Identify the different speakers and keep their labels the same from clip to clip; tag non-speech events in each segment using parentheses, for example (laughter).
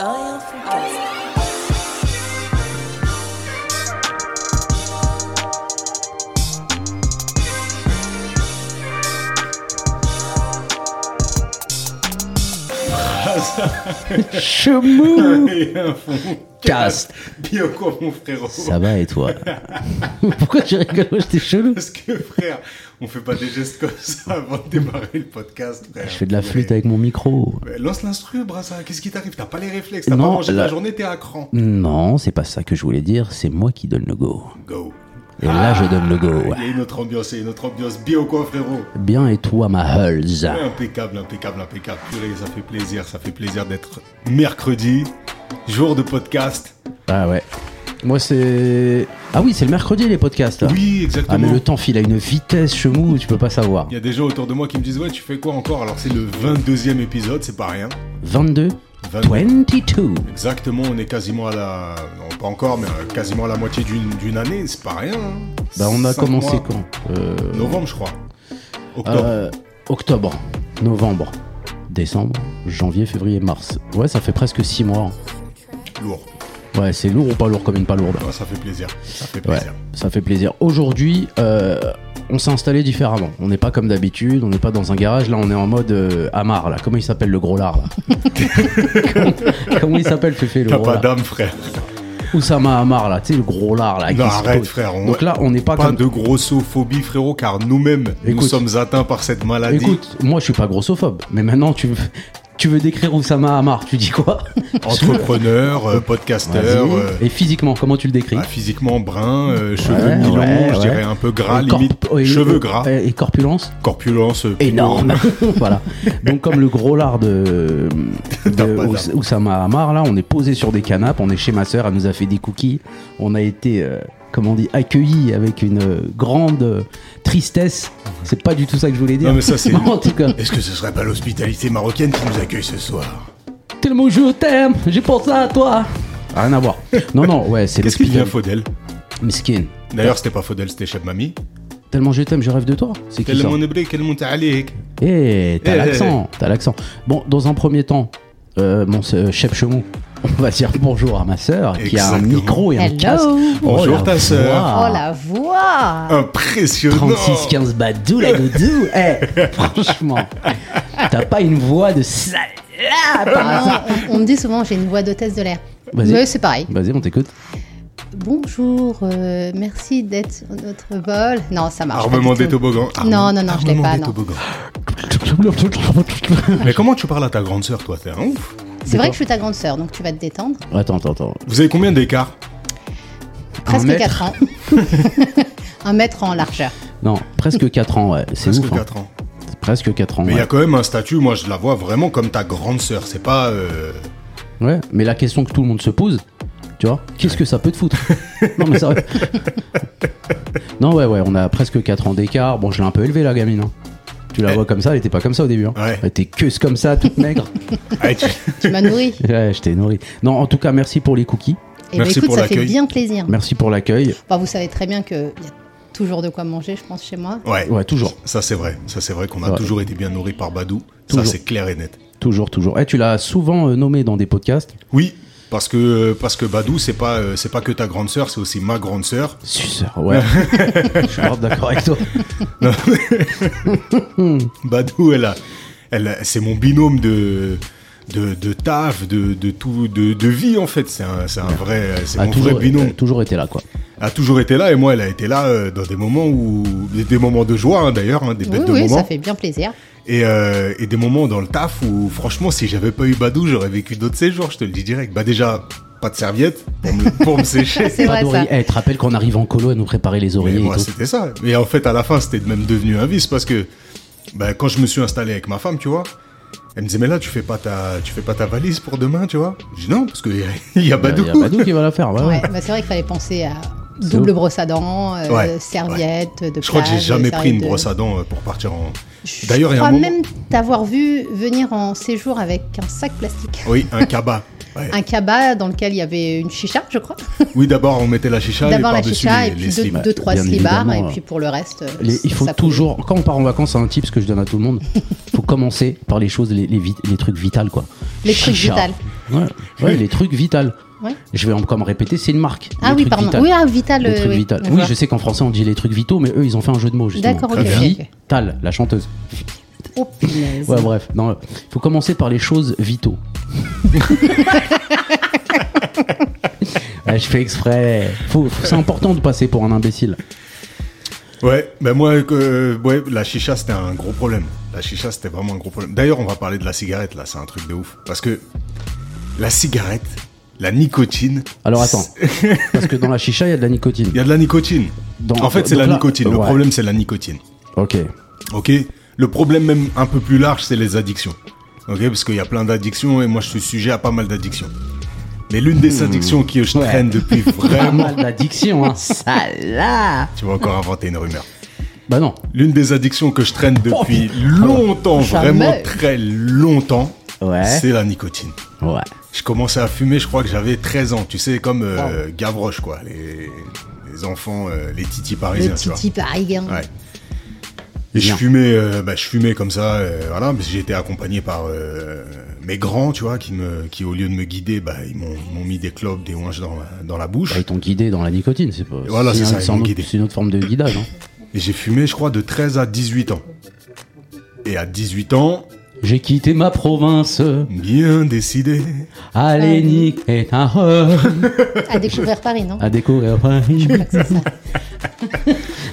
Speaker 1: Orient Foodcast.
Speaker 2: Chemou
Speaker 3: Et un fond. (laughs)
Speaker 2: Cast.
Speaker 3: Bien quoi, mon frérot
Speaker 2: Ça va et toi (laughs) Pourquoi tu rigoles Moi, J'étais chelou.
Speaker 3: Parce que, frère, on fait pas des gestes comme ça avant de démarrer le podcast, frère.
Speaker 2: Je fais de la flûte avec mon micro.
Speaker 3: Mais lance l'instru, Brassa. Qu'est-ce qui t'arrive T'as pas les réflexes. T'as pas
Speaker 2: Non,
Speaker 3: mangé
Speaker 2: là-
Speaker 3: la journée, t'es à cran.
Speaker 2: Non, c'est pas ça que je voulais dire, c'est moi qui donne le go.
Speaker 3: Go.
Speaker 2: Et là, je donne le go.
Speaker 3: Il y a une autre ambiance, il y a une autre ambiance. Bio quoi, frérot
Speaker 2: Bien et toi, ma hulz
Speaker 3: Impeccable, impeccable, impeccable. Purée, ça fait plaisir, ça fait plaisir d'être mercredi, jour de podcast.
Speaker 2: Ah ouais. Moi, c'est. Ah oui, c'est le mercredi les podcasts. là.
Speaker 3: Oui,
Speaker 2: Ah, mais
Speaker 3: exactement.
Speaker 2: le temps file à une vitesse chemou, tu peux pas savoir.
Speaker 3: Il y a des gens autour de moi qui me disent Ouais, tu fais quoi encore Alors, c'est le 22e épisode, c'est pas rien.
Speaker 2: 22
Speaker 3: 22.
Speaker 2: 22
Speaker 3: Exactement, on est quasiment à la. Non, pas encore, mais euh, quasiment à la moitié d'une d'une année, c'est pas rien. hein.
Speaker 2: Bah, on a
Speaker 3: Cinq
Speaker 2: commencé
Speaker 3: mois.
Speaker 2: quand Euh,
Speaker 3: Novembre, je crois. Octobre.
Speaker 2: euh, Octobre, novembre, décembre, janvier, février, mars. Ouais, ça fait presque 6 mois.
Speaker 3: Lourd.
Speaker 2: Ah Ouais, c'est lourd ou pas lourd comme une pas lourde.
Speaker 3: Ouais, ça fait plaisir. Ça fait
Speaker 2: Ouais,
Speaker 3: plaisir.
Speaker 2: ça fait plaisir. Aujourd'hui, euh, on s'est installé différemment. On n'est pas comme d'habitude, on n'est pas dans un garage. Là, on est en mode euh, Amar, là. Comment il s'appelle le gros lard, là
Speaker 3: (laughs)
Speaker 2: comment, comment il s'appelle, Féfé, le
Speaker 3: T'as
Speaker 2: gros
Speaker 3: pas
Speaker 2: lard
Speaker 3: d'âme, frère.
Speaker 2: Oussama Amar, là. Tu sais, le gros lard, là. qui
Speaker 3: Non,
Speaker 2: se
Speaker 3: arrête,
Speaker 2: pose.
Speaker 3: frère, on-
Speaker 2: Donc là, on n'est pas,
Speaker 3: Pas
Speaker 2: comme.
Speaker 3: de grossophobie, frérot, car nous-mêmes, nous
Speaker 2: Écoute.
Speaker 3: sommes atteints par cette maladie.
Speaker 2: Écoute, moi, je suis pas grossophobe. Mais maintenant, tu veux, tu veux décrire Oussama Amar, tu dis quoi
Speaker 3: Entrepreneur, euh, podcasteur,
Speaker 2: Vas-y.
Speaker 3: euh,
Speaker 2: Et physiquement, comment tu le décris
Speaker 3: bah, physiquement brun, euh, cheveux
Speaker 2: Ouais,
Speaker 3: mi-longs,
Speaker 2: ouais,
Speaker 3: je
Speaker 2: ouais.
Speaker 3: dirais un peu gras,
Speaker 2: Et corp-
Speaker 3: limite
Speaker 2: Euh, et-
Speaker 3: cheveux gras,
Speaker 2: Et, et corpulence
Speaker 3: corpulence euh,
Speaker 2: énorme. (laughs) voilà. Donc comme le gros
Speaker 3: (laughs)
Speaker 2: lard de,
Speaker 3: T'as
Speaker 2: de
Speaker 3: pas
Speaker 2: Ous- Oussama Hamar, là, on est posé sur des canapes, on est chez ma sœur, elle nous a fait des cookies, on a été, euh, comment on dit, accueillis avec une euh, grande euh, tristesse. C'est pas du tout ça que je voulais dire.
Speaker 3: Non, mais ça, c'est-
Speaker 2: (laughs) en
Speaker 3: (laughs)
Speaker 2: tout cas,
Speaker 3: Est-ce que ce serait pas l'hospitalité marocaine qui nous accueille ce soir
Speaker 2: tellement je t'aime, j'ai pensé à toi. Rien à voir. Non, non, ouais, c'est
Speaker 3: Qu'est-ce qu'il
Speaker 2: l'hospital.
Speaker 3: devient Faudel
Speaker 2: Miskin.
Speaker 3: D'ailleurs, c'était pas Faudel, c'était Cheb Mami.
Speaker 2: Tellement je t'aime, je rêve de toi. C'est qui ça
Speaker 3: Tellement hébreu, tellement ta'alik.
Speaker 2: Eh, t'as
Speaker 3: Eh.
Speaker 2: l'accent, t'as l'accent. Bon, dans un premier temps, euh, mon se- euh, chef Chemou, (laughs) on va dire bonjour à ma sœur qui a un
Speaker 3: Exactement.
Speaker 2: micro et un
Speaker 4: Hello.
Speaker 2: casque.
Speaker 3: Bonjour,
Speaker 2: la
Speaker 3: ta sœur. Oh.
Speaker 2: voix.
Speaker 4: Oh la voix
Speaker 3: Impressionnant
Speaker 2: 36-15 Badou
Speaker 3: (laughs)
Speaker 2: la goudou. Eh, franchement, t'as pas une voix de sale.
Speaker 4: Ah, on, on me dit souvent j'ai une voix d'hôtesse de l'air.
Speaker 2: Vas-y.
Speaker 4: Mais c'est pareil.
Speaker 2: Vas-y,
Speaker 3: (laughs)
Speaker 2: on t'écoute.
Speaker 4: Bonjour, euh, merci d'être sur notre vol. Non, ça marche. pas
Speaker 3: Armement
Speaker 4: du
Speaker 3: des
Speaker 4: tout.
Speaker 3: toboggans.
Speaker 4: Non, non, non, je l'ai
Speaker 3: Ah, Armement
Speaker 4: pas,
Speaker 3: des
Speaker 4: non. (laughs)
Speaker 3: toboggans. Mais comment tu parles à ta grande sœur, toi T'es un ouf.
Speaker 4: C'est
Speaker 2: D'accord.
Speaker 4: vrai que je suis ta grande sœur, donc tu vas te détendre.
Speaker 2: Attends, attends, attends.
Speaker 3: Vous avez combien d'écart
Speaker 4: Presque
Speaker 2: mètre.
Speaker 4: 4 ans. (laughs) un mètre en largeur.
Speaker 2: Non, presque 4 ans, ouais. C'est
Speaker 3: Presque
Speaker 2: ouf. hein.
Speaker 3: 4 ans.
Speaker 2: Presque 4 ans.
Speaker 3: Mais il
Speaker 2: ouais.
Speaker 3: y a quand même un statut, moi je la vois vraiment comme ta grande sœur. C'est pas. euh,
Speaker 2: Ouais, mais la question que tout le monde se pose, tu vois, qu'est-ce que ça peut te foutre Non,
Speaker 3: (laughs)
Speaker 2: mais sérieux. non, ouais, ouais, on a presque 4 ans d'écart. Bon, je l'ai un peu élevé, la gamine. hein. Tu la
Speaker 3: Eh.
Speaker 2: vois comme ça, elle était pas comme ça au début. Hein.
Speaker 3: Ouais.
Speaker 2: Elle était queuse comme ça,
Speaker 3: (laughs)
Speaker 2: toute maigre.
Speaker 3: ah, tu-
Speaker 4: Tu m'as nourri.
Speaker 2: ouais, je t'ai nourri. Non, en tout cas, merci pour les cookies.
Speaker 4: Et
Speaker 3: Merci
Speaker 4: écoute,
Speaker 3: pour
Speaker 4: ça fait
Speaker 3: l'accueil.
Speaker 4: bien plaisir.
Speaker 2: Merci pour l'accueil.
Speaker 4: Enfin, vous savez très bien qu'il y a toujours de quoi manger, je pense, chez moi.
Speaker 3: Ouais.
Speaker 2: Ouais, toujours,
Speaker 3: Ça c'est vrai. Ça c'est vrai qu'on a
Speaker 2: Ouais.
Speaker 3: toujours été bien nourri par Badou.
Speaker 2: Toujours.
Speaker 3: Ça c'est clair et net.
Speaker 2: toujours, toujours. Eh, tu l'as souvent euh, nommé dans des podcasts.
Speaker 3: Oui. Parce que, parce que Badou, c'est pas, euh, c'est pas que ta grande sœur, c'est aussi ma grande sœur.
Speaker 2: Suceur,
Speaker 3: (laughs)
Speaker 2: ouais. je suis grave d'accord avec toi.
Speaker 3: Badou, elle a, elle a- c'est mon binôme de, de, de taf, de, de tout, de, de vie en fait. C'est un, c'est un vrai, c'est
Speaker 2: A
Speaker 3: mon vrai
Speaker 2: toujours,
Speaker 3: binôme.
Speaker 2: euh, toujours été là, quoi.
Speaker 3: a toujours été là et moi, elle a été là euh, dans des moments où, des moments de joie hein, d'ailleurs, hein, des
Speaker 4: Oui,
Speaker 3: bêtes de
Speaker 4: oui,
Speaker 3: moments.
Speaker 4: ça fait bien plaisir.
Speaker 3: Et, euh, et des moments dans le taf où, franchement, si j'avais pas eu Badou, j'aurais vécu d'autres séjours, je te le dis direct. Bah, déjà, pas de serviette pour me, pour me
Speaker 4: (laughs)
Speaker 3: sécher.
Speaker 4: C'est vrai, ça.
Speaker 2: Adoré. Eh, tu te rappelles qu'on arrive en colo à nous préparer les
Speaker 3: Mais
Speaker 2: oreillers
Speaker 3: moi,
Speaker 2: et tout.
Speaker 3: c'était ça. Et en fait, à la fin, c'était même devenu un vice parce que, bah, quand je me suis installé avec ma femme, tu vois, elle me disait, mais là, tu fais pas ta, tu fais pas ta valise pour demain, tu vois. Je dis non, parce qu'il y, a- (laughs) il y a Badou.
Speaker 2: Il y a Badou qui va la faire,
Speaker 3: Ah.
Speaker 2: ouais. ouais.
Speaker 4: Ouais, bah c'est vrai qu'il fallait penser à double brosse à dents, euh,
Speaker 3: Ouais,
Speaker 4: serviette,
Speaker 3: (laughs)
Speaker 4: de
Speaker 3: Je crois que j'ai
Speaker 4: plage,
Speaker 3: jamais pris une
Speaker 4: serviette de-
Speaker 3: brosse à dents euh, pour partir en.
Speaker 4: Je
Speaker 3: D'ailleurs, il y a un
Speaker 4: crois
Speaker 3: moment-
Speaker 4: même t'avoir vu venir en séjour avec un sac plastique.
Speaker 3: Oui, un cabas. Ouais.
Speaker 4: Un cabas dans lequel il y avait une chicha, je crois.
Speaker 3: Oui, d'abord, on mettait la chicha et
Speaker 4: D'abord la
Speaker 3: par-dessus
Speaker 4: chicha
Speaker 3: les,
Speaker 4: et
Speaker 3: les
Speaker 4: puis deux,
Speaker 3: slips.
Speaker 4: deux, trois
Speaker 2: Bien
Speaker 4: slibards et
Speaker 2: évidemment,
Speaker 4: puis pour le reste. euh,
Speaker 2: Les- il faut
Speaker 4: ça coule.
Speaker 2: toujours, quand on part en vacances, c'est un tip que je donne à tout le monde. Il faut commencer par les choses, les, les vit- les trucs vitales, quoi.
Speaker 4: Les trucs
Speaker 2: Chicha,
Speaker 4: vitales.
Speaker 2: Ouais, ouais, les trucs vitales.
Speaker 4: Ouais.
Speaker 2: Je vais en- comme répéter, c'est une marque.
Speaker 4: Ah
Speaker 2: les
Speaker 4: oui,
Speaker 2: trucs
Speaker 4: pardon.
Speaker 2: vitales.
Speaker 4: Oui, ah, Vital.
Speaker 2: Les
Speaker 4: euh,
Speaker 2: trucs
Speaker 4: oui.
Speaker 2: vitales. Oui,
Speaker 4: D'accord.
Speaker 2: je sais qu'en français on dit les trucs vitaux, mais eux ils ont fait un jeu de mots justement.
Speaker 4: D'accord, ok, ok, ok.
Speaker 2: Vital, la chanteuse.
Speaker 4: Oh, punaise.
Speaker 2: Ouais, bref. Non, euh, faut commencer par les choses
Speaker 4: (laughs)
Speaker 2: vitaux. Ouais, je fais exprès. Faut- faut- c'est important de passer pour un imbécile.
Speaker 3: Ouais, ben moi, euh, ouais, la chicha, c'était un gros problème. La chicha, c'était vraiment un gros problème. D'ailleurs, on va parler de la cigarette, là, c'est un truc de ouf. Parce que la cigarette, la nicotine.
Speaker 2: Alors attends,
Speaker 3: c'est-
Speaker 2: parce que dans la chicha il y a de la nicotine.
Speaker 3: Il y a de la nicotine.
Speaker 2: Dans-
Speaker 3: en fait, c'est
Speaker 2: donc
Speaker 3: la
Speaker 2: là-
Speaker 3: nicotine. Le
Speaker 2: ouais.
Speaker 3: problème, c'est la nicotine.
Speaker 2: Ok.
Speaker 3: Ok Le problème, même un peu plus large, c'est les addictions. Ok Parce qu'il y a plein d'addictions et moi, je suis sujet à pas mal d'addictions. Mais l'une des addictions que je
Speaker 2: Hmm. Ouais.
Speaker 3: traîne
Speaker 2: (laughs)
Speaker 3: depuis
Speaker 2: Pas
Speaker 3: vraiment.
Speaker 2: mal d'addiction, hein.
Speaker 4: Ah
Speaker 3: tu vas encore inventer une rumeur.
Speaker 2: Bah non.
Speaker 3: L'une des addictions que je traîne
Speaker 2: Oh,
Speaker 3: depuis longtemps,
Speaker 4: Jamais.
Speaker 3: vraiment très longtemps,
Speaker 2: Ouais.
Speaker 3: c'est la nicotine.
Speaker 2: Ouais.
Speaker 3: Je commençais à fumer, je crois que j'avais 13 ans, tu sais, comme euh, Gavroche, quoi, les, les enfants, euh, les titis parisiens,
Speaker 4: Le
Speaker 3: tu vois.
Speaker 4: petit hein. parisien.
Speaker 3: Ouais. Et je
Speaker 2: Bien.
Speaker 3: fumais, euh, bah, je fumais comme ça, euh, voilà, parce que j'étais accompagné par euh, mes grands, tu vois, qui me, qui au lieu de me guider, bah, ils m'ont, ils m'ont mis des clopes, des ouinges dans, la- dans la bouche.
Speaker 2: Bah, ils t'ont guidé dans la nicotine, c'est pas.
Speaker 3: Voilà, c'est
Speaker 2: un-
Speaker 3: ça, ils
Speaker 2: un
Speaker 3: m'ont
Speaker 2: autre-
Speaker 3: guidé.
Speaker 2: c'est une autre forme de guidage. hein.
Speaker 3: Et j'ai fumé, je crois, de 13 à 18 ans. Et à 18 ans,
Speaker 2: J'ai quitté ma province,
Speaker 3: bien décidé.
Speaker 2: allez Nick et ta homme,
Speaker 4: A découvert Paris, non
Speaker 2: à découvrir Paris.
Speaker 4: C'est ça. (laughs)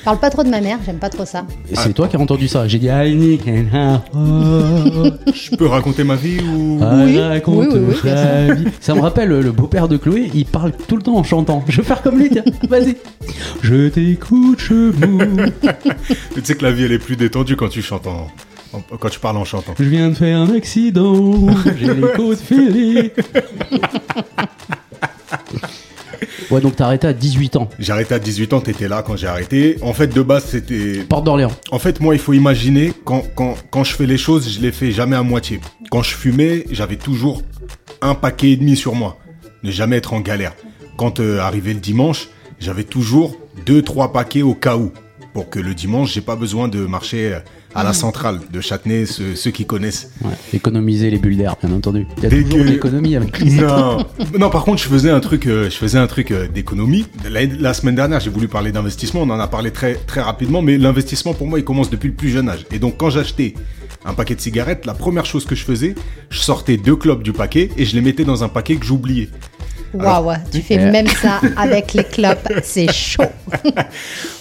Speaker 4: Parle pas trop de ma mère, j'aime pas trop ça.
Speaker 2: Et C'est toi qui as entendu ça. J'ai dit allez Nick et ta homme,
Speaker 3: Je peux raconter ma vie ou
Speaker 4: Oui,
Speaker 2: elle raconte
Speaker 4: oui, oui, oui, bien
Speaker 2: sa vie. Ça me rappelle le beau-père de Chloé, il parle tout le temps en chantant. Je veux faire comme lui, tiens, vas-y. Je t'écoute, chevaux,
Speaker 3: Tu sais que la vie elle est plus détendue quand tu chantes en, en- quand tu parles en chantant.
Speaker 2: je viens de faire un accident, (laughs) j'ai les côtes fêlées. (laughs) Ouais, donc t'as arrêté à 18 ans.
Speaker 3: J'ai arrêté à 18 ans, t'étais là quand j'ai arrêté. En fait, de base, c'était.
Speaker 2: Porte d'Orléans.
Speaker 3: En fait, moi, il faut imaginer quand, quand, quand je fais les choses, je les fais jamais à moitié. Quand je fumais, j'avais toujours un paquet et demi sur moi. Ne jamais être en galère. Quand euh, arrivait le dimanche, j'avais toujours deux, trois paquets au cas où. Pour que le dimanche, j'ai pas besoin de marcher euh, à la centrale de Châtenay, ceux, ceux qui connaissent.
Speaker 2: Ouais, économiser les bulles d'air, bien entendu. Il y a
Speaker 3: Dès
Speaker 2: toujours
Speaker 3: que-
Speaker 2: l'économie avec les
Speaker 3: Non. non, par contre, je faisais un truc, euh, je faisais un truc euh, d'économie. La, la semaine dernière, j'ai voulu parler d'investissement. On en a parlé très, très rapidement, mais l'investissement pour moi, il commence depuis le plus jeune âge. Et donc, quand j'achetais un paquet de cigarettes, la première chose que je faisais, je sortais deux clopes du paquet et je les mettais dans un paquet que j'oubliais.
Speaker 4: Waouh, tu fais
Speaker 2: Euh.
Speaker 4: même ça avec les clopes, c'est chaud.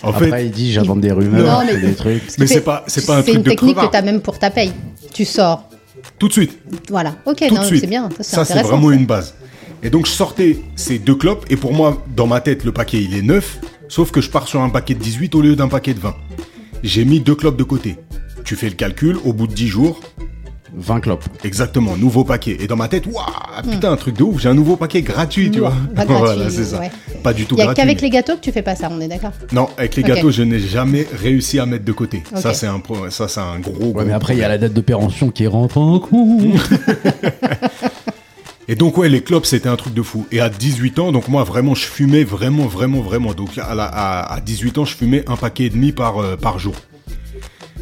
Speaker 3: En
Speaker 2: Après,
Speaker 3: fait,
Speaker 2: il dit j'invente des rumeurs,
Speaker 4: Non,
Speaker 2: je
Speaker 4: mais-
Speaker 2: fais des trucs.
Speaker 3: Mais c'est pas- c'est pas un truc
Speaker 4: une
Speaker 3: de
Speaker 4: technique
Speaker 3: crevard.
Speaker 4: que t'as même pour ta paye. Tu sors,
Speaker 3: tout de suite,
Speaker 4: voilà. Ok,
Speaker 3: tout
Speaker 4: non,
Speaker 3: de
Speaker 4: c'est
Speaker 3: suite.
Speaker 4: bien. Ça, c'est
Speaker 3: Ça, c'est
Speaker 4: intéressant,
Speaker 3: vraiment
Speaker 4: ça.
Speaker 3: une base. Et donc, je sortais ces deux clopes et pour moi, dans ma tête, le paquet, il est neuf, sauf que je pars sur un paquet de 18 au lieu d'un paquet de 20. J'ai mis deux clopes de côté. Tu fais le calcul, au bout de 10 jours,
Speaker 2: 20 clopes.
Speaker 3: Exactement, nouveau paquet. Et dans ma tête, waouh, ah, putain, un truc de ouf, j'ai un nouveau paquet gratuit, tu vois.
Speaker 4: Hmm. pas gratuit,
Speaker 3: (laughs) voilà, c'est ça.
Speaker 4: ouais.
Speaker 3: Pas du tout
Speaker 4: Il y a
Speaker 3: gratuit.
Speaker 4: qu'avec les gâteaux que tu fais pas ça, on est d'accord
Speaker 3: Non, avec les
Speaker 4: Ok.
Speaker 3: gâteaux, je n'ai jamais réussi à mettre de côté. Ça,
Speaker 4: Ok.
Speaker 3: c'est un, pro- ça, c'est un gros. gros
Speaker 2: Ouais, mais après, il y a
Speaker 3: problème.
Speaker 2: la date de péremption qui rentre en compte.
Speaker 3: Et donc, ouais, les clopes, c'était un truc de fou. Et à 18 ans, donc moi, vraiment, je fumais vraiment, vraiment, vraiment. Donc, à, la- à, à 18 ans, je fumais un paquet et demi par, euh, par jour.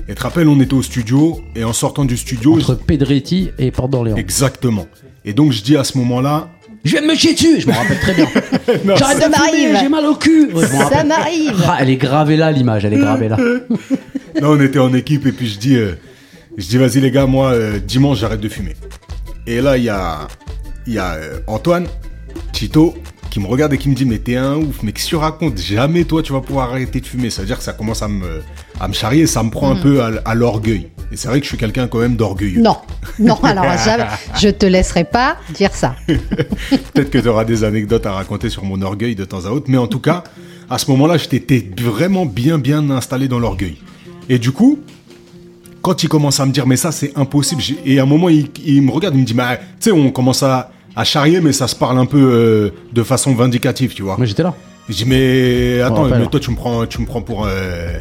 Speaker 3: Et te rappelles, on était au studio, et en sortant du studio.
Speaker 2: Entre Pedretti et Porte d'Orléans.
Speaker 3: Exactement. Et donc, je dis à ce moment-là,
Speaker 2: Je viens de me chier dessus, je m'en rappelle très bien. J'arrête
Speaker 4: ça
Speaker 2: de fumer,
Speaker 4: m'arrive.
Speaker 2: j'ai mal au cul. Ouais, je m'en
Speaker 4: Ça
Speaker 2: rappelle.
Speaker 4: m'arrive
Speaker 2: Ah, elle est gravée là l'image, elle est gravée là.
Speaker 3: Là, on était en équipe et puis je dis, euh, je dis vas-y les gars, moi euh, dimanche j'arrête de fumer. Et là il y a, il y a euh, Antoine, Tito, qui me regarde et qui me dit mais t'es un ouf, mais qu'est-ce que tu racontes Jamais toi tu vas pouvoir arrêter de fumer. Ça veut dire que ça commence à me, à me charrier, ça me prend un peu à, l- à l'orgueil. Et c'est vrai que je suis quelqu'un quand même d'orgueilleux.
Speaker 4: Non, non,
Speaker 3: (laughs)
Speaker 4: alors jamais. je te laisserai pas dire ça.
Speaker 3: (laughs) Peut-être que tu auras des anecdotes à raconter sur mon orgueil de temps à autre, mais en tout cas, à ce moment-là, j'étais vraiment bien bien installé dans l'orgueil. Et du coup, quand il commence à me dire mais ça c'est impossible, j'ai- et à un moment il, il me regarde, il me dit mais tu sais on commence à, à charrier mais ça se parle un peu euh, de façon vindicative, tu vois.
Speaker 2: Moi j'étais là.
Speaker 3: Je dis mais
Speaker 2: On
Speaker 3: attends,
Speaker 2: rappelle.
Speaker 3: mais toi tu me prends, tu me prends pour euh,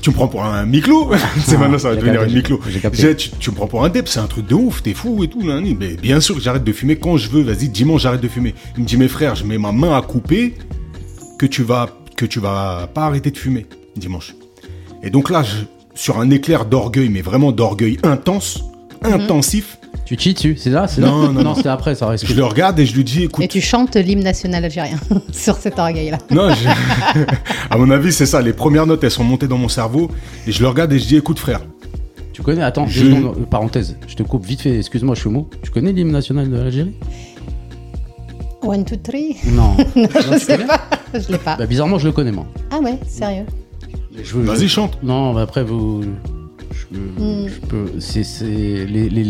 Speaker 3: tu me prends pour un miclo (laughs) C'est
Speaker 2: Ah,
Speaker 3: maintenant ça va
Speaker 2: j'ai
Speaker 3: devenir un
Speaker 2: capté,
Speaker 3: miclo.
Speaker 2: j'ai capté.
Speaker 3: Je dis, Tu, tu me prends pour un dep, c'est un truc de ouf, t'es fou et tout. nan, nan. Mais bien sûr que j'arrête de fumer quand je veux. Vas-y, dimanche j'arrête de fumer. Il me dit mes frères, je mets ma main à couper que tu vas que tu vas pas arrêter de fumer dimanche. Et donc là, je- sur un éclair d'orgueil, mais vraiment d'orgueil intense, intensif.
Speaker 2: Tu chies dessus, c'est là, c'est là
Speaker 3: Non, non, non.
Speaker 2: c'était après, ça reste.
Speaker 3: Je le regarde et je lui dis, écoute.
Speaker 4: Et tu chantes l'hymne national algérien (laughs) sur cet orgueil-là.
Speaker 3: Non, je- (laughs) à mon avis, c'est ça. Les premières notes, elles sont montées dans mon cerveau. Et je le regarde et je dis, écoute, frère.
Speaker 2: Tu connais, attends,
Speaker 3: Je-
Speaker 2: deux secondes, euh, parenthèse, je te coupe vite fait, excuse-moi, je suis mot. Tu connais l'hymne national de l'Algérie
Speaker 4: One, two, three. (laughs)
Speaker 2: Non.
Speaker 4: Je sais pas. Je l'ai pas.
Speaker 2: Bah, bizarrement, je le connais, moi.
Speaker 4: Ah ouais, sérieux.
Speaker 2: Je-
Speaker 3: Vas-y, chante.
Speaker 2: Non, bah, après, vous. Je,
Speaker 4: Mm.
Speaker 2: je peux. c'est- c'est- les, les-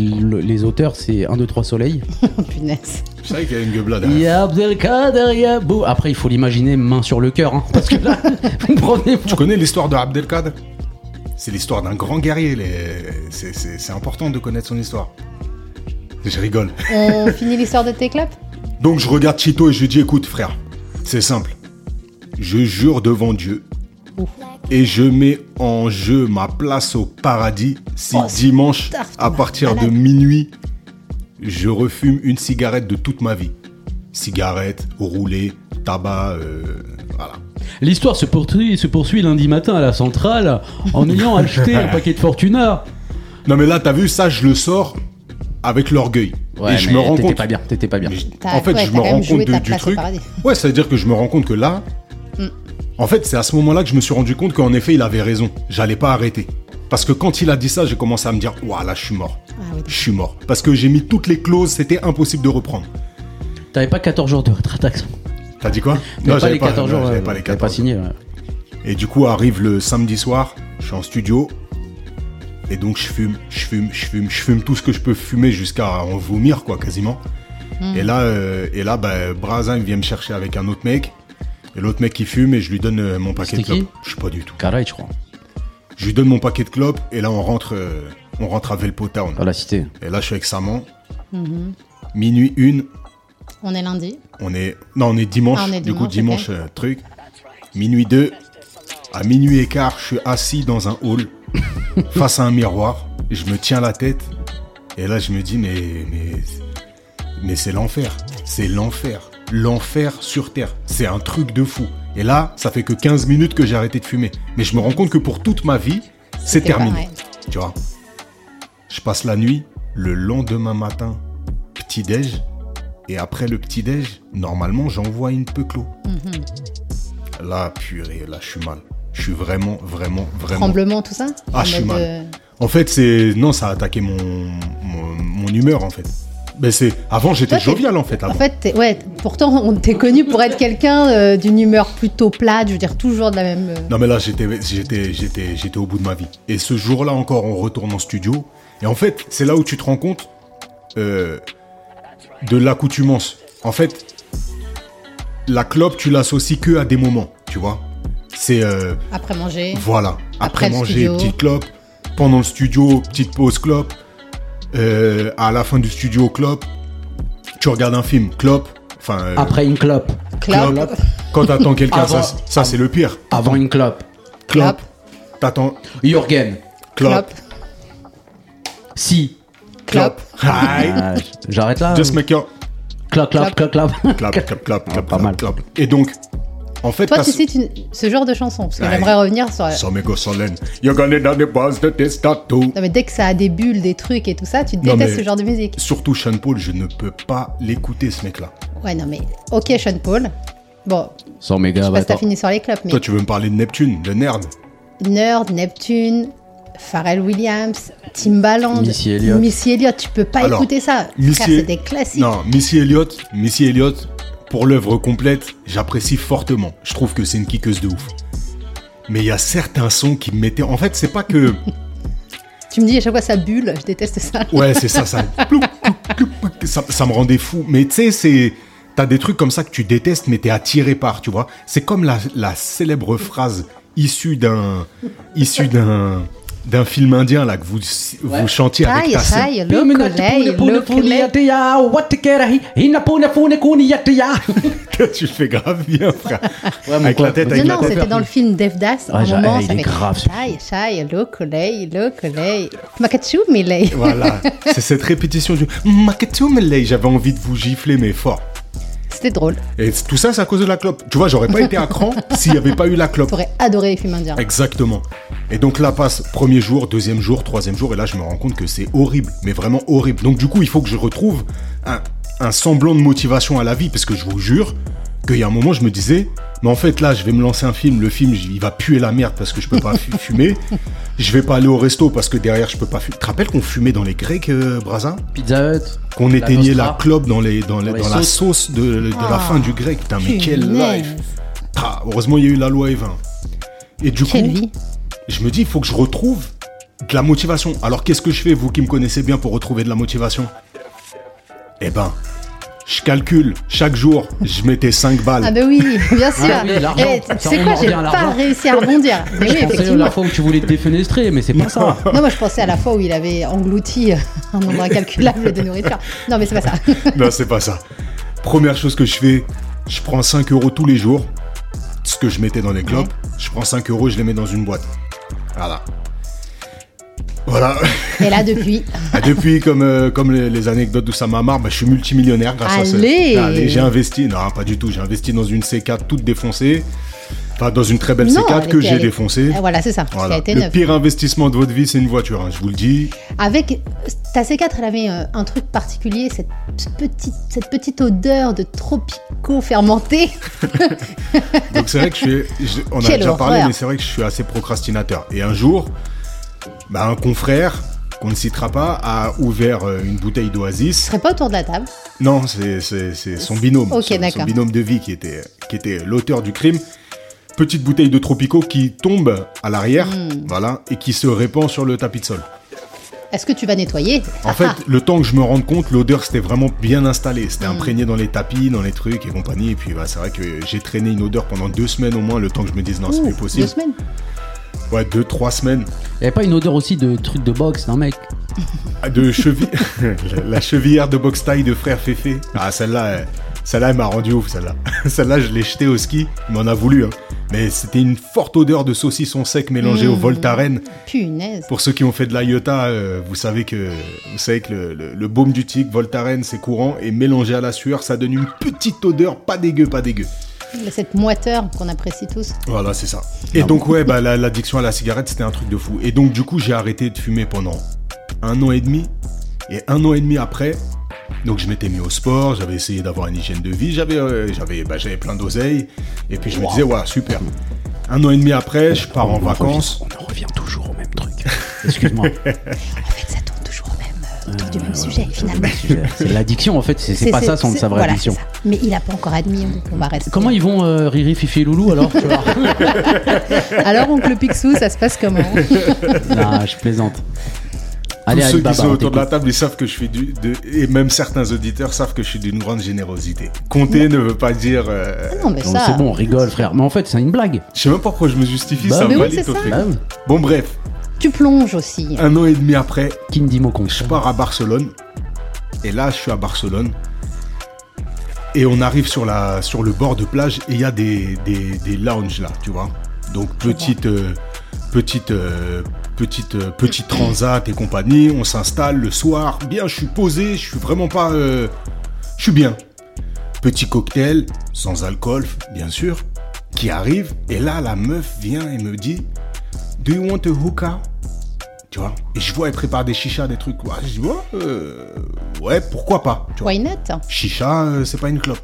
Speaker 2: les auteurs, c'est 1, 2, 3 Soleil.
Speaker 4: Oh, (laughs) punaise.
Speaker 3: Je savais qu'il y avait une gueule derrière.
Speaker 2: Ya Abdelkader, ya Bou. Après, il faut l'imaginer main sur le cœur, hein, parce que là, (laughs) vous me prenez
Speaker 3: Tu
Speaker 2: pour.
Speaker 3: connais l'histoire de Abdelkader C'est l'histoire d'un grand guerrier. les- c'est- C'est c'est important de connaître son histoire. Je rigole.
Speaker 4: On finit l'histoire de tes claps
Speaker 3: Donc je regarde Chito et je lui dis écoute frère, c'est simple. Je jure devant Dieu et je mets en jeu ma place au paradis si
Speaker 4: Oh,
Speaker 3: dimanche
Speaker 4: tarte,
Speaker 3: à
Speaker 4: ma
Speaker 3: partir de
Speaker 4: malade.
Speaker 3: minuit je refume une cigarette de toute ma vie. Cigarette, roulé, tabac, euh, voilà.
Speaker 2: L'histoire se poursuit, se poursuit lundi matin à la centrale en ayant acheté un paquet de Fortuna.
Speaker 3: Non mais là t'as vu ça je le sors avec l'orgueil
Speaker 2: Ouais,
Speaker 3: et je
Speaker 2: mais
Speaker 3: me rends
Speaker 2: t'étais
Speaker 3: compte.
Speaker 2: pas bien, t'étais pas bien.
Speaker 3: Mais je-
Speaker 4: T'as-
Speaker 3: en fait,
Speaker 4: ouais,
Speaker 3: je
Speaker 4: t'as
Speaker 3: me
Speaker 4: quand même
Speaker 3: rends
Speaker 4: joué
Speaker 3: compte de-
Speaker 4: ta
Speaker 3: du
Speaker 4: place au
Speaker 3: truc.
Speaker 4: paradis. Mm.
Speaker 3: Ouais, c'est-à-dire que je me rends compte que là. En fait, c'est à ce moment-là que je me suis rendu compte qu'en effet, il avait raison. J'allais pas arrêter. Parce que quand il a dit ça, j'ai commencé à me dire Ouah, là, je suis mort.
Speaker 4: Ah oui,
Speaker 3: Je suis mort. Parce que j'ai mis toutes les clauses, c'était impossible de reprendre.
Speaker 2: T'avais pas 14 jours de retraite d'action.
Speaker 3: T'as dit quoi
Speaker 2: T'avais pas les 14 jours.
Speaker 3: non, j'avais
Speaker 2: euh,
Speaker 3: pas les
Speaker 2: t'avais
Speaker 3: 14
Speaker 2: signé. ouais.
Speaker 3: Et du coup, arrive le samedi soir, je suis en studio. Et donc, je fume, je fume, je fume, je fume tout ce que je peux fumer jusqu'à en vomir, quoi, quasiment.
Speaker 2: Hmm.
Speaker 3: Et là, euh, et là bah, Brazin, il vient me chercher avec un autre mec. Et l'autre mec, il fume et je lui donne euh, mon paquet de
Speaker 2: C'était qui
Speaker 3: clopes. Je sais pas du tout.
Speaker 2: Caray, je crois.
Speaker 3: Je lui donne mon paquet de clopes et là, on rentre, euh, on rentre à Velpo Town.
Speaker 2: Dans la cité.
Speaker 3: Et là, je suis avec Saman.
Speaker 2: Hmm.
Speaker 3: Minuit une,
Speaker 4: On est lundi.
Speaker 3: on est, non, on est dimanche.
Speaker 4: Ah, on est
Speaker 3: du coup,
Speaker 4: dimanche,
Speaker 3: dimanche, euh, truc. Minuit 2, à minuit et quart, je suis assis dans un
Speaker 4: (laughs)
Speaker 3: hall, face à un miroir. Je me tiens la tête. Et là, je me dis, mais, mais, mais c'est l'enfer. C'est l'enfer. L'enfer sur Terre. C'est un truc de fou. Et là, ça fait que 15 minutes que j'ai arrêté de fumer. Mais je me rends compte que pour toute ma vie, c'est
Speaker 4: C'était
Speaker 3: terminé.
Speaker 4: pareil.
Speaker 3: Tu vois Je passe la nuit, le lendemain matin, petit-déj. Et après le petit-déj, normalement, j'envoie une peu clos. Là, purée, là, je suis mal. Je suis vraiment, vraiment, vraiment.
Speaker 4: Tremblement, tout ça
Speaker 3: Ah,
Speaker 4: En
Speaker 3: je suis
Speaker 4: mode,
Speaker 3: mal.
Speaker 4: euh,
Speaker 3: En fait, c'est. Non, ça a attaqué mon, mon, mon humeur, en fait. Mais c'est. Avant, j'étais
Speaker 4: Toi, t'es-
Speaker 3: jovial, en fait. Avant.
Speaker 4: En fait, t'es- ouais, pourtant, on t'est connu pour être quelqu'un euh, d'une humeur plutôt plate, je veux dire, toujours de la même. euh,
Speaker 3: Non, mais là, j'étais, j'étais, j'étais, j'étais au bout de ma vie. Et ce jour-là encore, on retourne en studio. Et en fait, c'est là où tu te rends compte euh, de l'accoutumance. En fait, la clope, tu l'associes que à des moments, tu vois. C'est. euh,
Speaker 4: après manger.
Speaker 3: voilà. Après,
Speaker 4: Après le
Speaker 3: manger,
Speaker 4: studio.
Speaker 3: petite clope. Pendant le studio, petite pause clope. Euh, à la fin du studio, clope. Tu regardes un film, clope. Enfin, euh,
Speaker 2: Après une clope.
Speaker 4: Clap.
Speaker 3: clope. Quand t'attends quelqu'un, ça,
Speaker 2: Avant-
Speaker 3: ça c'est le pire.
Speaker 2: Avant une clope.
Speaker 3: Clope.
Speaker 4: Clope.
Speaker 3: T'attends.
Speaker 2: Jürgen.
Speaker 3: Clope.
Speaker 2: Si.
Speaker 4: Clope.
Speaker 3: Hi.
Speaker 2: Ah, J'arrête là.
Speaker 3: Just make your
Speaker 2: Clope, clope, clope, clope.
Speaker 3: clap,
Speaker 2: (laughs)
Speaker 3: clap, clap,
Speaker 2: Ah,
Speaker 3: clap,
Speaker 2: pas
Speaker 3: clap,
Speaker 2: mal.
Speaker 3: clap. Et donc, en fait,
Speaker 4: Toi,
Speaker 3: t'as
Speaker 4: tu
Speaker 3: ce-
Speaker 4: cites une- ce genre de chanson, parce que
Speaker 3: Ouais.
Speaker 4: j'aimerais revenir sur. euh, Non,
Speaker 3: Some ego solemn. You're gonna know the boss that is tattoo.
Speaker 4: mais dès que ça a des bulles, des trucs et tout ça, tu
Speaker 3: Non,
Speaker 4: détestes
Speaker 3: mais-
Speaker 4: ce genre de musique.
Speaker 3: Surtout Sean Paul, je ne peux pas l'écouter, ce mec-là.
Speaker 4: Ouais, non, mais ok, Sean Paul. Bon,
Speaker 2: 100
Speaker 4: je
Speaker 2: mégas,
Speaker 4: sais pas si t'as
Speaker 2: bâtard.
Speaker 4: fini sur les clubs,
Speaker 3: Ah bah,
Speaker 4: mais
Speaker 3: Toi, tu veux me parler de Neptune, de Nerd
Speaker 4: Nerd, Neptune, Pharrell Williams, Timbaland,
Speaker 2: Missy Elliott.
Speaker 4: Missy Elliott, tu peux pas
Speaker 3: Alors,
Speaker 4: écouter ça. Frère,
Speaker 3: Missy-
Speaker 4: C'est des classiques.
Speaker 3: Non, Missy Elliott, Missy Elliott, pour l'œuvre complète, j'apprécie fortement. Je trouve que c'est une kickeuse de ouf. Mais il y a certains sons qui me mettaient. En fait, c'est pas que.
Speaker 4: Tu me dis à chaque fois ça bulle, je déteste ça.
Speaker 3: Ouais, c'est ça, ça. Ploup, ploup, ploup, ça. ça me rendait fou. Mais tu sais, c'est. T'as des trucs comme ça que tu détestes, mais t'es attiré par, tu vois. C'est comme la, la célèbre phrase issue d'un. issue d'un. d'un film indien, là, que vous, vous chantiez avec
Speaker 4: Aïe,
Speaker 3: ta sœur. (laughs)
Speaker 4: aïe, le collègue, le collègue.
Speaker 2: oh,
Speaker 3: Tu le fais grave bien, frère.
Speaker 2: mon
Speaker 3: avec la
Speaker 2: copain.
Speaker 3: tête,
Speaker 2: Non,
Speaker 3: avec
Speaker 4: Non,
Speaker 3: la
Speaker 4: non,
Speaker 3: tête.
Speaker 4: c'était dans le film Devdas. à
Speaker 2: Ouais,
Speaker 4: un
Speaker 2: j'ai-
Speaker 4: moment,
Speaker 2: eh,
Speaker 4: ça
Speaker 2: il est
Speaker 4: fait
Speaker 2: grave, ce
Speaker 4: Aïe, aïe, le collègue, le collègue. Makachu, Milei.
Speaker 3: Voilà. c'est cette répétition du. Makatum Lei. J'avais envie de vous gifler, mais fort.
Speaker 4: C'était drôle.
Speaker 3: Et tout ça, c'est à cause de la clope. Tu vois, j'aurais pas été à
Speaker 4: (laughs)
Speaker 3: cran s'il n'y avait pas eu la clope.
Speaker 4: T'aurais adoré les films indiens.
Speaker 3: Exactement. Et donc là passe premier jour, deuxième jour, troisième jour, et là je me rends compte que c'est horrible, mais vraiment horrible. Donc du coup, il faut que je retrouve un, un semblant de motivation à la vie, parce que je vous jure qu'il y a un moment, je me disais, mais en fait là, je vais me lancer un film, le film, il va puer la merde parce que je peux pas fu- fumer, je vais pas aller au resto parce que derrière, je peux pas fumer. Tu te rappelles qu'on fumait dans les grecs, euh, Brazza
Speaker 2: (laughs) Pizza Hut.
Speaker 3: qu'on
Speaker 2: La
Speaker 3: éteignait
Speaker 2: Nostra.
Speaker 3: la clope dans, les, dans, les-
Speaker 2: Dans les
Speaker 3: dans la sauce de, de la fin du grec. Putain, mais quel
Speaker 4: punaise.
Speaker 3: life Ah, Heureusement, il y a eu la loi Evin. Et du
Speaker 4: Quelle
Speaker 3: coup,
Speaker 4: vie.
Speaker 3: je me dis, il faut que je retrouve de la motivation. Alors, qu'est-ce que je fais, vous qui me connaissez bien, pour retrouver de la motivation Eh ben, je calcule. Chaque jour, je mettais 5 balles.
Speaker 4: Ah ben oui, bien sûr.
Speaker 2: Ah oui, l'argent.
Speaker 4: Eh,
Speaker 2: Ça,
Speaker 4: c'est
Speaker 2: on
Speaker 4: quoi,
Speaker 2: en
Speaker 4: j'ai
Speaker 2: revient à
Speaker 4: pas
Speaker 2: l'argent.
Speaker 4: réussi à rebondir. Mais oui,
Speaker 2: Je pensais
Speaker 4: effectivement.
Speaker 2: la fois où tu voulais te défenestrer, mais
Speaker 3: (laughs)
Speaker 2: c'est pas ça.
Speaker 4: Non, moi je pensais à la fois où il avait englouti euh, un nombre incalculable de nourriture. Non, mais c'est pas ça.
Speaker 3: non, c'est pas ça. Première chose que je fais, je prends 5 euros tous les jours. Ce que je mettais dans les clopes, je prends 5 euros, je les mets dans une boîte. Voilà. Voilà.
Speaker 4: Et là, depuis,
Speaker 3: Et depuis, comme, euh, comme les, les anecdotes de Samamar, bah, je suis multimillionnaire grâce à
Speaker 4: Allez.
Speaker 3: ce. Allez, j'ai investi. Non, pas du tout. J'ai investi dans une C4 toute défoncée. Enfin, dans une très belle
Speaker 4: Non,
Speaker 3: C4
Speaker 4: elle
Speaker 3: que
Speaker 4: était-
Speaker 3: j'ai
Speaker 4: elle-
Speaker 3: défoncée.
Speaker 4: eh, voilà, c'est ça, parce qu'elle
Speaker 3: Voilà.
Speaker 4: a été
Speaker 3: Le
Speaker 4: neuve.
Speaker 3: pire investissement de votre vie, c'est une voiture. hein, je vous le dis.
Speaker 4: Avec ta C4, elle avait euh, un truc particulier, cette petite, cette petite odeur de tropicaux fermentés.
Speaker 3: Donc c'est vrai que je
Speaker 4: (laughs)
Speaker 3: suis, je- on a
Speaker 4: Quelle
Speaker 3: déjà parlé,
Speaker 4: horreur.
Speaker 3: mais c'est vrai que je suis assez procrastinateur. Et un jour, bah, un confrère qu'on ne citera pas a ouvert euh, une bouteille
Speaker 4: Je
Speaker 3: d'Oasis.
Speaker 4: serais pas autour de la table.
Speaker 3: Non, c'est c'est- c'est son binôme,
Speaker 4: Ok,
Speaker 3: son- son,
Speaker 4: d'accord.
Speaker 3: binôme de vie qui était qui était l'auteur du crime. Petite bouteille de Tropico qui tombe à l'arrière,
Speaker 4: Hmm.
Speaker 3: voilà, et qui se répand sur le tapis de sol.
Speaker 4: Est-ce que tu vas nettoyer Ah,
Speaker 3: En fait, le temps que je me rende compte, l'odeur c'était vraiment bien installée.
Speaker 4: Hmm.
Speaker 3: C'était imprégné dans les tapis, dans les trucs et compagnie. Et puis, bah, c'est vrai que j'ai traîné une odeur pendant deux semaines au moins, le temps que je me dise non, c'est
Speaker 4: Ouh,
Speaker 3: plus possible.
Speaker 4: Deux semaines.
Speaker 3: Ouais, deux, trois semaines.
Speaker 2: Il avait pas une odeur aussi de truc de boxe, non, mec
Speaker 3: Ah, De cheville. (laughs) la, la chevillère de boxe taille de frère Féfé. Ah, celle-là, euh, celle-là, elle m'a rendu ouf, celle-là. (laughs) celle-là, je l'ai jetée au ski. Il m'en a voulu, hein. Mais c'était une forte odeur de saucisson sec mélangé au Voltaren.
Speaker 4: Punaise.
Speaker 3: Pour ceux qui ont fait de l'Iota, euh, vous savez que, vous savez que le, le, le baume du tic, Voltaren, c'est courant. Et mélangé à la sueur, ça donne une petite odeur pas dégueu, pas dégueu.
Speaker 4: Cette moiteur qu'on apprécie tous.
Speaker 3: Voilà, c'est ça.
Speaker 2: Ah
Speaker 3: Et donc, ouais, bah, la- l'addiction à la cigarette, c'était un truc de fou. Et donc, du coup, j'ai arrêté de fumer pendant un an et demi. Et un an et demi après, donc je m'étais mis au sport, j'avais essayé d'avoir une hygiène de vie, j'avais euh, j'avais bah, j'avais plein d'oseilles. Et puis, je me disais, ouais, super. Un an et demi après, je pars en vacances.
Speaker 2: On en revient toujours au même truc.
Speaker 3: (laughs)
Speaker 2: Excuse-moi.
Speaker 4: En fait, ça tourne toujours au même, euh, autour du même sujet, finalement.
Speaker 2: euh, C'est l'addiction, en fait. C'est c'est pas ça sans
Speaker 4: c'est-
Speaker 2: sa vraie
Speaker 4: voilà,
Speaker 2: addiction.
Speaker 4: c'est ça. Mais il a pas encore admis, donc on va rester.
Speaker 2: Comment ils vont, euh, Riri, Fifi et Loulou, alors tu
Speaker 3: (laughs)
Speaker 2: vois
Speaker 4: Alors, oncle Picsou, ça se passe
Speaker 2: (laughs)
Speaker 4: comment
Speaker 2: Non, je plaisante.
Speaker 3: Tous
Speaker 2: Allez,
Speaker 3: ceux
Speaker 2: Alibaba,
Speaker 3: qui sont
Speaker 2: on
Speaker 3: autour de la
Speaker 2: t'écoute.
Speaker 3: table, ils savent que je suis du. de- et même certains auditeurs savent que je suis d'une grande générosité. Compter ne veut pas dire. euh,
Speaker 4: Non, mais
Speaker 2: Ah Non,
Speaker 4: ça.
Speaker 2: C'est bon, on rigole, frère. Mais en fait, c'est une blague.
Speaker 3: je sais même pas pourquoi je me justifie,
Speaker 2: Bah,
Speaker 3: ça
Speaker 4: mais oui,
Speaker 3: valide
Speaker 4: c'est
Speaker 3: au
Speaker 4: ça.
Speaker 3: fait.
Speaker 2: Bah,
Speaker 3: Bon, bref,
Speaker 4: Tu plonges aussi.
Speaker 3: un an et demi après,
Speaker 2: Qui ne dit mot contre
Speaker 3: Je pars à Barcelone. Et là, je suis à Barcelone. Et on arrive sur, la, sur le bord de plage et il y a des, des, des lounges là, tu vois. Donc petite, euh, petite, euh, petite, euh, petite transat et compagnie. On s'installe le soir. Bien, je suis posé, je suis vraiment pas... euh, je suis bien. Petit cocktail, sans alcool, bien sûr, qui arrive. Et là, la meuf vient et me dit, Do you want a hookah tu vois Et je vois, elle prépare des chichas, des trucs. Ouais, je dis, ouais, euh, ouais, pourquoi pas tu vois.
Speaker 4: Why not
Speaker 3: Chicha, euh, c'est pas une clope.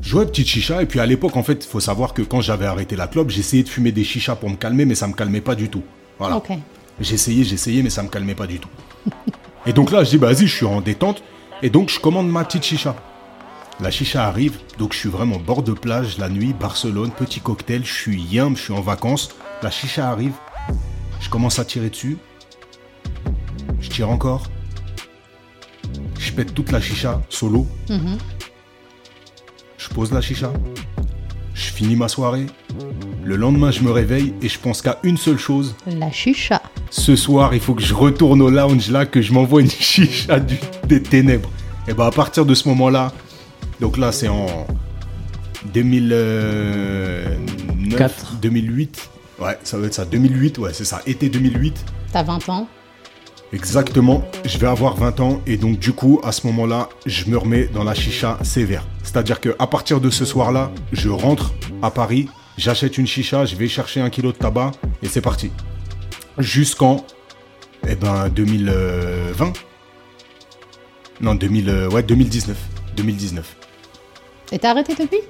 Speaker 3: Je vois une petite chicha, et puis à l'époque, en fait, faut savoir que quand j'avais arrêté la clope, j'essayais de fumer des chichas pour me calmer, mais ça me calmait pas du tout. Voilà.
Speaker 4: Ok.
Speaker 3: J'essayais, j'essayais, mais ça me calmait pas du tout. et donc là, je dis, bah, vas-y, je suis en détente, et donc je commande ma petite chicha. La chicha arrive, donc je suis vraiment bord de plage la nuit, Barcelone, petit cocktail, je suis yam, je suis en vacances. La chicha arrive, je commence à tirer dessus. Je tire encore. Je pète toute la chicha solo. Je pose la chicha. Je finis ma soirée. Le lendemain, je me réveille et je pense qu'à une seule chose.
Speaker 4: La chicha.
Speaker 3: Ce soir, il faut que je retourne au lounge là, que je m'envoie une (laughs) chicha du- des ténèbres. Et bah à partir de ce moment-là, donc là c'est en euh, 2009,
Speaker 2: Quatre.
Speaker 3: 2008. Ouais, ça doit être ça. 2008, ouais, c'est ça. Été 2008.
Speaker 4: T'as 20 ans.
Speaker 3: Exactement, je vais avoir 20 ans et donc du coup, à ce moment-là, je me remets dans la chicha sévère. C'est-à-dire que à partir de ce soir-là, je rentre à Paris, j'achète une chicha, je vais chercher un kilo de tabac et c'est parti. Jusqu'en eh ben 2020. Non, 2000 euh, ouais, 2019. 2019.
Speaker 4: Et t'as arrêté depuis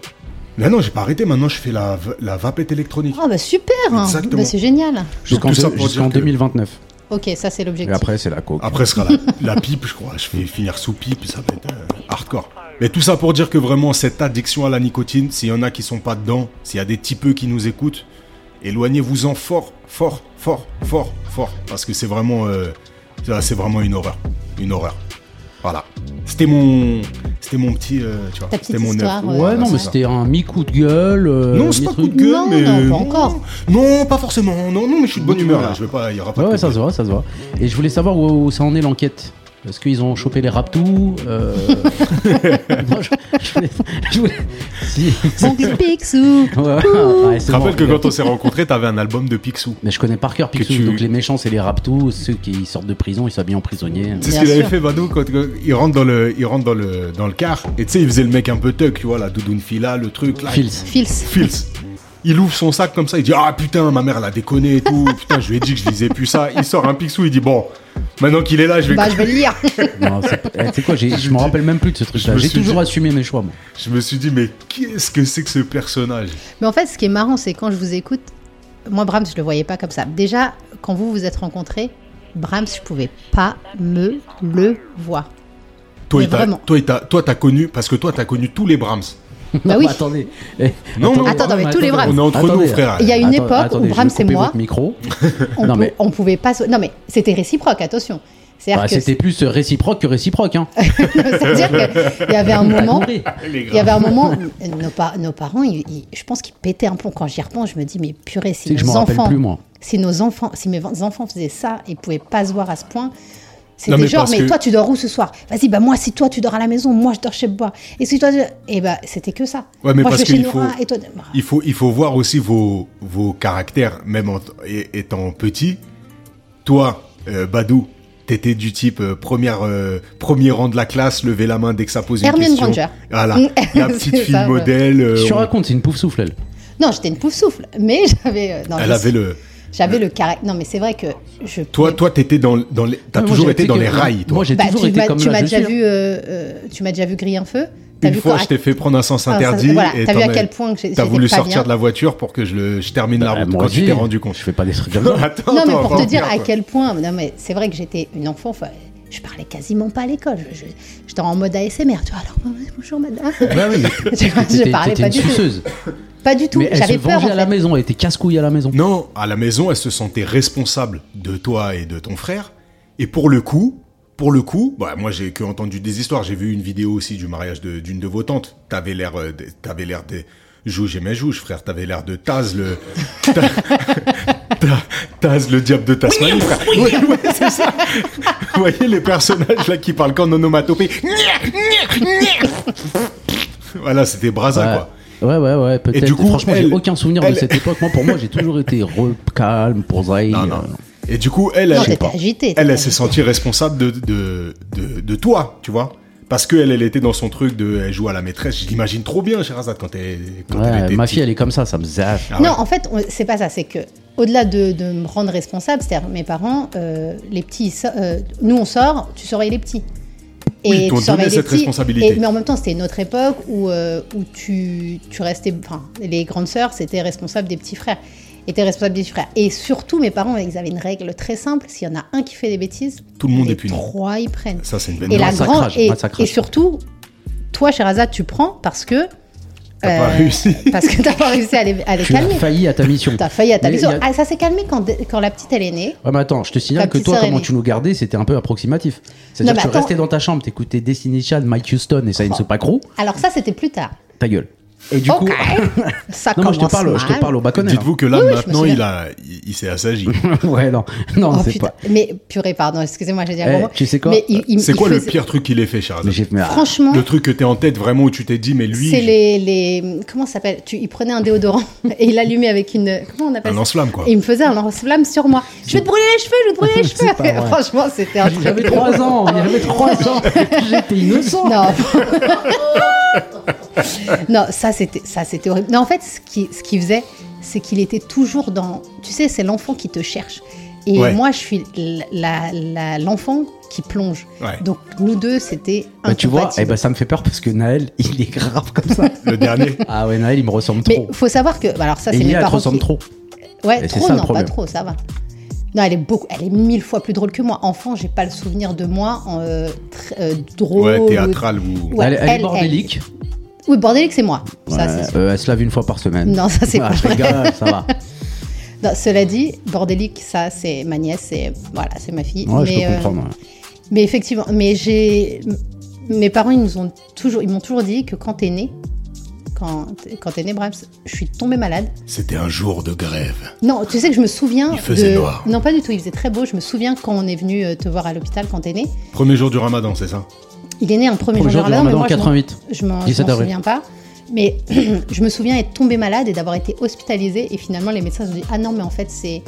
Speaker 3: Mais non, j'ai pas arrêté, maintenant je fais la, v- la vapette électronique.
Speaker 4: Ah bah super hein.
Speaker 3: Exactement.
Speaker 4: Bah, C'est génial
Speaker 2: Jusqu'en
Speaker 3: tout ça
Speaker 2: deux-
Speaker 3: pour
Speaker 2: jusqu'en
Speaker 3: dire que- Ah,
Speaker 2: 2029.
Speaker 4: Ok, ça c'est
Speaker 2: Et
Speaker 4: l'objectif.
Speaker 2: après, c'est la coke.
Speaker 3: Après, ce sera la, la pipe, je crois. Je vais finir sous pipe, ça va être euh, hardcore. Mais tout ça pour dire que vraiment, cette addiction à la nicotine, s'il y en a qui sont pas dedans, s'il y a des typeux qui nous écoutent, éloignez-vous-en fort, fort, fort, fort, fort. Parce que c'est vraiment, euh, ça, c'est vraiment une horreur. Une horreur. Voilà. C'était mon, c'était mon petit, euh, tu vois,
Speaker 4: Ta petite
Speaker 3: c'était mon
Speaker 4: histoire,
Speaker 3: œuvre.
Speaker 4: euh,
Speaker 2: Ouais,
Speaker 4: Voilà,
Speaker 2: non,
Speaker 4: c'est
Speaker 2: mais
Speaker 3: bah, ça.
Speaker 2: c'était un mi-coup de gueule. euh,
Speaker 3: Non, c'est pas
Speaker 2: mi-truc.
Speaker 3: coup de gueule,
Speaker 4: Non,
Speaker 3: mais
Speaker 4: non, pas encore.
Speaker 3: Non, pas forcément. Non, non, mais je suis de bonne
Speaker 2: Bonne
Speaker 3: humeur là.
Speaker 2: humeur.
Speaker 3: Je vais pas, il y aura pas.
Speaker 2: Ouais,
Speaker 3: de
Speaker 2: ouais,
Speaker 3: coup de
Speaker 2: ça se voit, ça se voit. Et je voulais savoir où, où ça en est l'enquête. Est-ce qu'ils ont chopé les raptous euh...
Speaker 3: (laughs)
Speaker 2: Moi, je, je voulais. je voulais- Si.
Speaker 4: (laughs) Oncle Picsou
Speaker 2: Ouais, ouais,
Speaker 3: Je
Speaker 2: c'est
Speaker 3: te rappelle
Speaker 2: bon,
Speaker 3: que
Speaker 2: regarde.
Speaker 3: quand on s'est rencontrés, t'avais un album de Picsou.
Speaker 2: Mais je connais par cœur Picsou,
Speaker 3: tu-
Speaker 2: donc les méchants c'est les raptous, ceux qui sortent de prison ils s'habillent en prisonnier.
Speaker 3: C'est ce
Speaker 4: Bien
Speaker 3: qu'il avait
Speaker 4: sûr.
Speaker 3: fait Vado quand, quand il rentre dans le, il rentre dans le, dans le car et tu sais il faisait le mec un peu tuck, tu vois la doudoune fila, le truc là.
Speaker 2: Fils.
Speaker 4: Fils
Speaker 3: Fils. Il ouvre son sac comme ça, il dit ah putain ma mère elle a déconné et
Speaker 4: (laughs)
Speaker 3: tout, putain je lui ai dit que je lisais plus ça. Il sort un Picsou, il dit bon maintenant qu'il est là je vais.
Speaker 4: Bah je vais le lire
Speaker 2: Non, c'est eh, tu sais quoi, j'ai- je me rappelle même plus de ce
Speaker 3: Je
Speaker 2: truc-là.
Speaker 3: me
Speaker 2: J'ai
Speaker 3: suis
Speaker 2: toujours
Speaker 3: dit-
Speaker 2: assumé mes choix. Moi.
Speaker 3: Je me suis dit mais qu'est-ce que c'est que ce personnage
Speaker 4: Mais en fait, ce qui est marrant, c'est quand je vous écoute, moi, Brahms, je le voyais pas comme ça. Déjà, quand vous vous êtes rencontrés, Brahms, je pouvais pas me le
Speaker 2: (laughs)
Speaker 4: voir.
Speaker 3: Toi
Speaker 4: Mais
Speaker 3: il t'a-
Speaker 4: vraiment.
Speaker 3: toi il t'a- toi t'as connu parce que toi t'as connu tous les Brahms.
Speaker 4: Bah oui.
Speaker 2: mais (laughs) attendez. Eh,
Speaker 3: Non, non,
Speaker 4: Attends, non, mais tous les Brahms.
Speaker 3: on est entre nous, frère.
Speaker 4: Il y a une
Speaker 2: Attends-
Speaker 4: époque où
Speaker 2: attendez, je vais
Speaker 4: Brahms et
Speaker 2: couper
Speaker 4: moi-
Speaker 2: votre micro.
Speaker 4: On,
Speaker 2: Non,
Speaker 4: pou-
Speaker 2: mais-
Speaker 4: on pouvait pas. se- Non, mais c'était réciproque, attention. C'est-à-dire
Speaker 2: Bah,
Speaker 4: que-
Speaker 2: c'était plus réciproque que réciproque. Hein.
Speaker 4: (laughs) c'est-à-dire qu'il y
Speaker 2: (laughs)
Speaker 4: avait un moment.
Speaker 2: compris.
Speaker 4: Il y avait un moment, où euh, nos, par- nos parents, ils- ils- je pense qu'ils pétaient un plomb. Quand j'y repense, je me dis, mais purée, si
Speaker 2: C'est que je
Speaker 4: nos
Speaker 2: m'en rappelle
Speaker 4: enfants,
Speaker 2: plus, moi.
Speaker 4: si nos enfants, si mes v- enfants faisaient ça, ils pouvaient pas se voir à ce point.
Speaker 3: Non,
Speaker 4: C'était
Speaker 3: mais
Speaker 4: genre,
Speaker 3: parce
Speaker 4: mais
Speaker 3: que-
Speaker 4: toi, tu dors où ce soir Vas-y, bah moi, si toi, tu dors à la maison, moi, je dors chez moi. Et si toi, tu- et bah, c'était que ça.
Speaker 3: Ouais, mais
Speaker 4: moi,
Speaker 3: parce
Speaker 4: je vais chez
Speaker 3: qu'il
Speaker 4: Nora,
Speaker 3: faut-
Speaker 4: et toi, Bah,
Speaker 3: Il faut, il faut voir aussi vos, vos caractères, même en, é- étant petit. Toi, euh, Badou, t'étais du type euh, première, euh, premier rang de la classe, lever la main dès que ça pose
Speaker 4: Hermione
Speaker 3: une question.
Speaker 4: Granger. (laughs)
Speaker 3: Voilà, la petite
Speaker 4: C'est
Speaker 3: fille
Speaker 4: ça, ouais.
Speaker 3: modèle. euh,
Speaker 2: Je te
Speaker 3: on-
Speaker 2: raconte, c'est une pouf souffle.
Speaker 4: Non, j'étais une pouf souffle, mais (laughs) j'avais. euh, non,
Speaker 3: elle
Speaker 4: je-
Speaker 3: avait le.
Speaker 4: J'avais le carré. Non, mais c'est vrai que je.
Speaker 3: Toi, toi, t'étais dans, dans les. T'as
Speaker 2: Moi,
Speaker 3: toujours
Speaker 2: j'ai-
Speaker 3: été
Speaker 2: tu sais
Speaker 3: dans
Speaker 2: que-
Speaker 3: les rails, toi.
Speaker 2: Moi, j'ai
Speaker 4: Bah,
Speaker 2: toujours
Speaker 4: tu
Speaker 2: été
Speaker 4: m'as-
Speaker 2: comme
Speaker 4: tu
Speaker 2: là,
Speaker 4: m'as
Speaker 2: je
Speaker 4: déjà
Speaker 2: suis, hein.
Speaker 4: vu, euh, euh, tu m'as déjà vu griller un feu. T'as
Speaker 3: Une
Speaker 4: vu
Speaker 3: fois,
Speaker 4: quand-
Speaker 3: je t'ai fait prendre un sens
Speaker 4: Ah, ça-
Speaker 3: interdit.
Speaker 4: voilà,
Speaker 3: et
Speaker 4: t'as vu
Speaker 3: t'en
Speaker 4: à
Speaker 3: as-
Speaker 4: quel point que j'ai-
Speaker 3: T'as
Speaker 4: j'étais
Speaker 3: voulu
Speaker 4: pas
Speaker 3: sortir
Speaker 4: bien.
Speaker 3: de la voiture pour que je, le, je termine la
Speaker 2: Bah,
Speaker 3: route
Speaker 2: moi
Speaker 3: quand tu
Speaker 2: aussi,
Speaker 3: t'es rendu compte.
Speaker 2: Je fais pas des trucs comme ça.
Speaker 3: Attends,
Speaker 4: Non, mais
Speaker 3: attends, on
Speaker 4: pour
Speaker 3: va
Speaker 4: te
Speaker 3: en
Speaker 4: dire
Speaker 3: venir,
Speaker 4: à
Speaker 3: quoi.
Speaker 4: quel point. Non, mais c'est vrai que j'étais une enfant. enfin, je parlais quasiment pas à l'école. Je- je- J'étais en mode ASMR. Tu vois, alors bonjour madame.
Speaker 2: Bah oui, mais
Speaker 4: (laughs) Tu vois,
Speaker 2: t'étais-
Speaker 4: je parlais
Speaker 2: t'étais
Speaker 4: pas
Speaker 2: une
Speaker 4: du tout.
Speaker 2: suceuse.
Speaker 4: Pas du tout.
Speaker 2: Mais elle se
Speaker 4: J'avais peur.
Speaker 2: vengeait
Speaker 4: En
Speaker 2: à la
Speaker 4: fait.
Speaker 2: maison, elle était casse-couille à la maison.
Speaker 3: Non, à la maison, elle se sentait responsable de toi et de ton frère. Et pour le coup, pour le coup, bah, moi j'ai que entendu des histoires. J'ai vu une vidéo aussi du mariage de- d'une de, vos tantes. T'avais l'air, euh, de- t'avais l'air des joues et mes joues, frère. T'avais l'air de Taz le, (laughs) Ta- Ta- Taz le diable de Tasmanie, frère. Ouais, ouais, c'est ça. Vous voyez les personnages là qui parlent qu'en onomatopée. voilà, c'était Braza quoi.
Speaker 2: Ouais, ouais, ouais, ouais, peut-être.
Speaker 3: du coup,
Speaker 2: franchement,
Speaker 3: elle-
Speaker 2: j'ai aucun souvenir
Speaker 3: elle-
Speaker 2: de cette époque. Moi, pour moi, j'ai toujours été re- calme, posaille.
Speaker 3: Non, non. Et du coup, elle,
Speaker 4: Non,
Speaker 3: elle,
Speaker 4: t'étais agitée, t'étais
Speaker 3: elle, elle s'est
Speaker 4: agitée.
Speaker 3: sentie responsable de, de, de, de toi, tu vois. Parce qu'elle, elle était dans son truc de elle joue à la maîtresse. Je l'imagine trop bien, Sherazade, quand elle, quand elle était.
Speaker 2: ma
Speaker 3: petite.
Speaker 2: fille, elle est comme ça, ça me zaffe.
Speaker 3: Ah ouais.
Speaker 4: non, en fait, on- c'est pas ça. C'est que au-delà de, de me rendre responsable, c'est-à-dire mes parents, euh, les petits, ils so- euh, nous on sort, tu surveilles les petits.
Speaker 3: Oui, ils t'ont
Speaker 4: tu surveilles
Speaker 3: donné
Speaker 4: les
Speaker 3: cette
Speaker 4: petits.
Speaker 3: responsabilité.
Speaker 4: Et- mais en même temps, c'était une autre époque où, euh, où tu, tu restais. Enfin, les grandes sœurs, c'était responsable des petits frères. Étaient responsables des petits frères. Et surtout, mes parents, ils avaient une règle très simple s'il y en a un qui fait des bêtises,
Speaker 3: Tout le monde
Speaker 4: les
Speaker 3: est puni.
Speaker 4: Trois, ils prennent.
Speaker 3: Ça, c'est une belle
Speaker 4: Et la
Speaker 2: Massacrage,
Speaker 4: grande et,
Speaker 2: massacrage.
Speaker 4: et surtout, toi, Sherazade, tu prends parce que
Speaker 3: T'as pas
Speaker 4: euh,
Speaker 3: réussi.
Speaker 4: parce que t'as pas réussi à les, à les
Speaker 2: Tu as
Speaker 4: calmer.
Speaker 2: failli à ta mission.
Speaker 4: T'as failli à ta
Speaker 2: Mais
Speaker 4: maison.
Speaker 2: il y a-
Speaker 4: Ah, ça s'est calmé quand, quand la petite elle est née.
Speaker 2: Ouais, mais attends, je te signale
Speaker 4: Ta
Speaker 2: que
Speaker 4: petite
Speaker 2: toi,
Speaker 4: sœur
Speaker 2: comment
Speaker 4: aînée.
Speaker 2: tu nous gardais, c'était un peu approximatif.
Speaker 4: Non,
Speaker 2: C'est-à-dire
Speaker 4: mais
Speaker 2: que tu
Speaker 4: attends.
Speaker 2: restais dans ta chambre, t'écoutais Destiny Child, Mike Houston et Science Pacro,
Speaker 4: Alors ça c'était plus tard.
Speaker 2: ta gueule. Et du (laughs) coup.
Speaker 4: Ok. Ça
Speaker 2: Non, moi,
Speaker 4: commence
Speaker 2: je te parle, je te
Speaker 4: mal.
Speaker 2: parle au baconnais. hein.
Speaker 3: Dites-vous que là,
Speaker 4: Oui, oui, je me
Speaker 3: maintenant,
Speaker 4: souviens.
Speaker 3: il, a, il, il s'est assagi.
Speaker 2: (laughs) ouais, non. Non,
Speaker 4: Oh,
Speaker 2: c'est
Speaker 4: putain.
Speaker 2: pas.
Speaker 4: Mais purée, pardon, excusez-moi, j'ai dit un
Speaker 2: Eh,
Speaker 4: gros mot.
Speaker 2: tu sais quoi
Speaker 4: Mais il- il-
Speaker 3: C'est
Speaker 4: il
Speaker 3: quoi le
Speaker 4: faisait-
Speaker 3: pire truc qu'il ait fait, Charizard
Speaker 2: Mais j'ai mais, ah,
Speaker 4: Franchement,
Speaker 3: Le truc que t'es en tête vraiment où tu t'es dit, mais lui,
Speaker 4: c'est
Speaker 3: je-
Speaker 4: les, les. Comment ça s'appelle tu, Il prenait un déodorant (laughs) et il allumait avec une. Comment on
Speaker 3: un
Speaker 4: appelle ça
Speaker 3: lance-flamme, quoi.
Speaker 4: Et il me faisait un lance-flamme sur moi. Je vais te brûler les cheveux, je vais te brûler
Speaker 2: (laughs)
Speaker 4: les
Speaker 2: C'est pas
Speaker 4: cheveux.
Speaker 2: vrai.
Speaker 4: (laughs) Franchement, c'était un
Speaker 2: J'avais
Speaker 4: truc.
Speaker 2: 3 ans,
Speaker 4: (laughs)
Speaker 2: j'avais 3 ans, j'étais innocent.
Speaker 4: Non. (laughs) non, ça c'était ça c'était horrible. Non, en fait, ce qui ce qu'il faisait, c'est qu'il était toujours dans. Tu sais, c'est l'enfant qui te cherche. Et
Speaker 3: Ouais.
Speaker 4: moi, je suis l'enfant la, l'enfant qui plonge.
Speaker 3: Ouais.
Speaker 4: Donc nous deux, c'était
Speaker 2: Bah, tu vois, eh
Speaker 4: incompatible.
Speaker 2: ben, ça me fait peur parce que Naël, (laughs) il est grave comme (laughs) ça.
Speaker 3: Le
Speaker 4: (laughs)
Speaker 3: dernier.
Speaker 2: Ah ouais, Naël, il me ressemble
Speaker 4: mais
Speaker 2: trop.
Speaker 4: faut savoir que bah, alors ça
Speaker 2: Et Nia,
Speaker 4: c'est mes
Speaker 2: elle te
Speaker 4: parents.
Speaker 2: ressemble
Speaker 4: qui-
Speaker 2: trop.
Speaker 4: Ouais,
Speaker 2: Et c'est
Speaker 4: trop
Speaker 2: ça, le
Speaker 4: non, pas
Speaker 2: problème.
Speaker 4: trop, ça va. Non, elle est beaucoup, elle est mille fois plus drôle que moi. Enfant, j'ai pas le souvenir de moi en euh, tr- euh, drôle.
Speaker 3: Ouais, théâtral ou.
Speaker 4: Ouais,
Speaker 2: elle, elle
Speaker 4: elle-
Speaker 2: est bordélique.
Speaker 4: Oui, bordélique, c'est moi.
Speaker 2: Ouais,
Speaker 4: Ça, c'est
Speaker 2: euh, elle se lave une fois par semaine.
Speaker 4: Non, ça, c'est
Speaker 2: Ah,
Speaker 4: pas
Speaker 2: je
Speaker 4: vrai.
Speaker 2: rigole, ça
Speaker 4: (laughs)
Speaker 2: va.
Speaker 4: Non, cela dit, bordélique, ça c'est ma nièce, c'est voilà, c'est ma fille.
Speaker 2: Ouais, je
Speaker 4: mais,
Speaker 2: peux
Speaker 4: euh,
Speaker 2: comprendre. ouais.
Speaker 4: mais effectivement, mais j'ai, m- mes parents ils nous ont toujours, ils m'ont toujours dit que quand t'es né, quand t'es- quand t'es né, Brahms, je suis tombée malade.
Speaker 3: C'était un jour de grève.
Speaker 4: Non, tu sais que je me souviens.
Speaker 3: Il faisait
Speaker 4: de...
Speaker 3: noir.
Speaker 4: Non, pas du tout. Il faisait très beau. Je me souviens quand on est venu euh, te voir à l'hôpital quand t'es né.
Speaker 3: Premier jour du ramadan, c'est ça
Speaker 4: Il est né un premier,
Speaker 2: Premier jour du
Speaker 4: mais
Speaker 2: ramadan
Speaker 4: moi, je m'en-
Speaker 2: 88.
Speaker 4: Je m'en je
Speaker 2: 17
Speaker 4: m'en
Speaker 2: avril.
Speaker 4: souviens pas. Mais (clears throat) je me souviens être tombée malade et d'avoir été hospitalisée. Et finalement, les médecins se sont dit Ah non, mais en fait, c'est.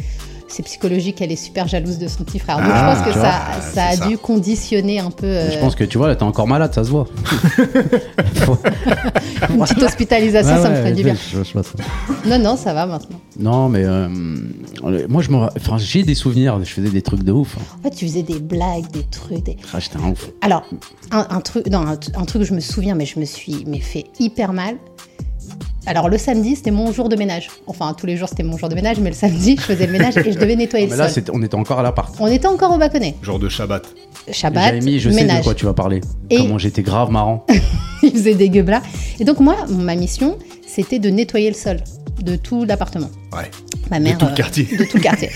Speaker 4: C'est psychologique, elle est super jalouse de son petit frère. Donc
Speaker 3: Ah,
Speaker 4: je pense que
Speaker 3: tu
Speaker 4: ça,
Speaker 3: vois,
Speaker 4: ça a
Speaker 3: c'est ça.
Speaker 4: dû conditionner un peu euh,
Speaker 2: Je pense que tu vois, là, t'es encore malade, ça se
Speaker 4: (laughs)
Speaker 2: voit. Faut-
Speaker 4: une
Speaker 2: (laughs)
Speaker 4: petite hospitalisation,
Speaker 2: Ouais,
Speaker 4: ça me
Speaker 2: ouais,
Speaker 4: ferait du bien.
Speaker 2: je- je vois ça.
Speaker 4: Non, non, ça va maintenant.
Speaker 2: Non, mais euh, moi, je me ra- enfin, j'ai des souvenirs. Je faisais des trucs de ouf. hein.
Speaker 4: En fait, tu faisais des blagues, des trucs. des-
Speaker 2: Ah, j'étais un ouf.
Speaker 4: Alors, un, un truc, non, un, un truc que je me souviens, mais je me suis mais fait hyper mal. Alors, le samedi, c'était mon jour de ménage. Enfin, tous les jours, c'était mon jour de ménage, mais le samedi, je faisais le ménage et je devais nettoyer
Speaker 2: Ah, (laughs) Mais
Speaker 4: le
Speaker 2: là,
Speaker 4: sol.
Speaker 2: c'était- on était encore à l'appart.
Speaker 4: On était encore au Baconnet.
Speaker 3: Jour de Shabbat.
Speaker 4: Shabbat,
Speaker 2: J'avais mis, je sais de
Speaker 4: ménage. (laughs)
Speaker 2: quoi tu vas parler.
Speaker 4: Et-
Speaker 2: Comment j'étais grave marrant.
Speaker 4: (laughs) Il faisait des gueblas. Et donc, moi, ma mission, c'était de nettoyer le sol de tout l'appartement.
Speaker 3: Ouais.
Speaker 4: Ma mère.
Speaker 3: de tout le
Speaker 4: euh,
Speaker 3: quartier.
Speaker 4: de tout le quartier.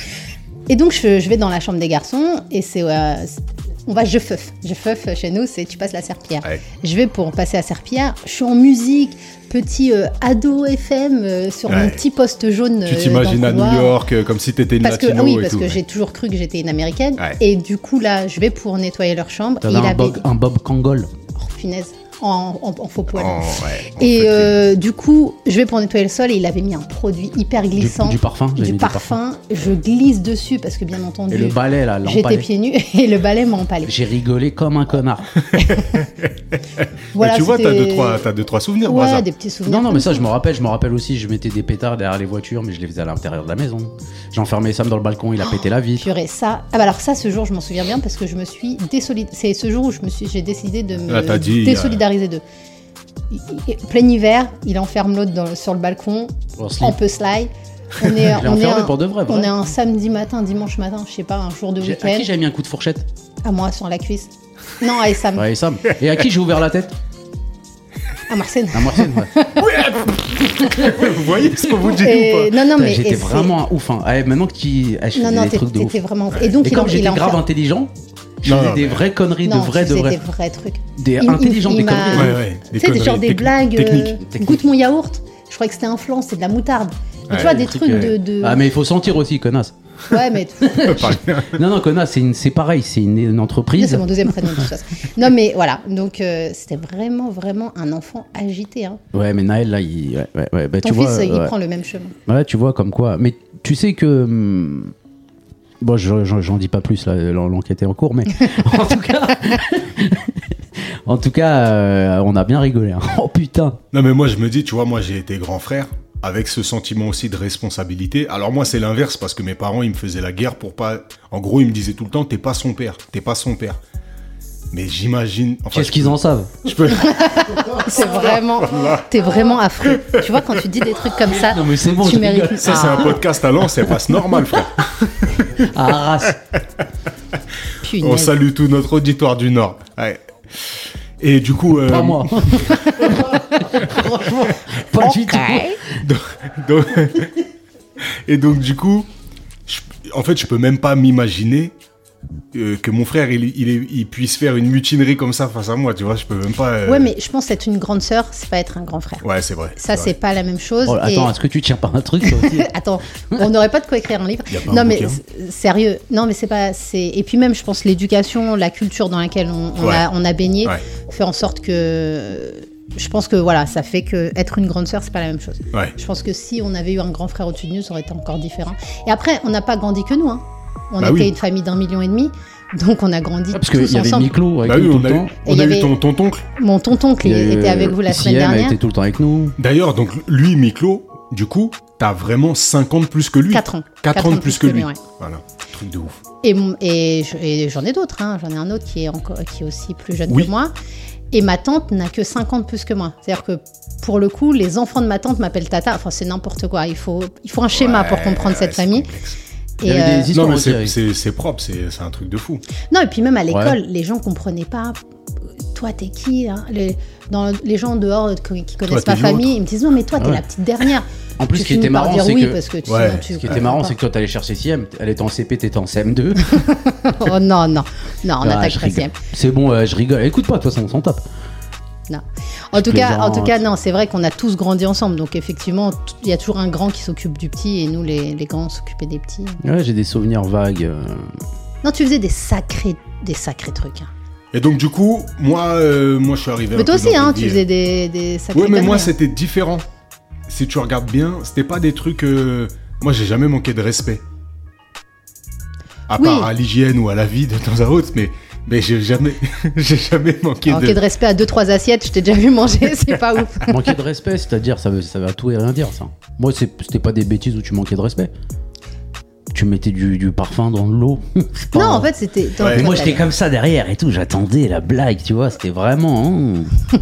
Speaker 4: Et donc, je, je vais dans la chambre des garçons et c'est. euh, c'est- on va je feuf. Je feuf chez nous, c'est tu passes la serpillère.
Speaker 3: Ouais.
Speaker 4: Je vais pour passer à Serpillère. Je suis en musique, petit euh, ado FM euh, sur
Speaker 3: Ouais.
Speaker 4: mon petit poste jaune.
Speaker 3: Tu
Speaker 4: euh,
Speaker 3: t'imagines
Speaker 4: dans
Speaker 3: à
Speaker 4: le
Speaker 3: New
Speaker 4: couloir.
Speaker 3: York euh, comme si t'étais une
Speaker 4: Parce que,
Speaker 3: latino
Speaker 4: oui,
Speaker 3: et
Speaker 4: parce
Speaker 3: tout.
Speaker 4: que
Speaker 3: ouais.
Speaker 4: j'ai toujours cru que j'étais une américaine.
Speaker 3: Ouais.
Speaker 4: Et du coup, là, je vais pour nettoyer leur chambre. Et
Speaker 2: T'avais
Speaker 4: il
Speaker 2: un,
Speaker 4: avait.
Speaker 2: Bob- un Bob Kangol.
Speaker 4: Oh, punaise. En, en- en faux poil.
Speaker 3: En- ouais, en
Speaker 4: Et
Speaker 3: fait,
Speaker 4: euh, du coup, je vais pour nettoyer le sol et il avait mis un produit hyper
Speaker 2: Du,
Speaker 4: glissant.
Speaker 2: du parfum. j'avais
Speaker 4: Du
Speaker 2: mis
Speaker 4: parfum. Je glisse dessus parce que bien entendu,
Speaker 2: Et le balai, là,
Speaker 4: j'étais
Speaker 2: l'empalé.
Speaker 4: pieds nus (laughs) et le balai m'a empalé.
Speaker 2: J'ai rigolé comme un
Speaker 4: (laughs)
Speaker 2: connard.
Speaker 3: Mais tu vois, t'as
Speaker 4: c'était-
Speaker 3: deux, trois, t'as deux, trois souvenirs, Braza.
Speaker 4: Ouais, des petits souvenirs.
Speaker 2: Non, non,
Speaker 4: comme
Speaker 2: mais ça, je me rappelle. Je me rappelle aussi, je mettais des pétards derrière les voitures, mais je les faisais à l'intérieur de la maison. J'enfermais Sam dans le balcon, il a pété la vitre.
Speaker 4: Oh, Purée, ça. Ah bah alors ça, ce jour, je m'en souviens bien parce que je me suis désolidée. C'est ce jour où je me suis, j'ai décidé de me
Speaker 3: Ah, t'as
Speaker 2: euh,
Speaker 3: dit,
Speaker 4: désolidariser d'eux. Il- il- Plein hiver, il enferme l'autre dans- sur le balcon,
Speaker 2: On se
Speaker 4: en
Speaker 2: lit.
Speaker 4: peu slide.
Speaker 2: (laughs)
Speaker 4: On est,
Speaker 2: Je l'ai
Speaker 4: on est
Speaker 2: enfermé
Speaker 4: un,
Speaker 2: pour de vrai.
Speaker 4: on
Speaker 2: vrai.
Speaker 4: est un samedi matin, dimanche matin, je sais pas, un jour de
Speaker 2: J'ai- À
Speaker 4: week-end.
Speaker 2: qui j'avais mis un coup de fourchette
Speaker 4: À moi, sur la cuisse. Non, à Sam.
Speaker 2: Ouais, et Sam. Et à qui j'ai ouvert la tête (laughs)
Speaker 4: À Marseille.
Speaker 2: À Marseille. ouais.
Speaker 3: (laughs) Vous voyez ce qu'on vous dit ou
Speaker 4: Et-
Speaker 3: pas
Speaker 4: Non, non,
Speaker 2: Putain,
Speaker 4: mais. et
Speaker 2: J'étais
Speaker 4: c'est-
Speaker 2: vraiment un ouf. hein. Ah, maintenant que tu. ah, je
Speaker 4: Non,
Speaker 2: faisais
Speaker 4: non,
Speaker 2: des
Speaker 4: t'es-
Speaker 2: trucs de ouf.
Speaker 4: t'étais vraiment. Et donc,
Speaker 2: Et
Speaker 4: il en-
Speaker 2: comme
Speaker 4: il
Speaker 2: j'étais
Speaker 4: a
Speaker 2: grave
Speaker 4: enfermé-
Speaker 2: intelligent, je
Speaker 3: Non,
Speaker 2: faisais des
Speaker 3: mais-
Speaker 2: vraies conneries, de
Speaker 4: Non,
Speaker 2: vraies, de
Speaker 4: tu faisais
Speaker 2: vraies.
Speaker 4: des vrais trucs.
Speaker 2: Des
Speaker 4: Il- il-
Speaker 2: intelligentes,
Speaker 4: il
Speaker 2: des
Speaker 4: m'a-
Speaker 2: conneries.
Speaker 3: Ouais, ouais.
Speaker 4: Tu sais, des- genre des
Speaker 3: techniques.
Speaker 4: blagues. euh,
Speaker 3: Techniques.
Speaker 2: Technique.
Speaker 4: Goûte mon yaourt. Je croyais que c'était un flan, c'est de la moutarde. Mais
Speaker 3: Ouais,
Speaker 4: tu vois,
Speaker 3: des
Speaker 4: des trucs de. de-
Speaker 2: Ah, mais il faut sentir aussi, connasse.
Speaker 4: Ouais,
Speaker 2: (laughs)
Speaker 4: mais. (laughs)
Speaker 3: (laughs)
Speaker 2: Non, non, connasse, c'est une- c'est pareil, c'est une, une entreprise.
Speaker 4: c'est mon deuxième prénom, de toute façon. Non, mais voilà. Donc, euh, c'était vraiment, vraiment un enfant agité. hein.
Speaker 2: Ouais, mais Naël, là, il. Ouais, ouais, ouais. Bah,
Speaker 4: Ton
Speaker 2: tu
Speaker 4: fils,
Speaker 2: vois,
Speaker 4: il
Speaker 2: ouais.
Speaker 4: prend le même chemin.
Speaker 2: Ouais, tu vois, comme quoi. Mais tu sais que. hum, Bon, je- je- j'en dis pas plus, là, l'en- l'enquête est en
Speaker 4: (laughs)
Speaker 2: cours, mais en tout cas. (laughs) en tout cas, euh, on a bien rigolé. hein. Oh putain!
Speaker 3: Non, mais moi, je me dis, tu vois, moi, j'ai été grand frère avec ce sentiment aussi de responsabilité. Alors, moi, c'est l'inverse parce que mes parents, ils me faisaient la guerre pour pas. En gros, ils me disaient tout le temps, t'es pas son père, t'es pas son père. Mais j'imagine. Enfin,
Speaker 2: Qu'est-ce
Speaker 3: je-
Speaker 2: qu'ils en savent?
Speaker 3: je peux-
Speaker 2: Oh,
Speaker 4: C'est vraiment.
Speaker 3: Oh
Speaker 4: T'es vraiment affreux. Tu vois, quand tu dis des trucs comme ça,
Speaker 2: Non, mais c'est bon,
Speaker 4: tu
Speaker 2: je rigole.
Speaker 4: mérites.
Speaker 3: Ça, c'est un
Speaker 4: Ah,
Speaker 3: podcast à Lens, c'est passe normal,
Speaker 2: (laughs)
Speaker 3: frère.
Speaker 2: Ah, race!
Speaker 3: On
Speaker 4: punaise.
Speaker 3: salue tout notre auditoire du Nord. Ouais. Et du coup. euh,
Speaker 2: Pas moi! (laughs) Franchement, pas du tout!
Speaker 3: Donc- donc- (laughs) et donc, du coup, je- en fait, je peux même pas m'imaginer euh, que mon frère il, il est- il puisse faire une mutinerie comme ça face à moi, tu vois, je peux même pas. euh,
Speaker 4: Ouais, mais je pense être une grande sœur, c'est pas être un grand frère.
Speaker 3: Ouais, c'est vrai.
Speaker 4: Ça, c'est
Speaker 3: vrai.
Speaker 4: pas la même chose.
Speaker 2: Oh,
Speaker 4: et-
Speaker 2: attends, est-ce que tu tiens par un truc toi
Speaker 4: (laughs)
Speaker 2: aussi
Speaker 4: Attends, on n'aurait pas de quoi écrire un livre.
Speaker 3: Y a pas un
Speaker 4: Non mais
Speaker 3: bouquin.
Speaker 4: s- sérieux, non mais c'est pas, c'est et puis même je pense l'éducation, la culture dans laquelle on, on
Speaker 3: Ouais.
Speaker 4: a on a baigné
Speaker 3: Ouais.
Speaker 4: fait en sorte que je pense que voilà ça fait que être une grande sœur c'est pas la même chose.
Speaker 3: Ouais.
Speaker 4: Je pense que si on avait eu un grand frère au-dessus de nous ça aurait été encore différent. Et après on n'a pas grandi que nous, hein. on
Speaker 3: Bah
Speaker 4: était
Speaker 3: oui.
Speaker 4: une famille d'un million et demi, donc on a grandi
Speaker 2: Parce
Speaker 4: tous
Speaker 2: qu'il y avait
Speaker 4: ensemble.
Speaker 2: Miklo avec
Speaker 3: Bah oui,
Speaker 2: nous
Speaker 3: on
Speaker 2: tout
Speaker 3: a
Speaker 2: le
Speaker 3: eu,
Speaker 2: temps.
Speaker 4: Et
Speaker 3: on
Speaker 4: il y
Speaker 3: a eu
Speaker 4: avait-
Speaker 3: ton, ton toncle.
Speaker 4: Mon tonton qui
Speaker 2: Il y a eu,
Speaker 4: était avec
Speaker 2: euh,
Speaker 4: vous la semaine
Speaker 2: ICM, elle
Speaker 4: dernière,
Speaker 2: était tout le temps avec nous.
Speaker 3: D'ailleurs, donc lui, Miklo, du coup, t'as vraiment 50 plus que lui.
Speaker 4: 4 ans.
Speaker 3: 4 ans de plus que lui.
Speaker 4: ouais.
Speaker 3: Voilà. Truc de ouf.
Speaker 4: Et, mon- et je- et j'en ai d'autres, hein. j'en ai un autre qui est, encore, qui est aussi plus jeune
Speaker 3: Oui.
Speaker 4: que moi. Et ma tante n'a que 50 plus que moi. C'est-à-dire que pour le coup, les enfants de ma tante m'appellent tata. Enfin, c'est n'importe quoi. Il faut, il faut un schéma
Speaker 3: Ouais,
Speaker 4: pour comprendre cette
Speaker 3: c'est
Speaker 4: famille.
Speaker 3: complexe.
Speaker 2: Il y
Speaker 4: Et,
Speaker 2: avait
Speaker 4: euh,
Speaker 2: des histoires
Speaker 3: Non, mais
Speaker 2: aussi
Speaker 3: c'est-
Speaker 2: avec-
Speaker 3: c'est c'est propre, c'est c'est un truc de fou.
Speaker 4: non, et puis même à l'école, les gens comprenaient pas. Toi, t'es qui hein les, dans, les gens dehors qui, qui connaissent
Speaker 3: t'es
Speaker 4: pas
Speaker 3: l'autre.
Speaker 4: famille, ils me disent non, mais toi, t'es
Speaker 2: Ah Ouais.
Speaker 4: la petite dernière.
Speaker 2: En plus,
Speaker 4: Tu
Speaker 2: ce qui
Speaker 4: finis
Speaker 2: était
Speaker 4: par
Speaker 2: marrant,
Speaker 4: dire
Speaker 2: c'est
Speaker 4: oui,
Speaker 2: que.
Speaker 4: parce que
Speaker 3: Ouais.
Speaker 4: sinon, tu
Speaker 2: Ce qui était
Speaker 4: comprends
Speaker 2: marrant,
Speaker 4: pas.
Speaker 2: c'est que toi, t'allais chercher CM. Elle était en CP, t'étais en CM2.
Speaker 4: (laughs) oh non, non, non, on
Speaker 2: Ah,
Speaker 4: attaque
Speaker 2: je
Speaker 4: pas
Speaker 2: rigole. C'est bon, euh, je rigole. Écoute pas, de toute façon, on s'en tape.
Speaker 4: Non. En tout, cas, en
Speaker 2: plaisante.
Speaker 4: tout cas,
Speaker 3: euh,
Speaker 4: non, c'est vrai qu'on a tous grandi ensemble. Donc, effectivement, t- il y a toujours un grand qui s'occupe du petit et nous, les, les grands, on s'occupait des petits.
Speaker 2: Ouais, j'ai des souvenirs vagues. euh.
Speaker 4: Non, tu faisais des sacrés, des sacrés trucs. hein.
Speaker 3: Et donc, du coup, moi, euh, moi je suis arrivé.
Speaker 4: Mais
Speaker 3: un
Speaker 4: toi
Speaker 3: peu
Speaker 4: aussi,
Speaker 3: dans
Speaker 4: hein,
Speaker 3: cette
Speaker 4: tu
Speaker 3: vie,
Speaker 4: faisais des, des sacrés
Speaker 3: Ouais, mais moi,
Speaker 4: conneries, hein.
Speaker 3: c'était différent. Si tu regardes bien, c'était pas des trucs. euh, Moi, j'ai jamais manqué de respect. À
Speaker 4: Oui.
Speaker 3: part à l'hygiène ou à la vie de temps à autre, mais, mais j'ai jamais, (laughs) j'ai jamais manqué
Speaker 4: Alors,
Speaker 3: de.
Speaker 4: manquer de respect à deux, trois assiettes, je t'ai déjà vu manger, (laughs) c'est pas ouf.
Speaker 2: Manquer de respect, c'est-à-dire, ça veut, ça veut à tout et rien dire, ça. Moi, c'est- c'était pas des bêtises où tu manquais de respect. Tu mettais du, du parfum dans de l'eau. (laughs) C'est pas-
Speaker 4: Non, en fait, c'était. attends,
Speaker 3: Ouais.
Speaker 2: Mais
Speaker 4: toi,
Speaker 2: moi,
Speaker 4: t'as-
Speaker 2: j'étais comme ça derrière et tout. J'attendais la blague, tu vois. C'était vraiment. hein.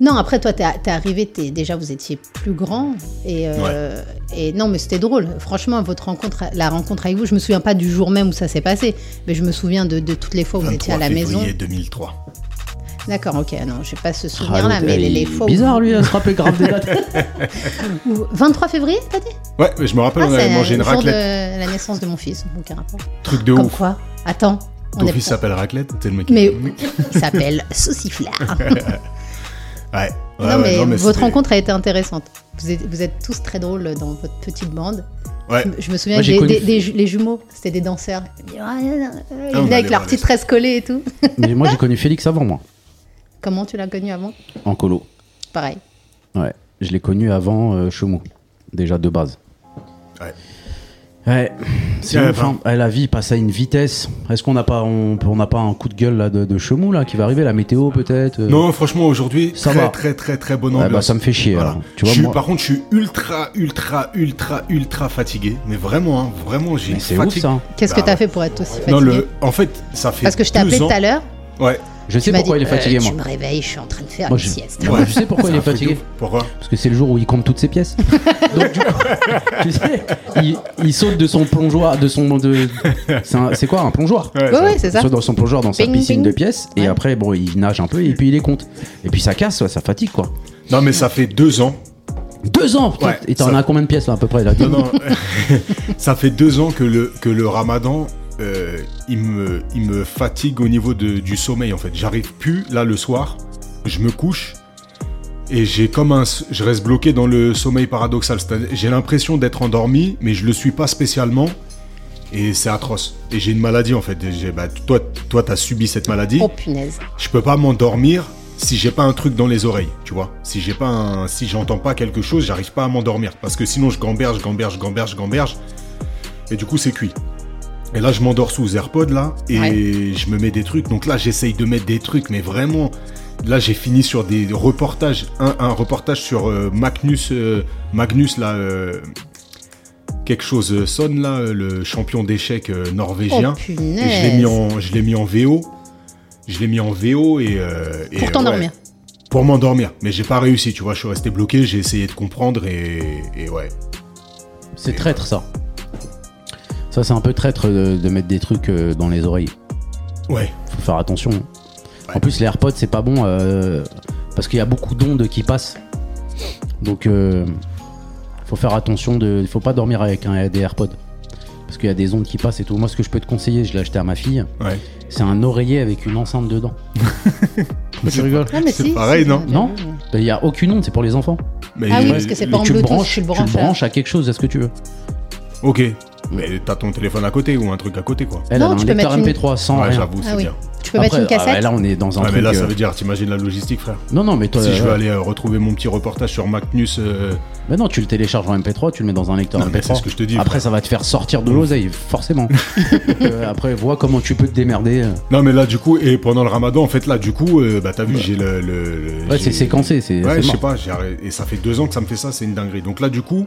Speaker 4: Non, après, toi, t'es t'es arrivé, t'es- déjà, vous étiez plus grand. Et, euh, et non, mais c'était drôle. Franchement, votre rencontre, la rencontre avec vous, je me souviens pas du jour même où ça s'est passé, mais je me souviens de, de toutes les fois où vous étiez à la maison.
Speaker 3: 2003.
Speaker 4: D'accord, ok, non, j'ai pas ce
Speaker 2: Ah,
Speaker 4: souvenir-là, mais
Speaker 2: il-
Speaker 4: les, les fois où-
Speaker 2: Bizarre, lui, à se rappeler grave
Speaker 4: (laughs)
Speaker 2: des dates.
Speaker 4: où- 23 février, t'as dit
Speaker 3: Ouais, mais je me
Speaker 4: Ah,
Speaker 3: rappelle, on avait mangé une
Speaker 4: le jour de
Speaker 3: raclette.
Speaker 4: la naissance de mon fils, aucun rapport.
Speaker 3: Truc de
Speaker 4: Comme
Speaker 3: ouf.
Speaker 4: quoi Attends, on
Speaker 3: Ton
Speaker 4: est...
Speaker 3: fils s'appelle raclette, t'es le mec. qui-
Speaker 4: Mais
Speaker 3: Ouais.
Speaker 4: il s'appelle
Speaker 3: (laughs)
Speaker 4: Sauciflard.
Speaker 3: ouais, ouais,
Speaker 4: non, mais votre
Speaker 3: c'était-
Speaker 4: rencontre a été intéressante. Vous êtes, vous êtes tous très drôles dans votre petite bande.
Speaker 3: Ouais.
Speaker 4: Je me- Je me souviens
Speaker 2: Moi, j'ai
Speaker 4: des,
Speaker 2: connu-
Speaker 4: des- des ju- les jumeaux, c'était des danseurs. Ils oh,
Speaker 3: Ah, on
Speaker 4: venaient
Speaker 3: allait
Speaker 4: avec
Speaker 3: voir
Speaker 4: leur petite
Speaker 3: les-
Speaker 4: tresse collée et tout. (laughs)
Speaker 2: Mais moi, j'ai connu Félix avant moi,
Speaker 4: Comment tu l'as connu avant
Speaker 2: en colo.
Speaker 4: Pareil.
Speaker 2: Ouais, je l'ai connu avant euh, Chemou, déjà de base.
Speaker 3: Ouais.
Speaker 2: Ouais, c'est
Speaker 3: Ouais,
Speaker 2: enfin, ouais, la vie passe à une vitesse. Est-ce qu'on n'a pas, on, on n'a pas un coup de gueule là, de, de Chemou là qui va arriver, la météo peut-être euh,
Speaker 3: Non, franchement, aujourd'hui,
Speaker 2: Ça
Speaker 3: très,
Speaker 2: va.
Speaker 3: très, très, très, bonne
Speaker 2: Ouais,
Speaker 3: ambiance.
Speaker 2: bah, ça me fait chier.
Speaker 3: Voilà.
Speaker 2: alors. Tu vois,
Speaker 3: Je suis-
Speaker 2: moi,
Speaker 3: Par contre, je suis ultra, ultra, ultra, ultra fatigué. Mais vraiment, hein, vraiment, j'ai
Speaker 2: mais
Speaker 3: une
Speaker 2: c'est
Speaker 3: fatigue.
Speaker 2: ouf ça.
Speaker 4: Qu'est-ce
Speaker 3: Bah,
Speaker 4: que t'as fait pour être aussi fatigué
Speaker 3: Non, le... En fait, ça fait
Speaker 4: Parce que je t'ai appelé
Speaker 3: deux
Speaker 4: tout
Speaker 3: ans-
Speaker 4: à l'heure.
Speaker 3: Ouais.
Speaker 2: Je sais
Speaker 4: tu m'as
Speaker 2: pourquoi
Speaker 4: dit,
Speaker 2: il est fatigué,
Speaker 4: euh,
Speaker 2: moi.
Speaker 4: Tu me réveilles, je suis en train de faire
Speaker 2: Moi,
Speaker 4: une
Speaker 2: je-
Speaker 4: sieste.
Speaker 2: Ouais, je Ah, sais pourquoi
Speaker 3: C'est
Speaker 2: il est
Speaker 3: un truc
Speaker 2: fatigué.
Speaker 3: de ouf. Pourquoi
Speaker 2: Parce que c'est le jour où il compte toutes ses
Speaker 4: (laughs)
Speaker 2: pièces. Donc, du coup, tu sais, il, il saute de son plongeoir, de son. de- c'est un- C'est quoi un plongeoir
Speaker 4: Ouais, ouais, c'est ça.
Speaker 2: soit dans son plongeoir dans sa
Speaker 4: Ping,
Speaker 2: piscine
Speaker 4: ping.
Speaker 2: de pièces et
Speaker 4: Ouais.
Speaker 2: après bon il nage un peu et puis il les compte et puis ça casse ouais, ça fatigue quoi
Speaker 3: Non, mais ça fait deux ans.
Speaker 2: deux ans putain
Speaker 3: Ouais,
Speaker 2: et t'en
Speaker 3: ça-
Speaker 2: as à combien de pièces là à peu près là
Speaker 3: Non, non. (laughs) ça fait deux ans que le, que le ramadan, euh, il, me, il me fatigue au niveau de- du sommeil, en fait. J'arrive plus, là, le soir. Je me couche. Et j'ai comme un, s- je reste bloqué dans le sommeil paradoxal. C'est-à-dire, J'ai l'impression d'être endormi, mais je le suis pas spécialement. Et c'est atroce. Et j'ai une maladie, en fait. Et j'ai- Bah, toi, toi, t'as subi cette maladie.
Speaker 4: Oh punaise.
Speaker 3: je peux pas m'endormir si j'ai pas un truc dans les oreilles, tu vois. Si j'ai pas un, si j'entends pas quelque chose, j'arrive pas à m'endormir parce que sinon je gamberge, gamberge, gamberge, gamberge et du coup c'est cuit. Et là je m'endors sous AirPod là et je me mets des trucs. Donc là j'essaye de mettre des trucs, mais vraiment là j'ai fini sur des reportages, un, un reportage sur euh, Magnus, euh, Magnus là. euh, quelque chose euh, sonne là, euh, le champion d'échecs euh,
Speaker 4: Oh
Speaker 3: norvégien. Et je l'ai mis
Speaker 4: punaise.
Speaker 3: en, je l'ai mis en VO. Je l'ai mis en VO et. euh, et,
Speaker 4: Pour
Speaker 3: ouais,
Speaker 4: t'endormir.
Speaker 3: pour m'endormir. Mais j'ai pas réussi, tu vois. Je suis resté bloqué, j'ai essayé de comprendre et, et ouais.
Speaker 2: c'est traître ça ça c'est un peu traître de, de mettre des trucs euh, dans les oreilles
Speaker 3: Ouais.
Speaker 2: faut faire attention en
Speaker 3: Ouais.
Speaker 2: plus les AirPods c'est pas bon euh, parce qu'il y a beaucoup d'ondes qui passent donc euh, faut faire attention de faut pas dormir avec un des hein, AirPods parce qu'il y a des ondes qui passent et tout. Moi, ce que je peux te conseiller, je l'ai acheté à ma fille,
Speaker 3: Ouais.
Speaker 2: c'est un oreiller avec une enceinte
Speaker 3: (laughs)
Speaker 2: dedans. tu rigoles
Speaker 4: Ah, mais
Speaker 3: C'est
Speaker 4: si,
Speaker 3: pareil,
Speaker 4: si,
Speaker 3: non
Speaker 4: j'ai
Speaker 2: Non
Speaker 4: vu, ouais.
Speaker 2: Ben, Il n'y a aucune onde, c'est pour les enfants.
Speaker 3: Mais
Speaker 4: Ah oui,
Speaker 3: mais-
Speaker 4: parce que c'est
Speaker 3: mais
Speaker 4: pas en
Speaker 2: tu, le
Speaker 4: Bluetooth,
Speaker 2: branches,
Speaker 4: tu le
Speaker 2: tu le
Speaker 4: branches. hein.
Speaker 2: branches à quelque chose, à ce que tu veux.
Speaker 3: Ok. Mais t'as ton téléphone à côté ou un truc à côté, quoi.
Speaker 2: Elle a
Speaker 4: Non,
Speaker 2: un
Speaker 4: tu peux
Speaker 2: lecteur
Speaker 4: mettre une-
Speaker 2: MP3 sans
Speaker 3: ouais,
Speaker 2: rien.
Speaker 3: j'avoue,
Speaker 4: Ah
Speaker 3: c'est
Speaker 4: oui.
Speaker 3: bien.
Speaker 4: Tu peux mettre une
Speaker 2: Après, ah ouais,
Speaker 4: cassette
Speaker 2: là, on est dans un
Speaker 3: Ouais, mais
Speaker 2: truc.
Speaker 3: là, ça
Speaker 2: euh,
Speaker 3: veut dire, t'imagines la logistique, frère.
Speaker 2: Non, non, mais toi.
Speaker 3: Si je veux
Speaker 2: euh,
Speaker 3: aller euh, retrouver mon petit reportage sur MacNews, euh,
Speaker 2: Mais non, tu le télécharges en MP3, tu le mets dans un lecteur
Speaker 3: Non, mais
Speaker 2: MP3.
Speaker 3: c'est ce que je te dis,
Speaker 2: Après,
Speaker 3: frère.
Speaker 2: ça va te faire sortir de l'oseille,
Speaker 3: (laughs)
Speaker 2: forcément. Euh, après, vois comment tu peux te démerder.
Speaker 3: Non, mais là, du coup, et pendant le ramadan, en fait, là, du coup, euh, bah, t'as vu, j'ai le. le- le-
Speaker 2: Ouais,
Speaker 3: j'ai-
Speaker 2: c'est séquencé, c'est.
Speaker 3: Ouais,
Speaker 2: c'est
Speaker 3: je sais
Speaker 2: mort.
Speaker 3: pas, j'ai arrêté- et ça fait deux ans que ça me fait ça, c'est une dinguerie. Donc là, du coup,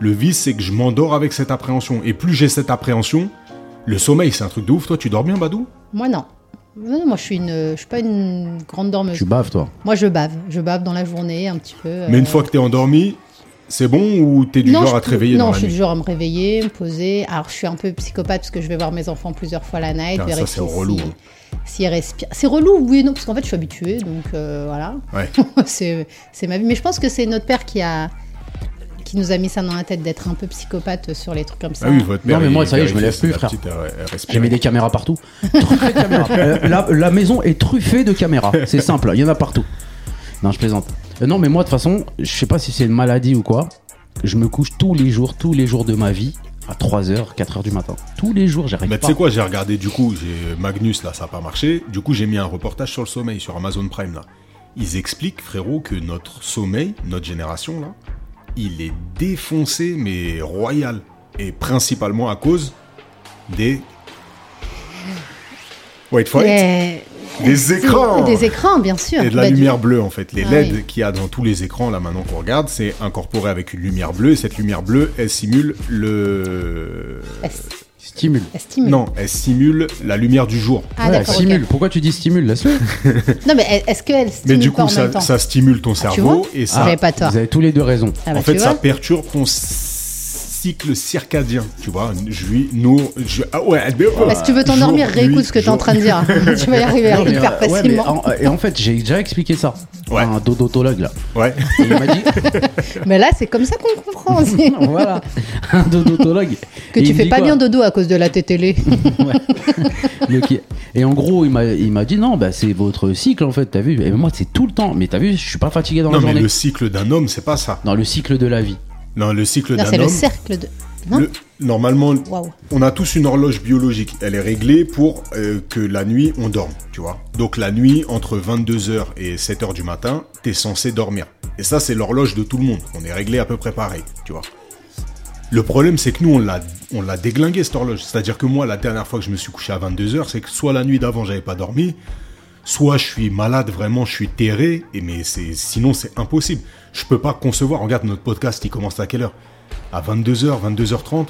Speaker 3: le vice, c'est que je m'endors avec cette appréhension. Et plus j'ai cette appréhension, le sommeil, c'est un truc de ouf. Toi, tu dors bien, Badou
Speaker 4: Moi, non. Non, non, Moi, je suis, une, je suis pas une grande dormeuse.
Speaker 2: Tu baves, toi.
Speaker 4: Moi, je bave. Je bave dans la journée, un petit peu. euh,
Speaker 3: Mais une fois que t'es endormi, c'est bon ou t'es du
Speaker 4: non,
Speaker 3: genre
Speaker 4: je
Speaker 3: à te
Speaker 4: peux-
Speaker 3: réveiller
Speaker 4: Non,
Speaker 3: dans
Speaker 4: je
Speaker 3: la
Speaker 4: suis du
Speaker 3: nuit
Speaker 4: genre à me réveiller, me poser. Alors, je suis un peu psychopathe parce que je vais voir mes enfants plusieurs fois la night.
Speaker 3: Putain, ça,
Speaker 4: vérifier
Speaker 3: c'est relou,
Speaker 4: si-
Speaker 3: hein.
Speaker 4: S'ils respirent. C'est relou, oui et non, parce qu'en fait, je suis habituée, donc euh, voilà.
Speaker 3: Ouais.
Speaker 4: c'est c'est ma vie. Mais je pense que c'est notre père qui a qui nous a mis ça dans la tête d'être un peu psychopathe sur les trucs comme ça.
Speaker 3: Ah oui, votre
Speaker 2: Non,
Speaker 3: mère,
Speaker 2: mais
Speaker 3: il
Speaker 2: moi, ça y est, je me
Speaker 3: vérifie
Speaker 2: lève
Speaker 3: si
Speaker 2: plus,
Speaker 3: la
Speaker 2: frère.
Speaker 3: petite, euh, elle respire.
Speaker 2: J'ai mis des caméras
Speaker 4: (laughs)
Speaker 2: partout. Truffée de caméras. Euh, la, la maison est truffée de caméras. C'est simple, il y en a partout. Non, je plaisante. Euh, non, mais moi, de toute façon, je sais pas si c'est une maladie ou quoi. Je me couche tous les jours, tous les jours de ma vie, à 3h, 4h du matin. Tous les jours, j'arrive
Speaker 3: Mais tu
Speaker 2: pas.
Speaker 3: sais quoi, j'ai regardé du coup, j'ai Magnus là, ça n'a pas marché. Du coup, j'ai mis un reportage sur le sommeil sur Amazon Prime là. Ils expliquent, frérot, que notre sommeil, notre génération là, il est défoncé mais royal. Et principalement à cause des. Wait for it.
Speaker 4: Mais-
Speaker 3: Des écrans
Speaker 4: Des écrans, bien sûr.
Speaker 3: et de la
Speaker 4: Bah, du-
Speaker 3: lumière bleue en fait. Les
Speaker 4: Ah
Speaker 3: LED
Speaker 4: oui.
Speaker 3: qu'il y a dans tous les écrans là maintenant qu'on regarde, c'est incorporé avec une lumière bleue. Et cette lumière bleue, elle simule le.
Speaker 4: Elle s-
Speaker 2: Stimule.
Speaker 4: elle stimule.
Speaker 3: Non, elle simule la lumière du jour.
Speaker 4: Ah,
Speaker 2: Ouais,
Speaker 4: d'accord, ok.
Speaker 2: stimule. Pourquoi tu dis stimule Laisse-le.
Speaker 4: Non, mais est- est-ce qu'elle stimule
Speaker 3: Mais du
Speaker 4: pas
Speaker 3: coup,
Speaker 4: en même
Speaker 3: ça,
Speaker 4: temps
Speaker 3: ça stimule ton cerveau
Speaker 4: vois
Speaker 3: et
Speaker 4: Ah,
Speaker 3: ça,
Speaker 4: J'avais pas tort.
Speaker 2: Vous avez tous les deux raison.
Speaker 4: Ah bah,
Speaker 3: en fait,
Speaker 4: tu
Speaker 3: ça
Speaker 4: vois.
Speaker 3: perturbe ton cycle circadien. Tu vois, nuit, nous, je, ah ouais,
Speaker 4: Bah, si tu veux t'endormir, réécoute ce que
Speaker 3: tu
Speaker 4: t'es en train
Speaker 3: (laughs)
Speaker 4: de dire. tu vas y arriver
Speaker 2: Non, mais,
Speaker 4: hyper
Speaker 2: euh, ouais, mais
Speaker 4: facilement.
Speaker 2: en- et en fait, j'ai déjà expliqué ça
Speaker 3: Ouais.
Speaker 2: à un dodotologue là.
Speaker 3: Ouais.
Speaker 2: Et il m'a dit (laughs)
Speaker 4: mais, là, c'est comme ça qu'on comprend aussi.
Speaker 2: voilà, un dodotologue.
Speaker 4: que
Speaker 2: Et il
Speaker 4: tu
Speaker 2: me
Speaker 4: fais
Speaker 2: dit
Speaker 4: pas
Speaker 2: quoi
Speaker 4: bien dodo à cause de la TTL.
Speaker 2: (laughs) Ouais. Donc, et en gros, il m'a, il m'a dit non, bah, c'est votre cycle en fait, t'as vu. Et moi, c'est tout le temps. Mais t'as vu, je suis pas fatigué dans
Speaker 3: Non,
Speaker 2: la
Speaker 3: mais
Speaker 2: journée.
Speaker 3: le cycle d'un homme, c'est pas ça.
Speaker 2: Dans le cycle de la vie.
Speaker 3: Non, le cycle
Speaker 4: non,
Speaker 3: d'un
Speaker 4: c'est le
Speaker 3: homme.
Speaker 4: cercle de. Non
Speaker 3: le- normalement,
Speaker 4: Waouh.
Speaker 3: on a tous une horloge biologique. Elle est réglée pour euh, que la nuit, on dorme, tu vois. Donc la nuit, entre 22h et 7h du matin, t'es censé dormir. Et ça, c'est l'horloge de tout le monde. On est réglé à peu près pareil, tu vois. Le problème, c'est que nous, on l'a, on l'a déglingué, cette horloge. C'est-à-dire que moi, la dernière fois que je me suis couché à 22h, c'est que soit la nuit d'avant, j'avais pas dormi, soit je suis malade, vraiment, je suis terré, et mais c'est, sinon, c'est impossible. Je peux pas concevoir. Regarde, notre podcast, il commence à quelle heure À 22h, 22h30.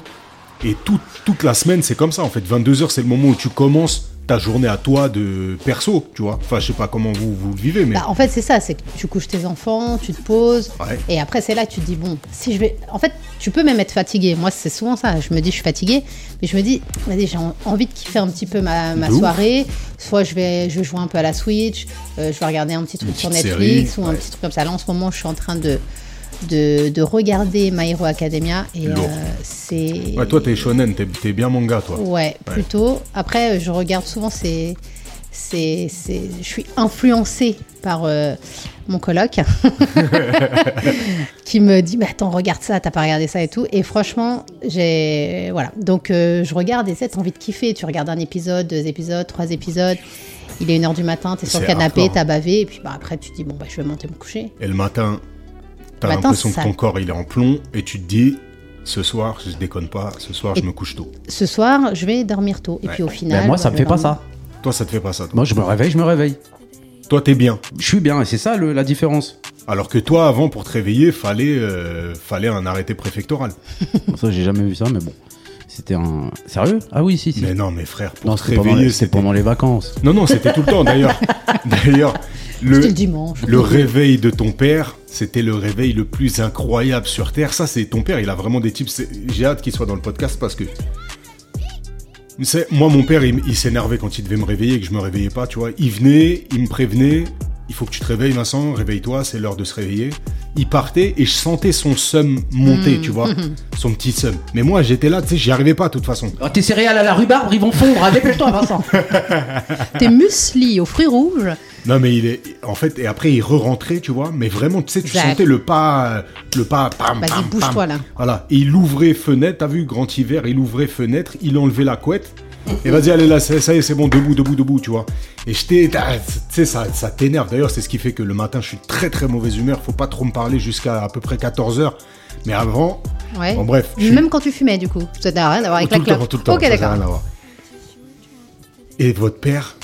Speaker 3: Et tout- toute la semaine, c'est comme ça, en fait. 22h, c'est le moment où tu commences ta journée à toi de perso, tu vois. Enfin, je sais pas comment vous, vous le vivez, mais.
Speaker 4: Bah, en fait, c'est ça, c'est que tu couches tes enfants, tu te poses,
Speaker 3: Ouais.
Speaker 4: et après, c'est là que tu te dis, bon, si je vais. En fait, tu peux même être fatigué. Moi, c'est souvent ça. Je me dis, je suis fatigué, mais je me dis, vas-y, j'ai en- envie de kiffer un petit peu ma, ma
Speaker 3: De ouf.
Speaker 4: soirée. Soit je vais, je vais jouer un peu à la Switch, euh, je vais regarder un petit truc sur
Speaker 3: petite
Speaker 4: Netflix
Speaker 3: série,
Speaker 4: ou un
Speaker 3: ouais.
Speaker 4: petit truc comme ça. Là, en ce moment, je suis en train de. De, de regarder My Hero Academia et
Speaker 3: Lourd.
Speaker 4: euh, c'est.
Speaker 3: Ouais, toi, t'es shonen, t'es, t'es bien manga, toi.
Speaker 4: Ouais, plutôt. Après, euh, je regarde souvent ces. ces, ces- Je suis influencée par euh,
Speaker 2: (laughs)
Speaker 4: mon coloc (laughs) qui me dit Mais attends, regarde ça, t'as pas regardé ça et tout. Et franchement, j'ai. Voilà. Donc, euh, je regarde et ça, t'as envie de kiffer. Tu regardes un épisode, deux épisodes, trois épisodes. Il est une heure du matin, t'es sur le
Speaker 3: C'est
Speaker 4: canapé,
Speaker 3: hardcore.
Speaker 4: t'as bavé. Et puis, bah, après, tu te dis Bon, bah, je vais monter me coucher.
Speaker 3: Et le matin, t'as
Speaker 4: Le matin,
Speaker 3: l'impression
Speaker 4: ça-
Speaker 3: que ton corps, il est en plomb, et tu te dis, ce soir, je déconne pas, ce soir,
Speaker 4: Et-
Speaker 3: je me couche tôt.
Speaker 4: Ce soir, je vais dormir tôt. Et
Speaker 3: Ouais.
Speaker 4: puis, au
Speaker 2: Ben,
Speaker 4: final. bah,
Speaker 2: moi, ça me
Speaker 4: le
Speaker 2: fait pas
Speaker 4: lendemain-
Speaker 2: ça.
Speaker 3: Toi, ça te fait pas ça, toi.
Speaker 2: Moi, je me réveille, je me réveille.
Speaker 3: Toi, t'es bien.
Speaker 2: Je suis bien, et c'est ça le- la différence.
Speaker 3: Alors que toi, avant, pour te réveiller, fallait, euh, fallait un arrêté préfectoral.
Speaker 2: Ah, Ça, j'ai jamais vu ça, mais bon. C'était un. Sérieux Ah oui, si, si.
Speaker 3: Mais non, mais frère, pour
Speaker 2: non,
Speaker 3: te
Speaker 2: c'était pendant, les-
Speaker 3: réveiller,
Speaker 2: c'était
Speaker 3: c'était...
Speaker 2: pendant les vacances.
Speaker 3: Non, non, c'était tout le temps, d'ailleurs.
Speaker 2: (laughs)
Speaker 3: D'ailleurs,
Speaker 4: C'était
Speaker 3: le,
Speaker 4: le dimanche.
Speaker 3: le réveil de ton père, c'était le réveil le plus incroyable sur Terre. Ça, c'est ton père, il a vraiment des types... c'est- J'ai hâte qu'il soit dans le podcast parce que... C'est- Moi, mon père, il, m- il s'énervait quand il devait me réveiller et que je me réveillais pas, tu vois. Il venait, il me prévenait, il faut que tu te réveilles, Vincent, réveille-toi, c'est l'heure de se réveiller. Il partait et je sentais son seum monter, tu vois, son petit seum. Mais moi, j'étais là, tu sais, j'y arrivais pas de toute façon.
Speaker 2: Oh, tes céréales à la rhubarbe, ils vont fondre. Ah, Dépêche-toi, (laughs) Vincent.
Speaker 4: Tes muesli aux fruits rouges.
Speaker 3: Non, mais il est, en fait, et après, il re-rentrait, tu vois, mais vraiment, tu sais, tu
Speaker 4: Zach.
Speaker 3: sentais le pas, euh, le pas, pam,
Speaker 4: Vas-y,
Speaker 3: pam,
Speaker 4: bouge-toi,
Speaker 3: pam.
Speaker 4: là.
Speaker 3: Voilà. Et il ouvrait fenêtre, t'as vu, grand hiver, il ouvrait fenêtre, il enlevait la couette. Et vas-y, allez là, ça ça y est, c'est bon, debout, debout, debout, tu vois. Et j'étais, ah, tu sais, ça, ça t'énerve. D'ailleurs, c'est ce qui fait que le matin, je suis très, très mauvaise humeur. Faut pas trop me parler jusqu'à à peu près 14 h Mais avant,
Speaker 4: Ouais.
Speaker 3: Bon, bref, je suis-
Speaker 4: Même quand tu fumais, du coup. Ça n'a rien à voir avec
Speaker 3: Oh, tout
Speaker 4: la
Speaker 3: le temps,
Speaker 4: clope.
Speaker 3: tout le temps,
Speaker 4: ok,
Speaker 3: ça n'a rien à
Speaker 4: d'accord.
Speaker 3: voir. Et votre père,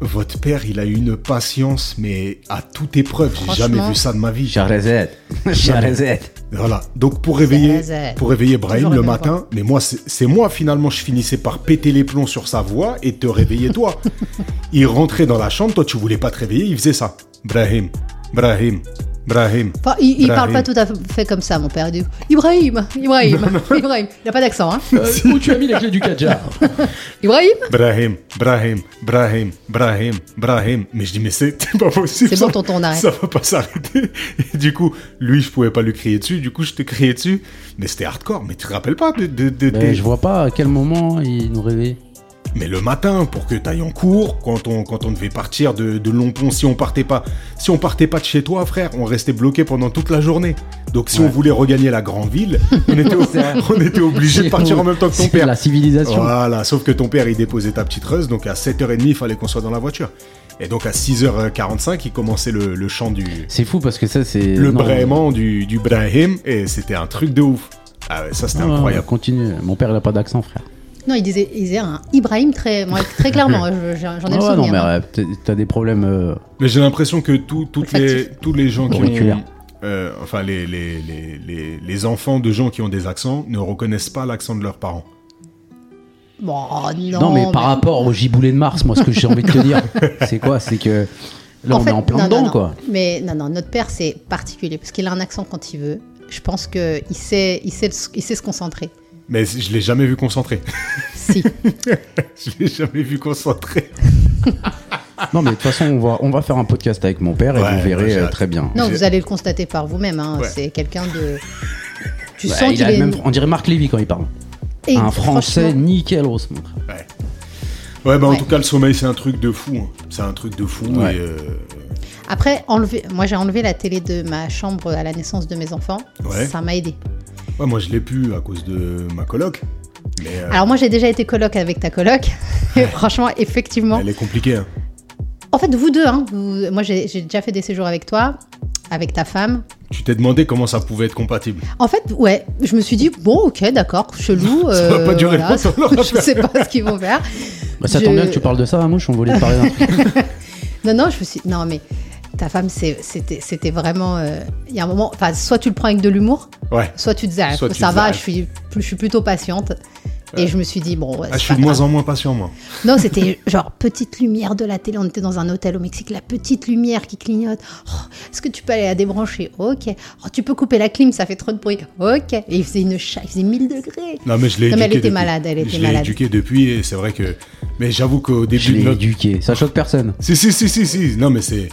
Speaker 3: votre père, il a eu une patience, mais à toute épreuve. J'ai
Speaker 4: Franchement.
Speaker 3: jamais vu ça de ma vie.
Speaker 2: (laughs) Charizette. Charizette.
Speaker 3: Voilà. Donc pour réveiller,
Speaker 4: zèle.
Speaker 3: pour réveiller
Speaker 4: Toujours
Speaker 3: Brahim
Speaker 4: la
Speaker 3: le
Speaker 4: même
Speaker 3: matin, mais moi c'est c'est moi finalement je finissais par péter les plombs sur sa voix et te réveiller
Speaker 4: (laughs)
Speaker 3: toi. il rentrait dans la chambre, toi tu voulais pas te réveiller, il faisait ça. Brahim, Brahim, Brahim.
Speaker 4: Enfin, il, il parle
Speaker 3: Brahim.
Speaker 4: pas tout à fait comme ça, mon père. Il dit Ibrahim, Ibrahim, Ibrahim. Il n'a pas d'accent, hein.
Speaker 2: Euh, où tu as mis la clé du Kajar
Speaker 4: Ibrahim
Speaker 3: Brahim, Brahim, Brahim, Brahim, Brahim. Mais je dis, mais c'est (laughs) c'est pas possible.
Speaker 4: C'est bon,
Speaker 3: ça-
Speaker 4: tonton, on arrête.
Speaker 3: Ça va pas s'arrêter. Et du coup, lui, je pouvais pas lui crier dessus. Du coup, je te criais dessus. Mais c'était hardcore. Mais tu te rappelles pas de. de, de- des-
Speaker 2: Je vois pas à quel moment il nous réveille.
Speaker 3: Mais le matin, pour que t'ailles en cours, quand on, quand on devait partir de, de Longpont, si on partait pas, si on partait pas de chez toi, frère, on restait bloqué pendant toute la journée. Donc, si on voulait regagner la grande ville, on
Speaker 2: (laughs)
Speaker 3: était, on était obligé de partir en même temps que ton
Speaker 2: C'est
Speaker 3: père.
Speaker 2: La civilisation.
Speaker 3: Voilà, sauf que ton père, il déposait ta petite reuse, donc à 7h30, il fallait qu'on soit dans la voiture. Et donc à 6h45, il commençait le, le chant du...
Speaker 2: C'est fou parce que ça, c'est.
Speaker 3: Le
Speaker 2: non.
Speaker 3: braiement du, du Brahim, et c'était un truc de ouf. Ah ouais, ça c'était
Speaker 2: Ah,
Speaker 3: incroyable.
Speaker 2: Continue. Mon père, il a pas d'accent, frère.
Speaker 4: Non, il disait, il disait un Ibrahim très, moi, très clairement. je- J'en ai
Speaker 2: Ah
Speaker 4: le
Speaker 2: ouais,
Speaker 4: souvenir.
Speaker 2: non, mais
Speaker 4: hein.
Speaker 2: euh, t'es- t'as des problèmes. euh,
Speaker 3: Mais j'ai l'impression que tout- toutes les,
Speaker 4: Olfactif.
Speaker 3: tous les gens qui ont...
Speaker 2: Auriculaire.
Speaker 3: euh, enfin, les, les, les, les, les enfants de gens qui ont des accents ne reconnaissent pas l'accent de leurs parents.
Speaker 4: Bon, non,
Speaker 2: Non, mais par rapport au giboulé de Mars, moi, ce que j'ai envie de te
Speaker 4: (laughs)
Speaker 2: dire, c'est quoi C'est que. Là,
Speaker 4: En
Speaker 2: on
Speaker 4: fait,
Speaker 2: est en plein
Speaker 4: non, non,
Speaker 2: dedans,
Speaker 4: non.
Speaker 2: quoi.
Speaker 4: Mais non, non, notre père, c'est particulier parce qu'il a un accent quand il veut. Je pense qu'il sait, il sait, le- il sait se concentrer.
Speaker 3: Mais je l'ai jamais vu concentré. (laughs)
Speaker 4: Si.
Speaker 3: je l'ai jamais vu concentré.
Speaker 2: Non, mais de toute façon, on va, on va faire un podcast avec mon père et
Speaker 3: Ouais, bah,
Speaker 2: vous verrez
Speaker 3: j'ai
Speaker 2: euh,
Speaker 3: hâte.
Speaker 2: très bien.
Speaker 4: Non,
Speaker 3: J'ai-
Speaker 4: vous allez le constater par vous-même. hein.
Speaker 3: Ouais.
Speaker 4: C'est quelqu'un de. Tu
Speaker 2: Ouais,
Speaker 4: sens
Speaker 2: Bah, il
Speaker 4: qu'il
Speaker 2: a le
Speaker 4: est.
Speaker 2: même- on dirait Marc Lévy quand il parle.
Speaker 4: Et
Speaker 2: un français
Speaker 4: franchement,
Speaker 2: nickel, Ross, mon frère.
Speaker 3: Ouais. Ouais, bah en
Speaker 4: Ouais.
Speaker 3: tout cas, le sommeil, c'est un truc de fou. hein. C'est un truc de fou.
Speaker 2: Ouais.
Speaker 3: et, euh,
Speaker 4: Après, enlever... moi, j'ai enlevé la télé de ma chambre à la naissance de mes enfants.
Speaker 3: Ouais. Ah
Speaker 4: Ça m'a aidé.
Speaker 3: ouais, moi, je l'ai pu à cause de ma coloc. Mais euh,
Speaker 4: Alors, moi, j'ai déjà été coloc avec
Speaker 3: (laughs)
Speaker 4: ta coloc. Et franchement, effectivement.
Speaker 3: elle est compliquée. hein.
Speaker 4: En fait, vous deux, hein, vous- moi, j'ai j'ai déjà fait des séjours avec toi, avec ta femme.
Speaker 3: Tu t'es demandé comment ça pouvait être compatible.
Speaker 4: En fait, ouais, je me suis dit, bon, ok, d'accord, chelou.
Speaker 3: (laughs)
Speaker 4: euh,
Speaker 3: Ça va pas durer longtemps, leur
Speaker 4: (laughs) Je sais pas ce qu'ils vont faire.
Speaker 2: Bah, ça
Speaker 4: Je-
Speaker 2: tombe bien que tu parles de ça, Mouche, on voulait te parler d'un truc.
Speaker 3: (laughs)
Speaker 4: Non, non, je me suis non, mais ta femme, c'est- c'était c'était vraiment. euh, Il y a un moment, enfin, soit tu le prends avec de l'humour,
Speaker 3: Ouais.
Speaker 4: soit tu te dis, ah,
Speaker 3: Soit tu
Speaker 4: ça
Speaker 3: te
Speaker 4: va,
Speaker 3: dis,
Speaker 4: je suis, plus- je suis plutôt patiente. Et je me suis dit, bon, ouais,
Speaker 3: Ah, je
Speaker 4: c'est
Speaker 3: suis
Speaker 4: pas
Speaker 3: de moins
Speaker 4: grave.
Speaker 3: en moins patient, moi.
Speaker 4: Non, c'était genre petite lumière de la télé. On était dans un hôtel au Mexique, la petite lumière qui clignote. Oh, Est-ce que tu peux aller la débrancher Ok. Oh, tu peux couper la clim, ça fait trop de bruit. Ok. Et il faisait une cha- il faisait 1000 degrés.
Speaker 3: Non, mais je l'ai
Speaker 4: Non,
Speaker 3: éduquée
Speaker 4: mais elle était
Speaker 3: depuis.
Speaker 4: malade, elle était
Speaker 3: je l'ai
Speaker 4: malade.
Speaker 3: éduquée depuis et c'est vrai que. Mais j'avoue qu'au
Speaker 2: Je
Speaker 3: début de
Speaker 2: l'ai
Speaker 3: notre.
Speaker 2: éduqué. Ça choque personne.
Speaker 3: Si, si, si, si, si. Non, mais c'est.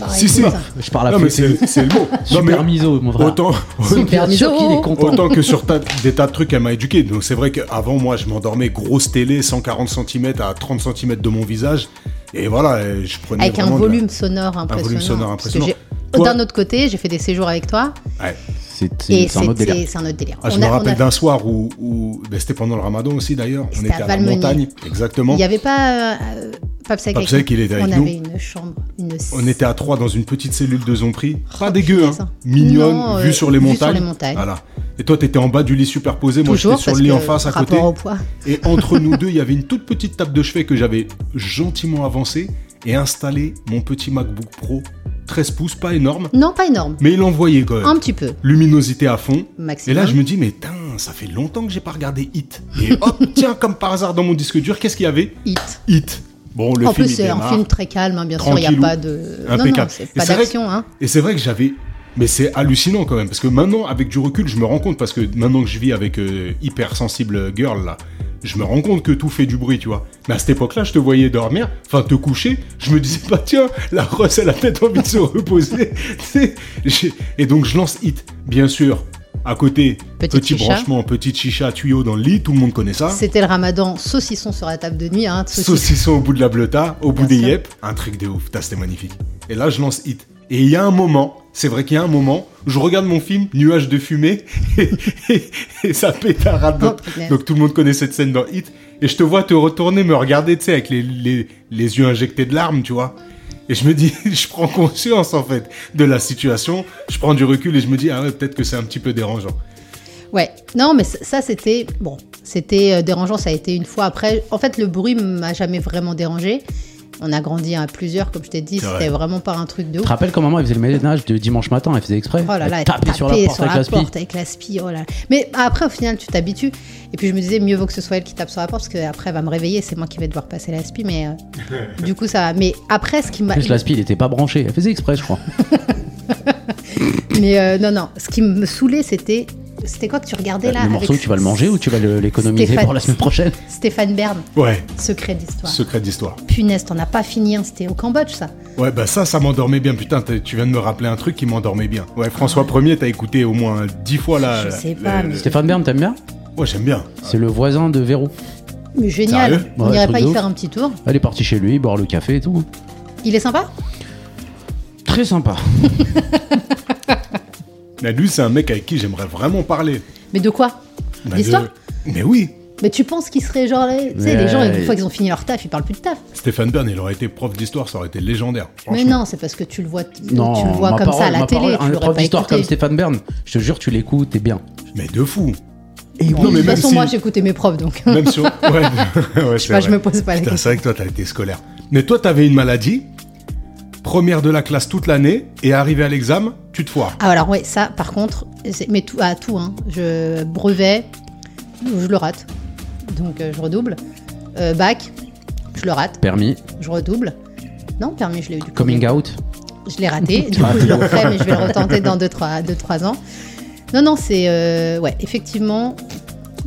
Speaker 4: Bah,
Speaker 3: si,
Speaker 4: écoute,
Speaker 3: si.
Speaker 4: hein.
Speaker 2: Je parle à
Speaker 3: Non, mais
Speaker 2: plus.
Speaker 3: c'est c'est le mot. Non, mais
Speaker 2: (laughs) Super miso, mon frère. (laughs)
Speaker 3: autant.
Speaker 2: Super
Speaker 4: miso.
Speaker 2: miso, qu'il est content.
Speaker 3: (laughs) Autant que sur ta- des tas de trucs, elle m'a éduqué. Donc c'est vrai qu'avant, moi, je m'endormais grosse télé, 140 cm à 30 cm de mon visage. Et voilà, euh, je prenais
Speaker 4: Avec un
Speaker 3: vraiment de la-
Speaker 4: volume sonore impressionnant.
Speaker 3: volume sonore
Speaker 4: Parce que
Speaker 3: impressionnant.
Speaker 4: j'ai-
Speaker 3: Toi-
Speaker 4: D'un autre côté, j'ai fait des séjours avec toi.
Speaker 3: Ouais.
Speaker 2: C'est
Speaker 4: Et
Speaker 2: c'est- c'est
Speaker 4: c'est
Speaker 2: un autre
Speaker 4: c'est-
Speaker 2: délire.
Speaker 4: c'est un autre délire.
Speaker 3: Ah, je
Speaker 4: On
Speaker 3: me
Speaker 4: a- on a-
Speaker 3: rappelle d'un soir où, où- ben, c'était pendant le ramadan aussi d'ailleurs. On
Speaker 4: C'était
Speaker 3: était
Speaker 4: à
Speaker 3: à, la
Speaker 4: Valmeunier.
Speaker 3: montagne, exactement.
Speaker 4: Il n'y avait pas euh, euh, Papsec
Speaker 3: Papsec,
Speaker 4: avec nous.
Speaker 3: il était avec
Speaker 4: On
Speaker 3: nous.
Speaker 4: avait une chambre. Une...
Speaker 3: On était à trois dans une petite cellule de Zompri. Pas
Speaker 4: Oh,
Speaker 3: dégueu,
Speaker 4: punaise.
Speaker 3: hein. Mignonne,
Speaker 4: Non, euh,
Speaker 3: vue sur les
Speaker 4: vue
Speaker 3: montagnes.
Speaker 4: sur les montagnes.
Speaker 3: Voilà. Et toi, t'étais en bas du lit superposé. Moi,
Speaker 4: Toujours
Speaker 3: j'étais sur
Speaker 4: parce
Speaker 3: le lit
Speaker 4: que
Speaker 3: en face à côté.
Speaker 4: rapport au poids.
Speaker 3: Et entre
Speaker 4: (laughs)
Speaker 3: nous deux, il y avait une toute petite table de chevet que j'avais gentiment avancée et installé mon petit MacBook Pro 13 pouces, pas énorme,
Speaker 4: Non, pas énorme.
Speaker 3: mais euh, il envoyait quand même.
Speaker 4: Un petit peu.
Speaker 3: Luminosité à fond.
Speaker 4: Maximum.
Speaker 3: Et là, je me dis, mais tain, ça fait longtemps que j'ai pas regardé Hit. Et hop, (laughs) tiens, comme par hasard dans mon disque dur, qu'est-ce qu'il y avait
Speaker 4: Hit.
Speaker 3: Hit. Bon, le
Speaker 4: en
Speaker 3: film
Speaker 4: plus,
Speaker 3: il
Speaker 4: c'est un
Speaker 3: démarre.
Speaker 4: film très calme, hein, bien sûr, il n'y a
Speaker 3: Tranquillou.
Speaker 4: pas de. Non, non,
Speaker 3: Impeccable.
Speaker 4: c'est
Speaker 3: Et
Speaker 4: pas
Speaker 3: c'est vrai
Speaker 4: d'action.
Speaker 3: que-
Speaker 4: Hein.
Speaker 3: Et c'est vrai que j'avais. Mais c'est hallucinant quand même, parce que maintenant, avec du recul, je me rends compte, parce que maintenant que je vis avec euh, Hypersensible Girl, là, je me rends compte que tout fait du bruit, tu vois. Mais à cette époque-là, je te voyais dormir, enfin te coucher, je me disais pas, tiens, la Ross, elle a peut-être envie de se reposer. (laughs) Tu sais, j'ai- Et donc, je lance Hit, bien sûr. À côté,
Speaker 4: Petite
Speaker 3: petit
Speaker 4: chicha.
Speaker 3: branchement, petite chicha, tuyau dans le lit, tout le monde connaît ça.
Speaker 4: C'était le ramadan, saucisson sur la table de nuit, hein, saucisson.
Speaker 3: Saucisson au bout de la bleuta, au bout
Speaker 4: Bien
Speaker 3: des
Speaker 4: sûr.
Speaker 3: yep, un truc de ouf, Putain, c'était magnifique. Et là, je lance Hit. Et il y a un moment, c'est vrai qu'il y a un moment, je regarde mon film, nuage de fumée, (laughs) et, et- et ça pétarade.
Speaker 4: Oh,
Speaker 3: Donc,
Speaker 4: punaise.
Speaker 3: donc tout le monde connaît cette scène dans Hit. Et je te vois te retourner, me regarder, tu sais, avec les, les- les yeux injectés de larmes, tu vois. Et je me dis, (laughs) je prends conscience en fait de la situation, je prends du recul et je me dis, ah ouais, peut-être que c'est un petit peu dérangeant.
Speaker 4: Ouais, non, mais c- ça, c'était. Bon, c'était euh, dérangeant, ça a été une fois après. En fait, le bruit m'a jamais vraiment dérangé. On a grandi à plusieurs, comme je t'ai dit,
Speaker 3: C'est
Speaker 4: c'était
Speaker 3: vrai.
Speaker 4: vraiment pas un truc de
Speaker 2: Tu
Speaker 4: ouf.
Speaker 2: te rappelles quand maman elle faisait le ménage de dimanche matin, elle faisait exprès.
Speaker 4: Oh là là,
Speaker 2: elle
Speaker 4: elle
Speaker 2: tapait sur la
Speaker 4: tapait
Speaker 2: porte avec la spie.
Speaker 4: porte avec la spie, oh là là. Mais après, au final, tu t'habitues. Et puis je me disais, mieux vaut que ce soit elle qui tape sur la porte, parce qu'après, elle va me réveiller, c'est moi qui vais devoir passer la
Speaker 2: (laughs)
Speaker 4: spie. Mais euh, du coup, ça va. Mais après, ce qui m'a.
Speaker 2: En plus, la spie, il était pas branché. Elle faisait exprès, je crois.
Speaker 4: Mais euh, non, non, ce qui me saoulait, c'était. C'était quoi que tu regardais là
Speaker 2: Bah, le morceau,
Speaker 4: avec
Speaker 2: tu vas le manger ou tu vas le- l'économiser
Speaker 4: Stéphane-
Speaker 2: pour la semaine prochaine
Speaker 4: Stéphane Bern,
Speaker 3: Ouais,
Speaker 4: secret d'histoire.
Speaker 3: secret d'histoire.
Speaker 4: Punaise, t'en as pas fini, hein, c'était au Cambodge ça.
Speaker 3: Ouais, bah ça, ça m'endormait bien. Putain, t'as- tu viens de me rappeler un truc qui m'endormait bien. Ouais, François 1er, t'as écouté au moins dix fois la.
Speaker 4: Je
Speaker 3: la-
Speaker 4: sais
Speaker 3: la-
Speaker 4: pas,
Speaker 3: la-
Speaker 4: mais-
Speaker 2: Stéphane Bern, t'aimes bien
Speaker 3: Ouais, j'aime bien.
Speaker 2: C'est le voisin de Véro.
Speaker 4: Mais génial,
Speaker 3: Sérieux
Speaker 4: on
Speaker 2: Ouais,
Speaker 4: irait
Speaker 2: truc
Speaker 4: pas
Speaker 2: de
Speaker 4: y
Speaker 2: ouf.
Speaker 4: faire un petit tour.
Speaker 2: Elle est partie chez lui, boire le café et tout.
Speaker 4: Il est sympa
Speaker 2: Très sympa.
Speaker 3: Mais lui, c'est un mec avec qui j'aimerais vraiment parler.
Speaker 4: Mais de quoi
Speaker 3: Bah,
Speaker 4: L'histoire
Speaker 3: de- Mais oui,
Speaker 4: Mais tu penses qu'ils seraient genre. les- Tu sais,
Speaker 2: Mais
Speaker 4: les gens, une
Speaker 2: euh,
Speaker 4: fois qu'ils ont fini leur taf, ils parlent plus de taf.
Speaker 3: Stéphane Bern, il aurait été prof d'histoire, ça aurait été légendaire.
Speaker 4: Mais
Speaker 3: franchement.
Speaker 4: non, c'est parce que tu le vois, tu
Speaker 2: Non,
Speaker 4: le vois
Speaker 2: ma
Speaker 4: comme ça à
Speaker 2: parole,
Speaker 4: la
Speaker 2: ma
Speaker 4: télé.
Speaker 2: parole,
Speaker 4: tu
Speaker 2: un
Speaker 4: l'aurais
Speaker 2: prof
Speaker 4: pas
Speaker 2: d'histoire comme
Speaker 4: écouté.
Speaker 2: Stéphane Bern, je te jure, tu l'écoutes, t'es bien.
Speaker 3: Mais de fou.
Speaker 2: Et
Speaker 3: Non, mais
Speaker 4: de toute
Speaker 3: même
Speaker 4: façon,
Speaker 3: si-
Speaker 4: moi, j'écoutais mes profs donc.
Speaker 3: Même si on... Ouais, (laughs) ouais, c'est
Speaker 4: Enfin, je
Speaker 3: vrai.
Speaker 4: me pose pas la
Speaker 3: Putain,
Speaker 4: question.
Speaker 3: c'est vrai que toi, t'as été scolaire. Mais toi, t'avais une maladie, première de la classe toute l'année, et arrivé à l'examen, tu te foires.
Speaker 4: (laughs) Ah, alors, ouais, ça, par contre, c'est- mais tout, à tout, hein. Je brevet, je le rate. Donc, euh, je redouble. Euh, bac, je le rate.
Speaker 2: Permis,
Speaker 4: Je redouble. Non, permis, je l'ai eu du premier.
Speaker 2: coming out.
Speaker 4: Je
Speaker 2: (laughs)
Speaker 4: l'ai raté, du coup je le refais, mais je vais le retenter dans 2-3 deux, trois, deux, trois ans. Non, non, c'est. euh, ouais, effectivement,